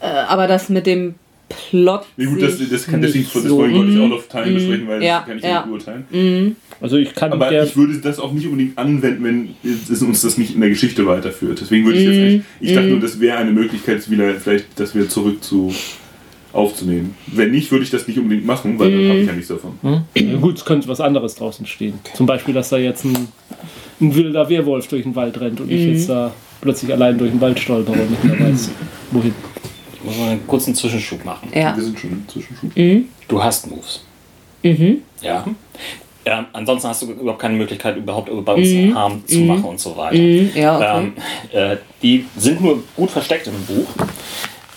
Speaker 1: Äh, aber das mit dem Plot.
Speaker 3: Nee, gut, das, das kann
Speaker 1: nicht
Speaker 3: deswegen das
Speaker 1: so. Mhm.
Speaker 3: wollen wir nicht out of time besprechen, weil
Speaker 1: Ja,
Speaker 3: das kann ich
Speaker 1: ja. Mhm.
Speaker 3: nicht beurteilen.
Speaker 4: Also, ich kann
Speaker 3: Aber
Speaker 4: der.
Speaker 3: ich würde das auch nicht unbedingt anwenden, wenn es uns das nicht in der Geschichte weiterführt. Deswegen würde ich
Speaker 1: Mhm.
Speaker 3: jetzt eigentlich, ich dachte nur, das wäre eine Möglichkeit, es wieder vielleicht das wieder zurück zu aufzunehmen. Wenn nicht, würde ich das nicht unbedingt machen, weil dann habe
Speaker 1: Mhm.
Speaker 3: ich ja nichts davon.
Speaker 4: Ja, gut, es könnte was anderes draußen stehen. Zum Beispiel, dass da jetzt ein, ein wilder Wehrwolf durch den Wald rennt und ich jetzt da plötzlich allein durch den Wald stolpere und nicht mehr weiß, wohin.
Speaker 5: Ich muss mal einen kurzen Zwischenschub machen.
Speaker 1: Ja.
Speaker 3: Wir sind schon im Zwischenschub.
Speaker 5: Du hast Moves.
Speaker 1: Mhm.
Speaker 5: Ja. Ähm, ansonsten hast du überhaupt keine Möglichkeit, überhaupt bei uns Harm zu machen und so weiter.
Speaker 1: Ja, Mhm. okay.
Speaker 5: Ähm, äh, die sind nur gut versteckt im Buch.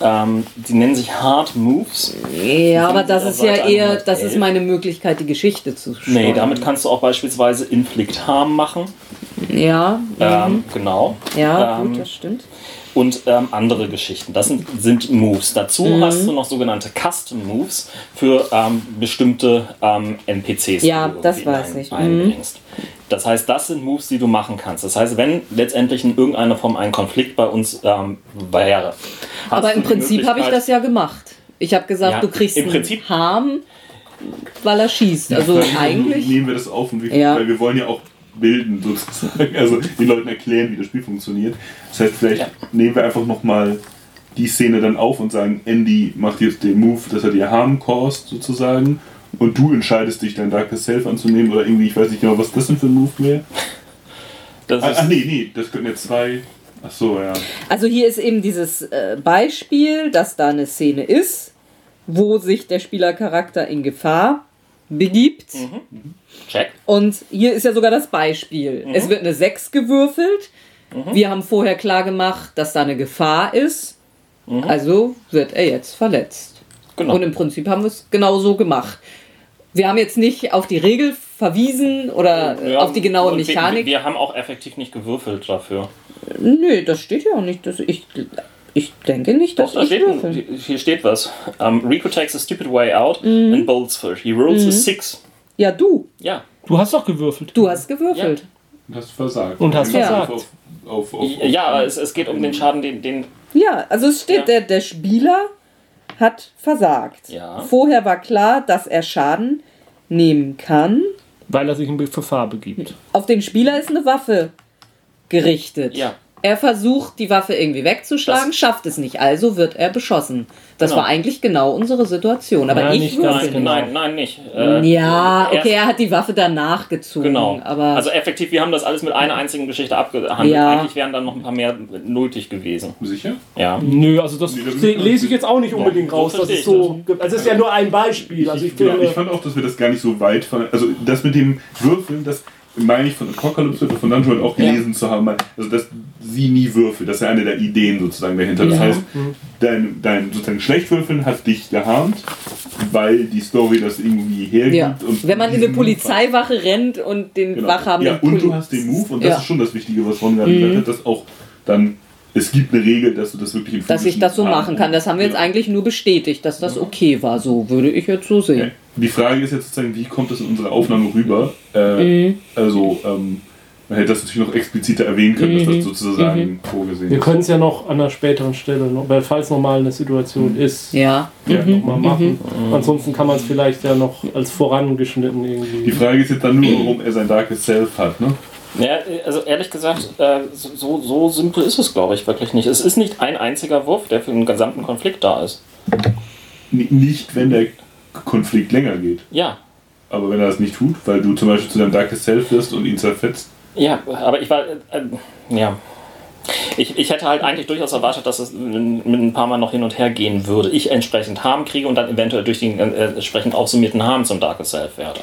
Speaker 5: Ähm, die nennen sich Hard Moves.
Speaker 1: ja, aber das ist ja
Speaker 5: Seite
Speaker 1: eher,
Speaker 5: 111.
Speaker 1: das ist meine Möglichkeit, die Geschichte zu schreiben.
Speaker 5: Nee, damit kannst du auch beispielsweise Inflict Harm machen.
Speaker 1: Ja,
Speaker 5: Ähm, genau.
Speaker 1: Mhm. ja,
Speaker 5: ähm,
Speaker 1: gut, das stimmt.
Speaker 2: und ähm, andere Geschichten. Das sind, sind Moves. Dazu
Speaker 1: Mhm.
Speaker 2: hast du noch sogenannte Custom Moves für ähm, bestimmte ähm, NPCs. die
Speaker 1: Ja,
Speaker 2: du
Speaker 1: das
Speaker 2: irgendwie
Speaker 1: weiß ich. Mhm.
Speaker 2: Einbringst. Das heißt, das sind Moves, die du machen kannst. Das heißt, wenn letztendlich in irgendeiner Form ein Konflikt bei uns ähm, wäre. hast
Speaker 1: Aber
Speaker 2: du
Speaker 1: im
Speaker 2: die
Speaker 1: Prinzip habe ich
Speaker 2: Möglichkeit-
Speaker 1: das ja gemacht. Ich habe gesagt,
Speaker 2: Ja,
Speaker 1: du kriegst
Speaker 2: im
Speaker 1: einen
Speaker 2: Prinzip-
Speaker 1: Harm, weil er schießt. Also eigentlich.
Speaker 3: Nehmen wir das auf und wir,
Speaker 1: Ja.
Speaker 3: weil wir wollen ja auch bilden sozusagen. Also den Leuten erklären, wie das Spiel funktioniert. Das heißt, vielleicht nehmen wir einfach nochmal die Szene dann auf und sagen, Andy macht jetzt den Move, dass er dir Harm caused sozusagen. Und du entscheidest dich, dein Darkest Self anzunehmen oder irgendwie, ich weiß nicht genau, was das denn für ein Move wäre.
Speaker 2: Das
Speaker 3: Ah,
Speaker 2: ist,
Speaker 3: ach nee, nee, das könnten jetzt zwei. Ach so, ja.
Speaker 1: Also hier ist eben dieses äh, Beispiel, dass da eine Szene ist, wo sich der Spielercharakter in Gefahr begibt.
Speaker 2: Mhm. Check.
Speaker 1: Und hier ist ja sogar das Beispiel.
Speaker 2: Mhm.
Speaker 1: Es wird eine 6 gewürfelt. Wir haben vorher klar gemacht, dass da eine Gefahr ist.
Speaker 2: Mhm.
Speaker 1: Also wird er jetzt verletzt.
Speaker 2: Genau.
Speaker 1: Und im Prinzip haben wir es genauso gemacht. Wir haben jetzt nicht auf die Regel verwiesen oder äh,
Speaker 2: Ja,
Speaker 1: auf die genaue
Speaker 2: und wir-
Speaker 1: Mechanik.
Speaker 2: Wir, wir haben auch effektiv nicht gewürfelt dafür.
Speaker 1: Nö, das steht ja auch nicht. Dass ich, ich denke nicht, dass
Speaker 2: Doch, da
Speaker 1: ich
Speaker 2: steht,
Speaker 1: würfel.
Speaker 2: hier steht was. Um, Rico takes a stupid way out
Speaker 1: Mhm.
Speaker 2: and bolts first. He rolls a six.
Speaker 1: Ja, du.
Speaker 2: Ja.
Speaker 4: Du hast doch gewürfelt.
Speaker 1: Du hast gewürfelt.
Speaker 3: Und hast versagt.
Speaker 4: Und hast
Speaker 3: Im Angriff
Speaker 4: versagt.
Speaker 3: Auf, auf, auf, auf,
Speaker 2: Ja, aber es, es geht um den Schaden, den, den
Speaker 1: Ja, also es steht,
Speaker 2: Ja.
Speaker 1: Der, der Spieler hat versagt.
Speaker 2: Ja.
Speaker 1: Vorher war klar, dass er Schaden nehmen kann.
Speaker 4: Weil er sich in Gefahr begibt.
Speaker 1: Auf den Spieler ist eine Waffe gerichtet.
Speaker 2: Ja.
Speaker 1: Er versucht, die Waffe irgendwie wegzuschlagen,
Speaker 2: Das-
Speaker 1: schafft es nicht, also wird er beschossen. Das
Speaker 2: Genau.
Speaker 1: war eigentlich genau unsere Situation. Aber
Speaker 4: Ja,
Speaker 1: ich
Speaker 4: nicht ganz
Speaker 1: würfel
Speaker 2: Nein,
Speaker 1: nicht.
Speaker 2: nein,
Speaker 4: genau.
Speaker 2: nein, nicht. Äh,
Speaker 1: Ja,
Speaker 2: erst-
Speaker 1: okay, er hat die Waffe danach gezogen.
Speaker 2: Genau.
Speaker 1: Aber
Speaker 2: also effektiv, wir haben das alles mit einer einzigen Geschichte abgehandelt.
Speaker 1: Ja.
Speaker 2: Eigentlich wären dann noch ein paar mehr nötig gewesen.
Speaker 3: Sicher?
Speaker 2: Ja.
Speaker 4: Nö, also das
Speaker 3: Nee, das-
Speaker 4: se- lese ich jetzt auch nicht unbedingt
Speaker 2: so
Speaker 4: raus. Das
Speaker 2: verstehe ich
Speaker 4: ist so. ge- Also es ist ja nur ein Beispiel. Also ich
Speaker 3: Ich, ja,
Speaker 4: finde,
Speaker 3: ich fand auch, dass wir das gar nicht so weit von. Also, das mit dem Würfeln, das meine ich von Apocalypse oder von Dungeon auch gelesen zu haben. Also, dass sie nie würfelt. Das ist ja eine der Ideen sozusagen dahinter. Das
Speaker 1: Ja. Mhm.
Speaker 3: heißt, dein, dein sozusagen Schlechtwürfeln hat dich geharmt, weil die Story das irgendwie hergibt.
Speaker 1: ja.
Speaker 3: Und
Speaker 1: wenn man in eine
Speaker 3: diesen ähm, Move hat.
Speaker 1: Polizeiwache rennt und den
Speaker 3: Genau.
Speaker 1: Wachhabenden
Speaker 3: Ja, und
Speaker 1: Poli-
Speaker 3: du hast den Move, und das
Speaker 1: Ja. Mhm.
Speaker 3: ist schon das Wichtige, was Ron gerade gesagt hat, dass auch dann. Es gibt eine Regel, dass du das wirklich im
Speaker 1: dass ich
Speaker 3: physischen
Speaker 1: das so
Speaker 3: Rahmen-
Speaker 1: machen kann. Das haben wir jetzt
Speaker 3: Ja.
Speaker 1: eigentlich nur bestätigt, dass das okay war. So würde ich jetzt so sehen.
Speaker 3: Die Frage ist jetzt sozusagen, wie kommt das in unsere Aufnahme rüber? Äh, Also, ähm, man hätte das natürlich noch expliziter erwähnen können, dass das sozusagen vorgesehen
Speaker 4: wir
Speaker 3: ist.
Speaker 4: können es ja noch an einer späteren Stelle, noch, weil falls nochmal eine Situation ist,
Speaker 1: Ja.
Speaker 4: ja, noch mal machen. Ansonsten kann man es vielleicht ja noch als vorangeschnitten
Speaker 3: Die
Speaker 4: irgendwie.
Speaker 3: Frage ist jetzt dann nur, warum er sein Darkest Self hat, ne?
Speaker 2: Ja, also ehrlich gesagt, äh, so- so, so simpel ist es, glaube ich, wirklich nicht. Es ist nicht ein einziger Wurf, der für den gesamten Konflikt da ist.
Speaker 3: N nicht, wenn der Konflikt länger geht.
Speaker 2: Ja,
Speaker 3: Aber wenn er das nicht tut, weil du zum Beispiel zu deinem Darkest Self wirst und ihn zerfetzt,
Speaker 2: Ja, aber ich war. Äh, ähm, ja. Ich, ich hätte halt eigentlich durchaus erwartet, dass es mit mit ein paar Mal noch hin und her gehen würde. Ich entsprechend Harm kriege und dann eventuell durch den äh, entsprechend aufsummierten Harm zum Darkest Self werde.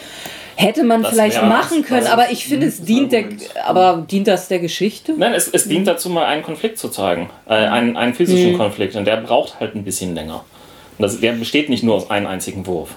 Speaker 1: Hätte man
Speaker 2: Das
Speaker 1: vielleicht
Speaker 2: wäre-
Speaker 1: machen können,
Speaker 2: das-
Speaker 1: aber ich finde, es dient der,
Speaker 3: Argument.
Speaker 1: aber dient das der Geschichte?
Speaker 2: Nein, es, es dient dazu, mal einen Konflikt zu zeigen. Äh, einen, einen
Speaker 4: Mhm.
Speaker 2: physischen Konflikt. Und der braucht halt ein bisschen länger. Und das, der besteht nicht nur aus einem einzigen Wurf.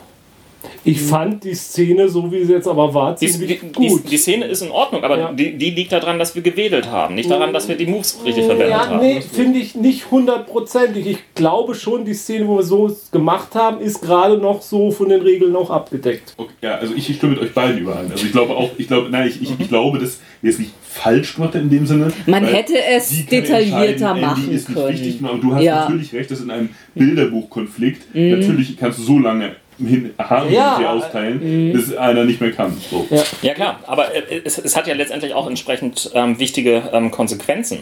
Speaker 4: Ich fand die Szene, so wie sie jetzt aber war,
Speaker 2: Die, die,
Speaker 4: ziemlich
Speaker 2: die,
Speaker 4: gut.
Speaker 2: die Szene ist in Ordnung, aber
Speaker 4: Ja. Mhm.
Speaker 2: die, die liegt daran, dass wir gewedelt haben. Nicht daran, dass wir die Moves richtig verwendet
Speaker 4: ja,
Speaker 2: haben.
Speaker 1: ne?
Speaker 4: nee, finde ich nicht hundertprozentig. Ich glaube schon, die Szene, wo wir so gemacht haben, ist gerade noch so von den Regeln auch abgedeckt.
Speaker 3: Okay, ja, also ich stimme mit euch beiden überein. Also ich glaube auch, ich glaube, nein, ich, ich, ich glaube, dass wir es nicht falsch gemacht haben in dem Sinne.
Speaker 1: Mhm. Man
Speaker 3: weil
Speaker 1: hätte es
Speaker 3: sie kann
Speaker 1: detaillierter
Speaker 3: entscheiden, Andy
Speaker 1: machen
Speaker 3: ist nicht
Speaker 1: können.
Speaker 3: Wichtig, genau, aber du hast
Speaker 1: Ja. Mhm.
Speaker 3: natürlich recht, dass in einem Bilderbuchkonflikt natürlich kannst du so lange hin, Haare
Speaker 4: Ja.
Speaker 3: ja. dir austeilen,
Speaker 1: Mhm.
Speaker 3: bis einer nicht mehr kann. So.
Speaker 4: Ja.
Speaker 2: Ja klar, aber äh, es, es hat ja letztendlich auch entsprechend ähm, wichtige ähm, Konsequenzen.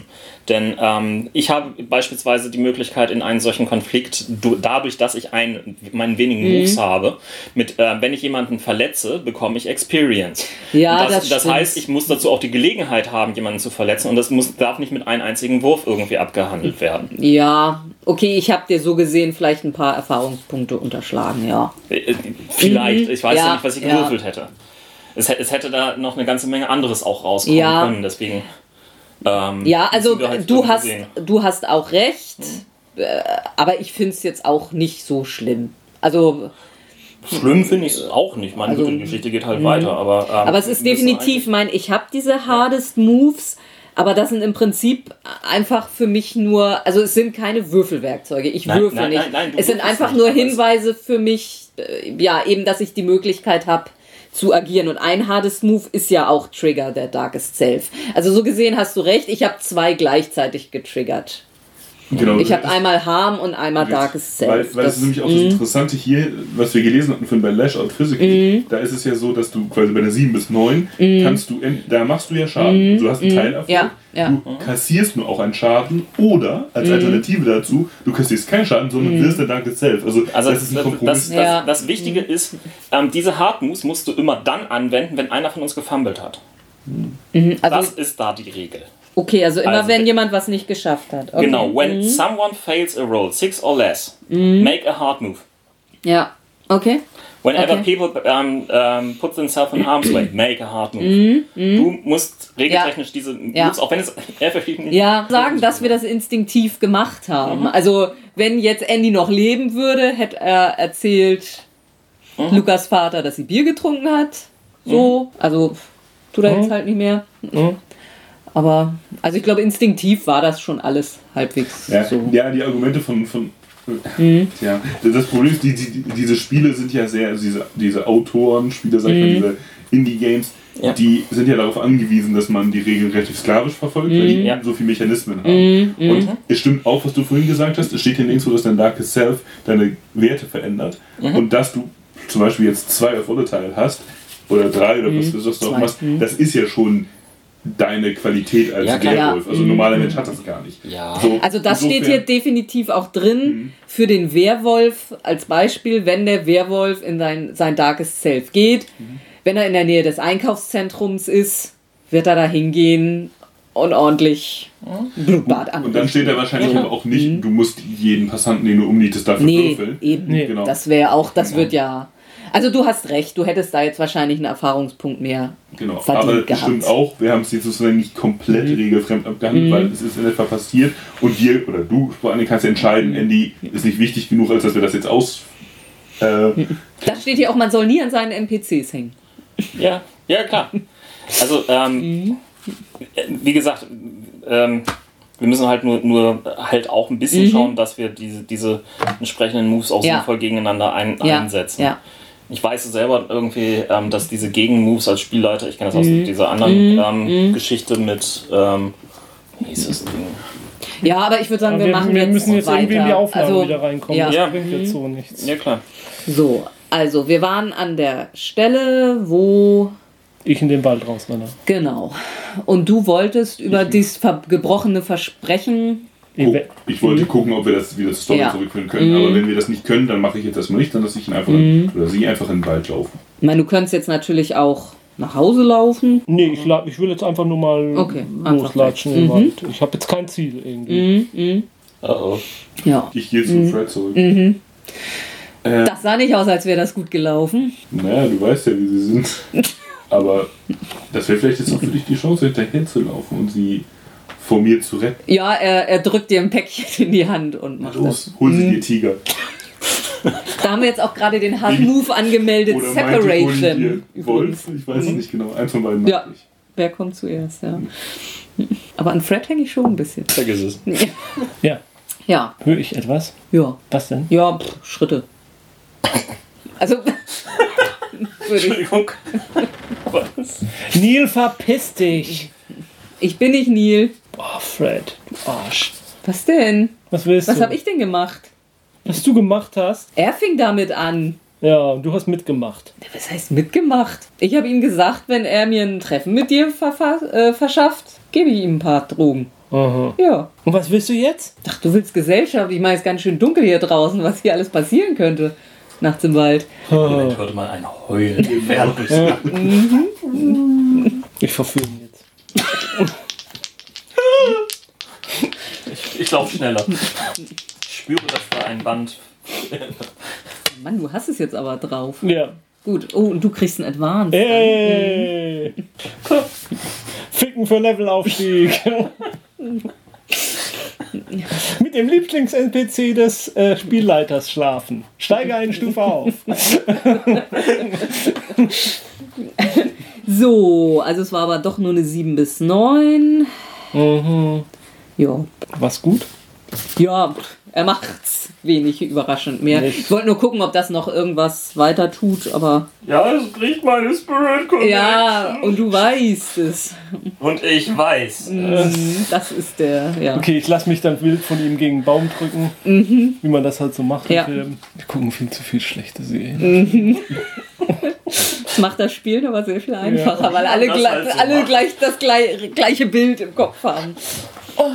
Speaker 2: Denn ähm, ich habe beispielsweise die Möglichkeit in einen solchen Konflikt, du, dadurch, dass ich einen, meinen wenigen
Speaker 1: Mhm.
Speaker 2: Moves habe, mit, äh, wenn ich jemanden verletze, bekomme ich Experience.
Speaker 1: Ja,
Speaker 2: Und
Speaker 1: das
Speaker 2: das
Speaker 1: stimmt.
Speaker 2: heißt, ich muss dazu auch die Gelegenheit haben, jemanden zu verletzen und das muss, darf nicht mit einem einzigen Wurf irgendwie abgehandelt werden.
Speaker 1: Ja, okay, ich habe dir so gesehen vielleicht ein paar Erfahrungspunkte unterschlagen, ja.
Speaker 2: Äh, äh, Vielleicht, ich weiß ja,
Speaker 1: Mhm. Ja,
Speaker 2: nicht, was ich
Speaker 1: ja.
Speaker 2: gewürfelt hätte. Es, hä- es hätte da noch eine ganze Menge anderes auch rauskommen
Speaker 1: Ja.
Speaker 2: können, deswegen. ähm,
Speaker 1: Ja, also
Speaker 2: müssen wir halt
Speaker 1: du
Speaker 2: irgendwie
Speaker 1: hast,
Speaker 2: sehen.
Speaker 1: du hast auch recht, äh, aber ich finde es jetzt auch nicht so schlimm. Also,
Speaker 2: Schlimm finde ich es auch nicht. Meine
Speaker 1: Also,
Speaker 2: Güte, die Geschichte geht halt weiter. Aber, ähm,
Speaker 1: aber es ist
Speaker 2: wir müssen
Speaker 1: definitiv
Speaker 2: eigentlich-
Speaker 1: mein, ich habe diese hardest Moves, Aber das sind im Prinzip einfach für mich nur, also es sind keine Würfelwerkzeuge. Ich
Speaker 5: Nein,
Speaker 1: würfel
Speaker 5: nein,
Speaker 1: nicht.
Speaker 5: nein, nein, du
Speaker 1: es sind
Speaker 5: würfelst
Speaker 1: einfach
Speaker 5: nicht,
Speaker 1: nur
Speaker 5: aber es-
Speaker 1: Hinweise für mich, äh, ja, eben, dass ich die Möglichkeit habe zu agieren. Und ein Hardest Move ist ja auch Trigger, der Darkest Self. Also so gesehen hast du recht, ich habe zwei gleichzeitig getriggert.
Speaker 3: Genau.
Speaker 1: Ich habe einmal Harm und einmal Darkest Self.
Speaker 3: Weil, weil das ist nämlich auch das
Speaker 1: Mhm.
Speaker 3: Interessante hier, was wir gelesen hatten von bei Lash Out Physics, da ist es ja so, dass du quasi bei einer 7 bis 9 kannst du, ent- da machst du ja Schaden. Du hast einen Teilerfolg,
Speaker 1: Ja, ja.
Speaker 3: du kassierst nur auch einen Schaden oder als Alternative dazu, du kassierst keinen Schaden, sondern wirst der Dark Self. Also,
Speaker 5: Also
Speaker 3: das ist ein Kompromiss.
Speaker 5: Das, das,
Speaker 1: Ja. Mhm.
Speaker 5: das, Wichtige ist, ähm, diese Hard Moves musst du immer dann anwenden, wenn einer von uns gefummelt hat.
Speaker 1: also,
Speaker 5: Das ist da die Regel.
Speaker 1: okay, also immer
Speaker 5: also-
Speaker 1: wenn jemand was nicht geschafft hat. Okay. Mhm.
Speaker 5: Genau, when someone fails a roll, six or less, make a hard move.
Speaker 1: Ja, okay.
Speaker 5: Whenever
Speaker 1: Okay.
Speaker 5: people um, um, put themselves in harm's way, make a hard move. Du musst regeltechnisch diese
Speaker 1: Mhm, Ja.
Speaker 5: Moves, auch wenn es effektiv nicht
Speaker 1: Ja, sagen, dass wir das instinktiv gemacht haben. Also, wenn jetzt Andy noch leben würde, hätte er erzählt, Lukas Vater, dass sie Bier getrunken hat. So, also tut er jetzt halt nicht mehr. Aber, also ich glaube, instinktiv war das schon alles halbwegs
Speaker 3: Ja,
Speaker 1: so.
Speaker 3: ja die Argumente von. von Tja, das Problem ist, die, die, diese Spiele sind ja sehr, also diese, diese Autoren, Spiele, sag ich mal, diese Indie-Games,
Speaker 5: Ja.
Speaker 3: die sind ja darauf angewiesen, dass man die Regeln relativ sklavisch verfolgt, weil die
Speaker 5: Ja.
Speaker 3: so viele Mechanismen haben. Und es stimmt auch, was du vorhin gesagt hast, es steht hier nirgendwo, dass dein Darkest Self deine Werte verändert
Speaker 5: Mhm.
Speaker 3: und dass du zum Beispiel jetzt zwei auf Urteil hast oder drei oder was, was du auch
Speaker 1: Zwei.
Speaker 3: machst, das ist ja schon deine Qualität als
Speaker 5: Ja, klar.
Speaker 3: Werwolf. Also ein normaler Mensch hat das gar nicht.
Speaker 5: Ja.
Speaker 3: So,
Speaker 1: Also das
Speaker 3: insofern- Mhm.
Speaker 1: steht hier definitiv auch drin für den Werwolf als Beispiel, wenn der Werwolf in sein, sein Darkest Self geht,
Speaker 3: Mhm.
Speaker 1: wenn er in der Nähe des Einkaufszentrums ist, wird er da hingehen und ordentlich
Speaker 4: Hm?
Speaker 1: Blutbad an.
Speaker 3: Und dann steht da wahrscheinlich aber auch nicht, du musst jeden Passanten, den du umnietest, dafür
Speaker 1: Mhm. nee,
Speaker 3: würfeln.
Speaker 1: eben.
Speaker 4: Nee.
Speaker 3: Genau.
Speaker 1: Das wäre auch, das wird ja. Also du hast recht, du hättest da jetzt wahrscheinlich einen Erfahrungspunkt mehr.
Speaker 3: Genau.
Speaker 1: verdient
Speaker 3: Aber das
Speaker 1: gehabt.
Speaker 3: stimmt auch, wir haben es jetzt sozusagen nicht komplett regelfremd
Speaker 1: Mhm.
Speaker 3: abgehandelt, weil es ist in etwa passiert und wir oder du vor allem kannst
Speaker 1: Mhm.
Speaker 3: entscheiden, Andy ist nicht wichtig genug, als dass wir das jetzt aus. Äh,
Speaker 1: Da steht hier auch, man soll nie an seinen NPCs hängen.
Speaker 5: Ja, ja, klar. Also, ähm,
Speaker 1: Mhm.
Speaker 5: äh, wie gesagt, ähm, wir müssen halt nur, nur halt auch ein bisschen schauen, dass wir diese, diese entsprechenden Moves auch
Speaker 1: Mhm. Ja.
Speaker 5: sinnvoll gegeneinander ein,
Speaker 1: Ja,
Speaker 5: einsetzen.
Speaker 1: ja.
Speaker 5: Ich weiß selber irgendwie, ähm, dass diese Gegenmoves als Spielleiter, ich kenne das aus
Speaker 1: Mhm.
Speaker 5: dieser anderen ähm, Geschichte mit, ähm, wie hieß das Ding?
Speaker 1: Ja, aber ich würde sagen,
Speaker 4: Aber
Speaker 1: wir,
Speaker 4: wir,
Speaker 1: machen
Speaker 4: wir
Speaker 1: jetzt
Speaker 4: müssen jetzt
Speaker 1: weiter.
Speaker 4: irgendwie in die Aufnahme
Speaker 1: also,
Speaker 4: wieder reinkommen.
Speaker 1: Ja.
Speaker 5: Ja.
Speaker 4: Das bringt jetzt so nichts.
Speaker 5: Ja, klar.
Speaker 1: So, also wir waren an der Stelle, wo.
Speaker 4: Ich in den Wald rausrenne.
Speaker 1: Genau. Und du wolltest
Speaker 3: Mhm.
Speaker 1: über dieses ver gebrochene Versprechen.
Speaker 3: gu-
Speaker 4: Ev-
Speaker 3: ich wollte gucken, ob wir das wieder zur Story
Speaker 1: Ja. Mhm.
Speaker 3: zurückführen können, aber wenn wir das nicht können, dann mache ich jetzt erstmal nicht, dann lasse ich ihn einfach oder sie einfach in den Wald laufen.
Speaker 1: Ich meine, du könntest jetzt natürlich auch nach Hause laufen.
Speaker 4: Nee, ich, la- ich will jetzt einfach nur mal
Speaker 1: Okay, einfach Mhm.
Speaker 4: loslatschen im Wald. Ich habe jetzt kein Ziel irgendwie.
Speaker 5: Uh -oh.
Speaker 1: Ja.
Speaker 3: Ich gehe
Speaker 1: Mhm.
Speaker 3: zu Fred zurück.
Speaker 1: Das sah nicht aus, als wäre das gut gelaufen.
Speaker 3: Naja, du weißt ja, wie sie sind. Aber das wäre vielleicht jetzt auch für dich die Chance, hinterher zu laufen und sie vor mir zu retten.
Speaker 1: Ja, er, er drückt dir ein Päckchen in die Hand und macht das.
Speaker 3: Los, hol sie dir Tiger.
Speaker 1: Da haben wir jetzt auch gerade den Hard Move angemeldet.
Speaker 3: Oder meinte, hol ihn
Speaker 1: Separation.
Speaker 3: dir
Speaker 1: Übrigens. Mhm.
Speaker 3: Wolf? Ich weiß es nicht genau. Eins von beiden
Speaker 1: Ja.
Speaker 3: mag ich.
Speaker 1: Wer kommt zuerst, ja.
Speaker 3: Hm.
Speaker 1: Aber an Fred hänge ich schon ein bisschen.
Speaker 5: Vergiss es.
Speaker 4: Ja.
Speaker 1: Ja,
Speaker 4: Höre ich etwas?
Speaker 1: ja.
Speaker 4: Was denn?
Speaker 1: Ja, pff, Schritte. Also. würde ich-
Speaker 5: Entschuldigung.
Speaker 4: Neil, verpiss dich!
Speaker 1: ich bin nicht Neil.
Speaker 4: Oh, Fred, du Arsch.
Speaker 1: Was denn?
Speaker 4: Was willst
Speaker 1: Was
Speaker 4: du?
Speaker 1: habe ich denn gemacht?
Speaker 4: Was du gemacht hast?
Speaker 1: Er fing damit an.
Speaker 4: Ja, und du hast mitgemacht.
Speaker 1: Was heißt mitgemacht? Ich habe ihm gesagt, wenn er mir ein Treffen mit dir verfa- äh, verschafft, gebe ich ihm ein paar Drogen.
Speaker 4: Aha.
Speaker 1: Ja.
Speaker 4: Und was willst du jetzt?
Speaker 1: Ach, du willst Gesellschaft? Ich meine, es ist ganz schön dunkel hier draußen, was hier alles passieren könnte. Nachts im Wald.
Speaker 5: Moment hörte man ein Heulen. Werbes.
Speaker 4: Ich verführe ihn jetzt.
Speaker 5: Ich laufe schneller. Ich spüre, dass da ein Band
Speaker 1: Mann, du hast es jetzt aber drauf.
Speaker 4: Ja.
Speaker 1: Gut. Oh, und du kriegst einen Advance.
Speaker 4: Äh. Ey! Ficken für Levelaufstieg! Mit dem Lieblings-NPC des äh, Spielleiters schlafen. Steige eine Stufe auf.
Speaker 1: So, also es war aber doch nur eine 7 bis 9. Ja.
Speaker 4: Mhm. Was gut?
Speaker 1: Ja, er macht's. Wenig überraschend mehr. Ich wollte nur gucken, ob das noch irgendwas weiter tut, aber.
Speaker 5: Ja, es riecht meine Spirit Connection.
Speaker 1: Ja, und du weißt es. Mhm,
Speaker 5: Und ich weiß.
Speaker 1: Das ist der, ja.
Speaker 4: Okay, ich lasse mich dann wild von ihm gegen den Baum drücken, wie man das halt so macht
Speaker 1: Mhm. Ja. Mhm.
Speaker 4: im Film. Wir gucken viel zu viel schlechte Serien.
Speaker 1: Das macht das Spielen aber sehr viel einfacher, weil alle,
Speaker 5: Das
Speaker 1: gleich,
Speaker 5: halt so
Speaker 1: alle
Speaker 5: machen.
Speaker 1: gleich das gleiche, gleiche Bild im Kopf haben.
Speaker 3: Oh,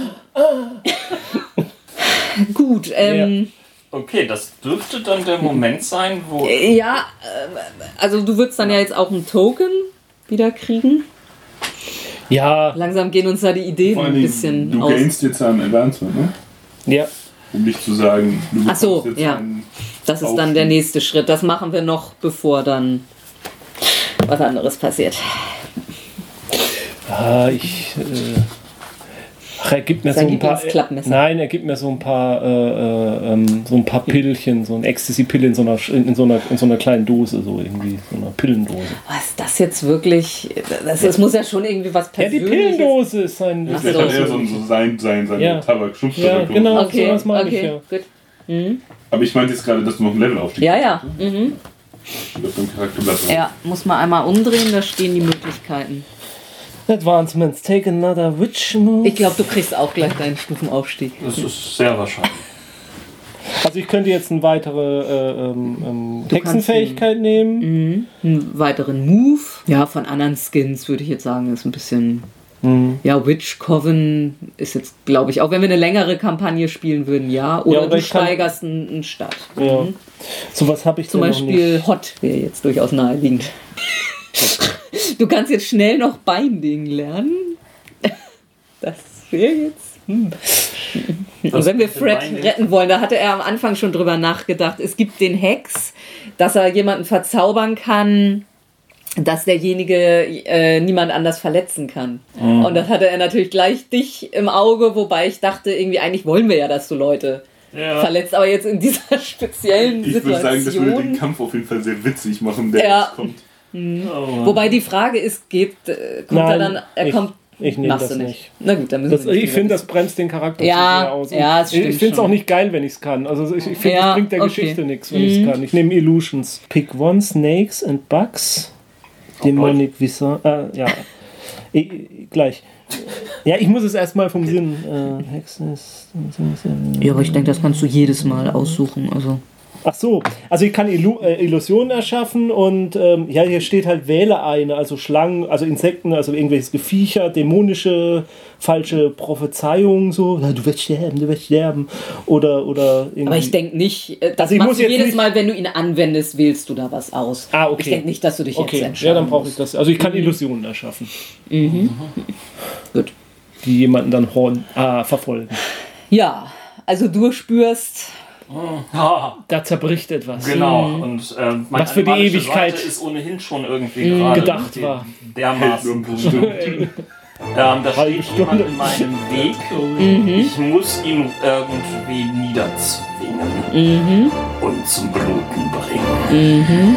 Speaker 1: Gut, ähm,
Speaker 5: Okay, das dürfte dann der Moment sein, wo.
Speaker 1: ja, ähm, also du würdest dann ja jetzt auch ein Token wieder kriegen.
Speaker 4: Ja,
Speaker 1: Langsam gehen uns da die Ideen
Speaker 3: Vor
Speaker 1: ein
Speaker 3: allen Dingen,
Speaker 1: bisschen
Speaker 3: du
Speaker 1: aus.
Speaker 3: gainst jetzt einen Advancement, ne?
Speaker 4: ja.
Speaker 3: Um nicht zu sagen, du
Speaker 1: Ach so,
Speaker 3: bekommst jetzt
Speaker 1: ja.
Speaker 3: einen
Speaker 1: Das ist dann der
Speaker 3: Aufstieg.
Speaker 1: nächste Schritt. Das machen wir noch, bevor dann was anderes passiert.
Speaker 4: Ah, ich. Äh, ach, er gibt mir
Speaker 1: Sein
Speaker 4: so ein paar.
Speaker 1: Lieblingsklappmesser.
Speaker 4: nein, er gibt mir so ein paar, äh, äh, ähm, so ein paar Pillchen, so ein Ecstasy-Pill in so einer, Sch- in so einer, in so einer kleinen Dose, so irgendwie, so einer Pillendose.
Speaker 1: Was ist das jetzt wirklich? Das, das muss ja schon irgendwie was
Speaker 4: Ja, die
Speaker 1: Persönliches.
Speaker 4: Pillendose ist sein.
Speaker 1: Ach
Speaker 3: Das
Speaker 1: so.
Speaker 3: hat eher so, ein- so sein, sein, sein
Speaker 4: Ja.
Speaker 3: Tabak,
Speaker 4: Ja,
Speaker 3: Schnupftabak.
Speaker 4: genau.
Speaker 1: Okay,
Speaker 4: Sowas meine ich,
Speaker 1: okay,
Speaker 4: ja.
Speaker 1: gut.
Speaker 3: Aber ich meinte jetzt gerade, dass du noch einen Levelaufstieg
Speaker 1: Ja, ja. Mhm.
Speaker 3: hast auf deinem Charakterblatt.
Speaker 1: Ja, muss man einmal umdrehen, da stehen die Möglichkeiten.
Speaker 4: Advancements, take another witch move.
Speaker 1: Ich glaube, du kriegst auch gleich deinen Stufenaufstieg.
Speaker 5: Das ist sehr wahrscheinlich.
Speaker 4: Also ich könnte jetzt eine weitere äh, ähm, ähm,
Speaker 1: kannst
Speaker 4: Hexenfähigkeit nehmen.
Speaker 1: Einen weiteren Move. Ja, von anderen Skins würde ich jetzt sagen, ist ein bisschen.
Speaker 4: Mhm.
Speaker 1: Ja, Witch Coven ist jetzt, glaube ich, auch wenn wir eine längere Kampagne spielen würden, ja. Oder,
Speaker 4: Ja, oder
Speaker 1: du
Speaker 4: ich kann-
Speaker 1: steigerst einen, einen Start.
Speaker 4: Ja. So was habe ich
Speaker 1: Mhm. Zum
Speaker 4: denn Noch
Speaker 1: Beispiel Hot wäre jetzt durchaus naheliegend. Du kannst jetzt schnell noch Binding lernen. Das wäre jetzt. Hm. Und wenn wir Fred
Speaker 5: Binding?
Speaker 1: retten wollen, da hatte er am Anfang schon drüber nachgedacht. Es gibt den Hex, dass er jemanden verzaubern kann, dass derjenige äh, niemand anders verletzen kann.
Speaker 3: Mhm.
Speaker 1: Und das hatte er natürlich gleich dich im Auge, wobei ich dachte, irgendwie eigentlich wollen wir ja, dass du Leute verletzt, aber jetzt in dieser speziellen
Speaker 3: Ich würde sagen, das würde den
Speaker 1: Situation.
Speaker 3: Kampf auf jeden Fall sehr witzig machen, der
Speaker 1: Ja.
Speaker 3: jetzt kommt.
Speaker 1: Wobei die Frage ist, geht, äh, kommt
Speaker 4: Nein,
Speaker 1: er dann, er
Speaker 4: ich-
Speaker 1: kommt,
Speaker 4: ich nehme
Speaker 1: machst
Speaker 4: das
Speaker 1: du
Speaker 4: nicht.
Speaker 1: Na gut, dann müssen
Speaker 4: Das,
Speaker 1: wir
Speaker 4: ich
Speaker 1: nicht drüber
Speaker 4: finde, das bremst den Charakter
Speaker 1: Ja,
Speaker 4: zu sehr aus. Und
Speaker 1: ja, das
Speaker 4: ich
Speaker 1: stimmt
Speaker 4: finde es
Speaker 1: schon.
Speaker 4: auch nicht geil, wenn ich es kann. Also ich, ich finde,
Speaker 1: Ja,
Speaker 4: es bringt der
Speaker 1: okay. Mhm.
Speaker 4: Geschichte nichts, wenn ich es kann. Ich nehme Illusions. Pick one, Snakes and Bugs.
Speaker 1: Oh
Speaker 4: Demonic Wizard. Äh, ja. ich, ich- gleich. Ja, ich muss es erstmal vom Sinn. Äh, Hexen ist-
Speaker 1: reden. Ja, aber ich denke, das kannst du jedes Mal aussuchen. Also.
Speaker 4: Ach so, also ich kann Illu äh, Illusionen erschaffen und ähm, ja, hier steht halt wähle eine, also Schlangen, also Insekten, also irgendwelches Geviecher, dämonische, falsche Prophezeiungen, so, na, du wirst sterben, du wirst sterben. Oder, oder irgendwie.
Speaker 1: Aber ich denke nicht, äh, das
Speaker 4: Also ich
Speaker 1: machst
Speaker 4: muss
Speaker 1: du
Speaker 4: jetzt
Speaker 1: jedes
Speaker 4: nicht-
Speaker 1: Mal, wenn du ihn anwendest, wählst du da was aus.
Speaker 4: Ah, okay.
Speaker 1: Ich denke nicht, dass du dich jetzt Mhm.
Speaker 4: Okay,
Speaker 1: entscheidest.
Speaker 4: ja, dann brauche ich das. Also ich kann Illusionen erschaffen,
Speaker 1: Mhm. Gut.
Speaker 4: die jemanden dann horn ah, verfolgen.
Speaker 1: Ja, also du spürst,
Speaker 5: Ah,
Speaker 4: Da zerbricht etwas.
Speaker 5: genau. Und ähm, meine
Speaker 4: Was für die
Speaker 5: animalische
Speaker 4: Ewigkeit Mhm.
Speaker 5: Seite ist ohnehin schon irgendwie gerade
Speaker 4: gedacht
Speaker 5: irgendwie
Speaker 4: war.
Speaker 5: Dermaßen. Ähm, da
Speaker 4: Halbe
Speaker 5: steht jemand
Speaker 4: Stunde.
Speaker 5: in meinem Weg. Ich muss ihn irgendwie niederzwingen und zum Bluten bringen.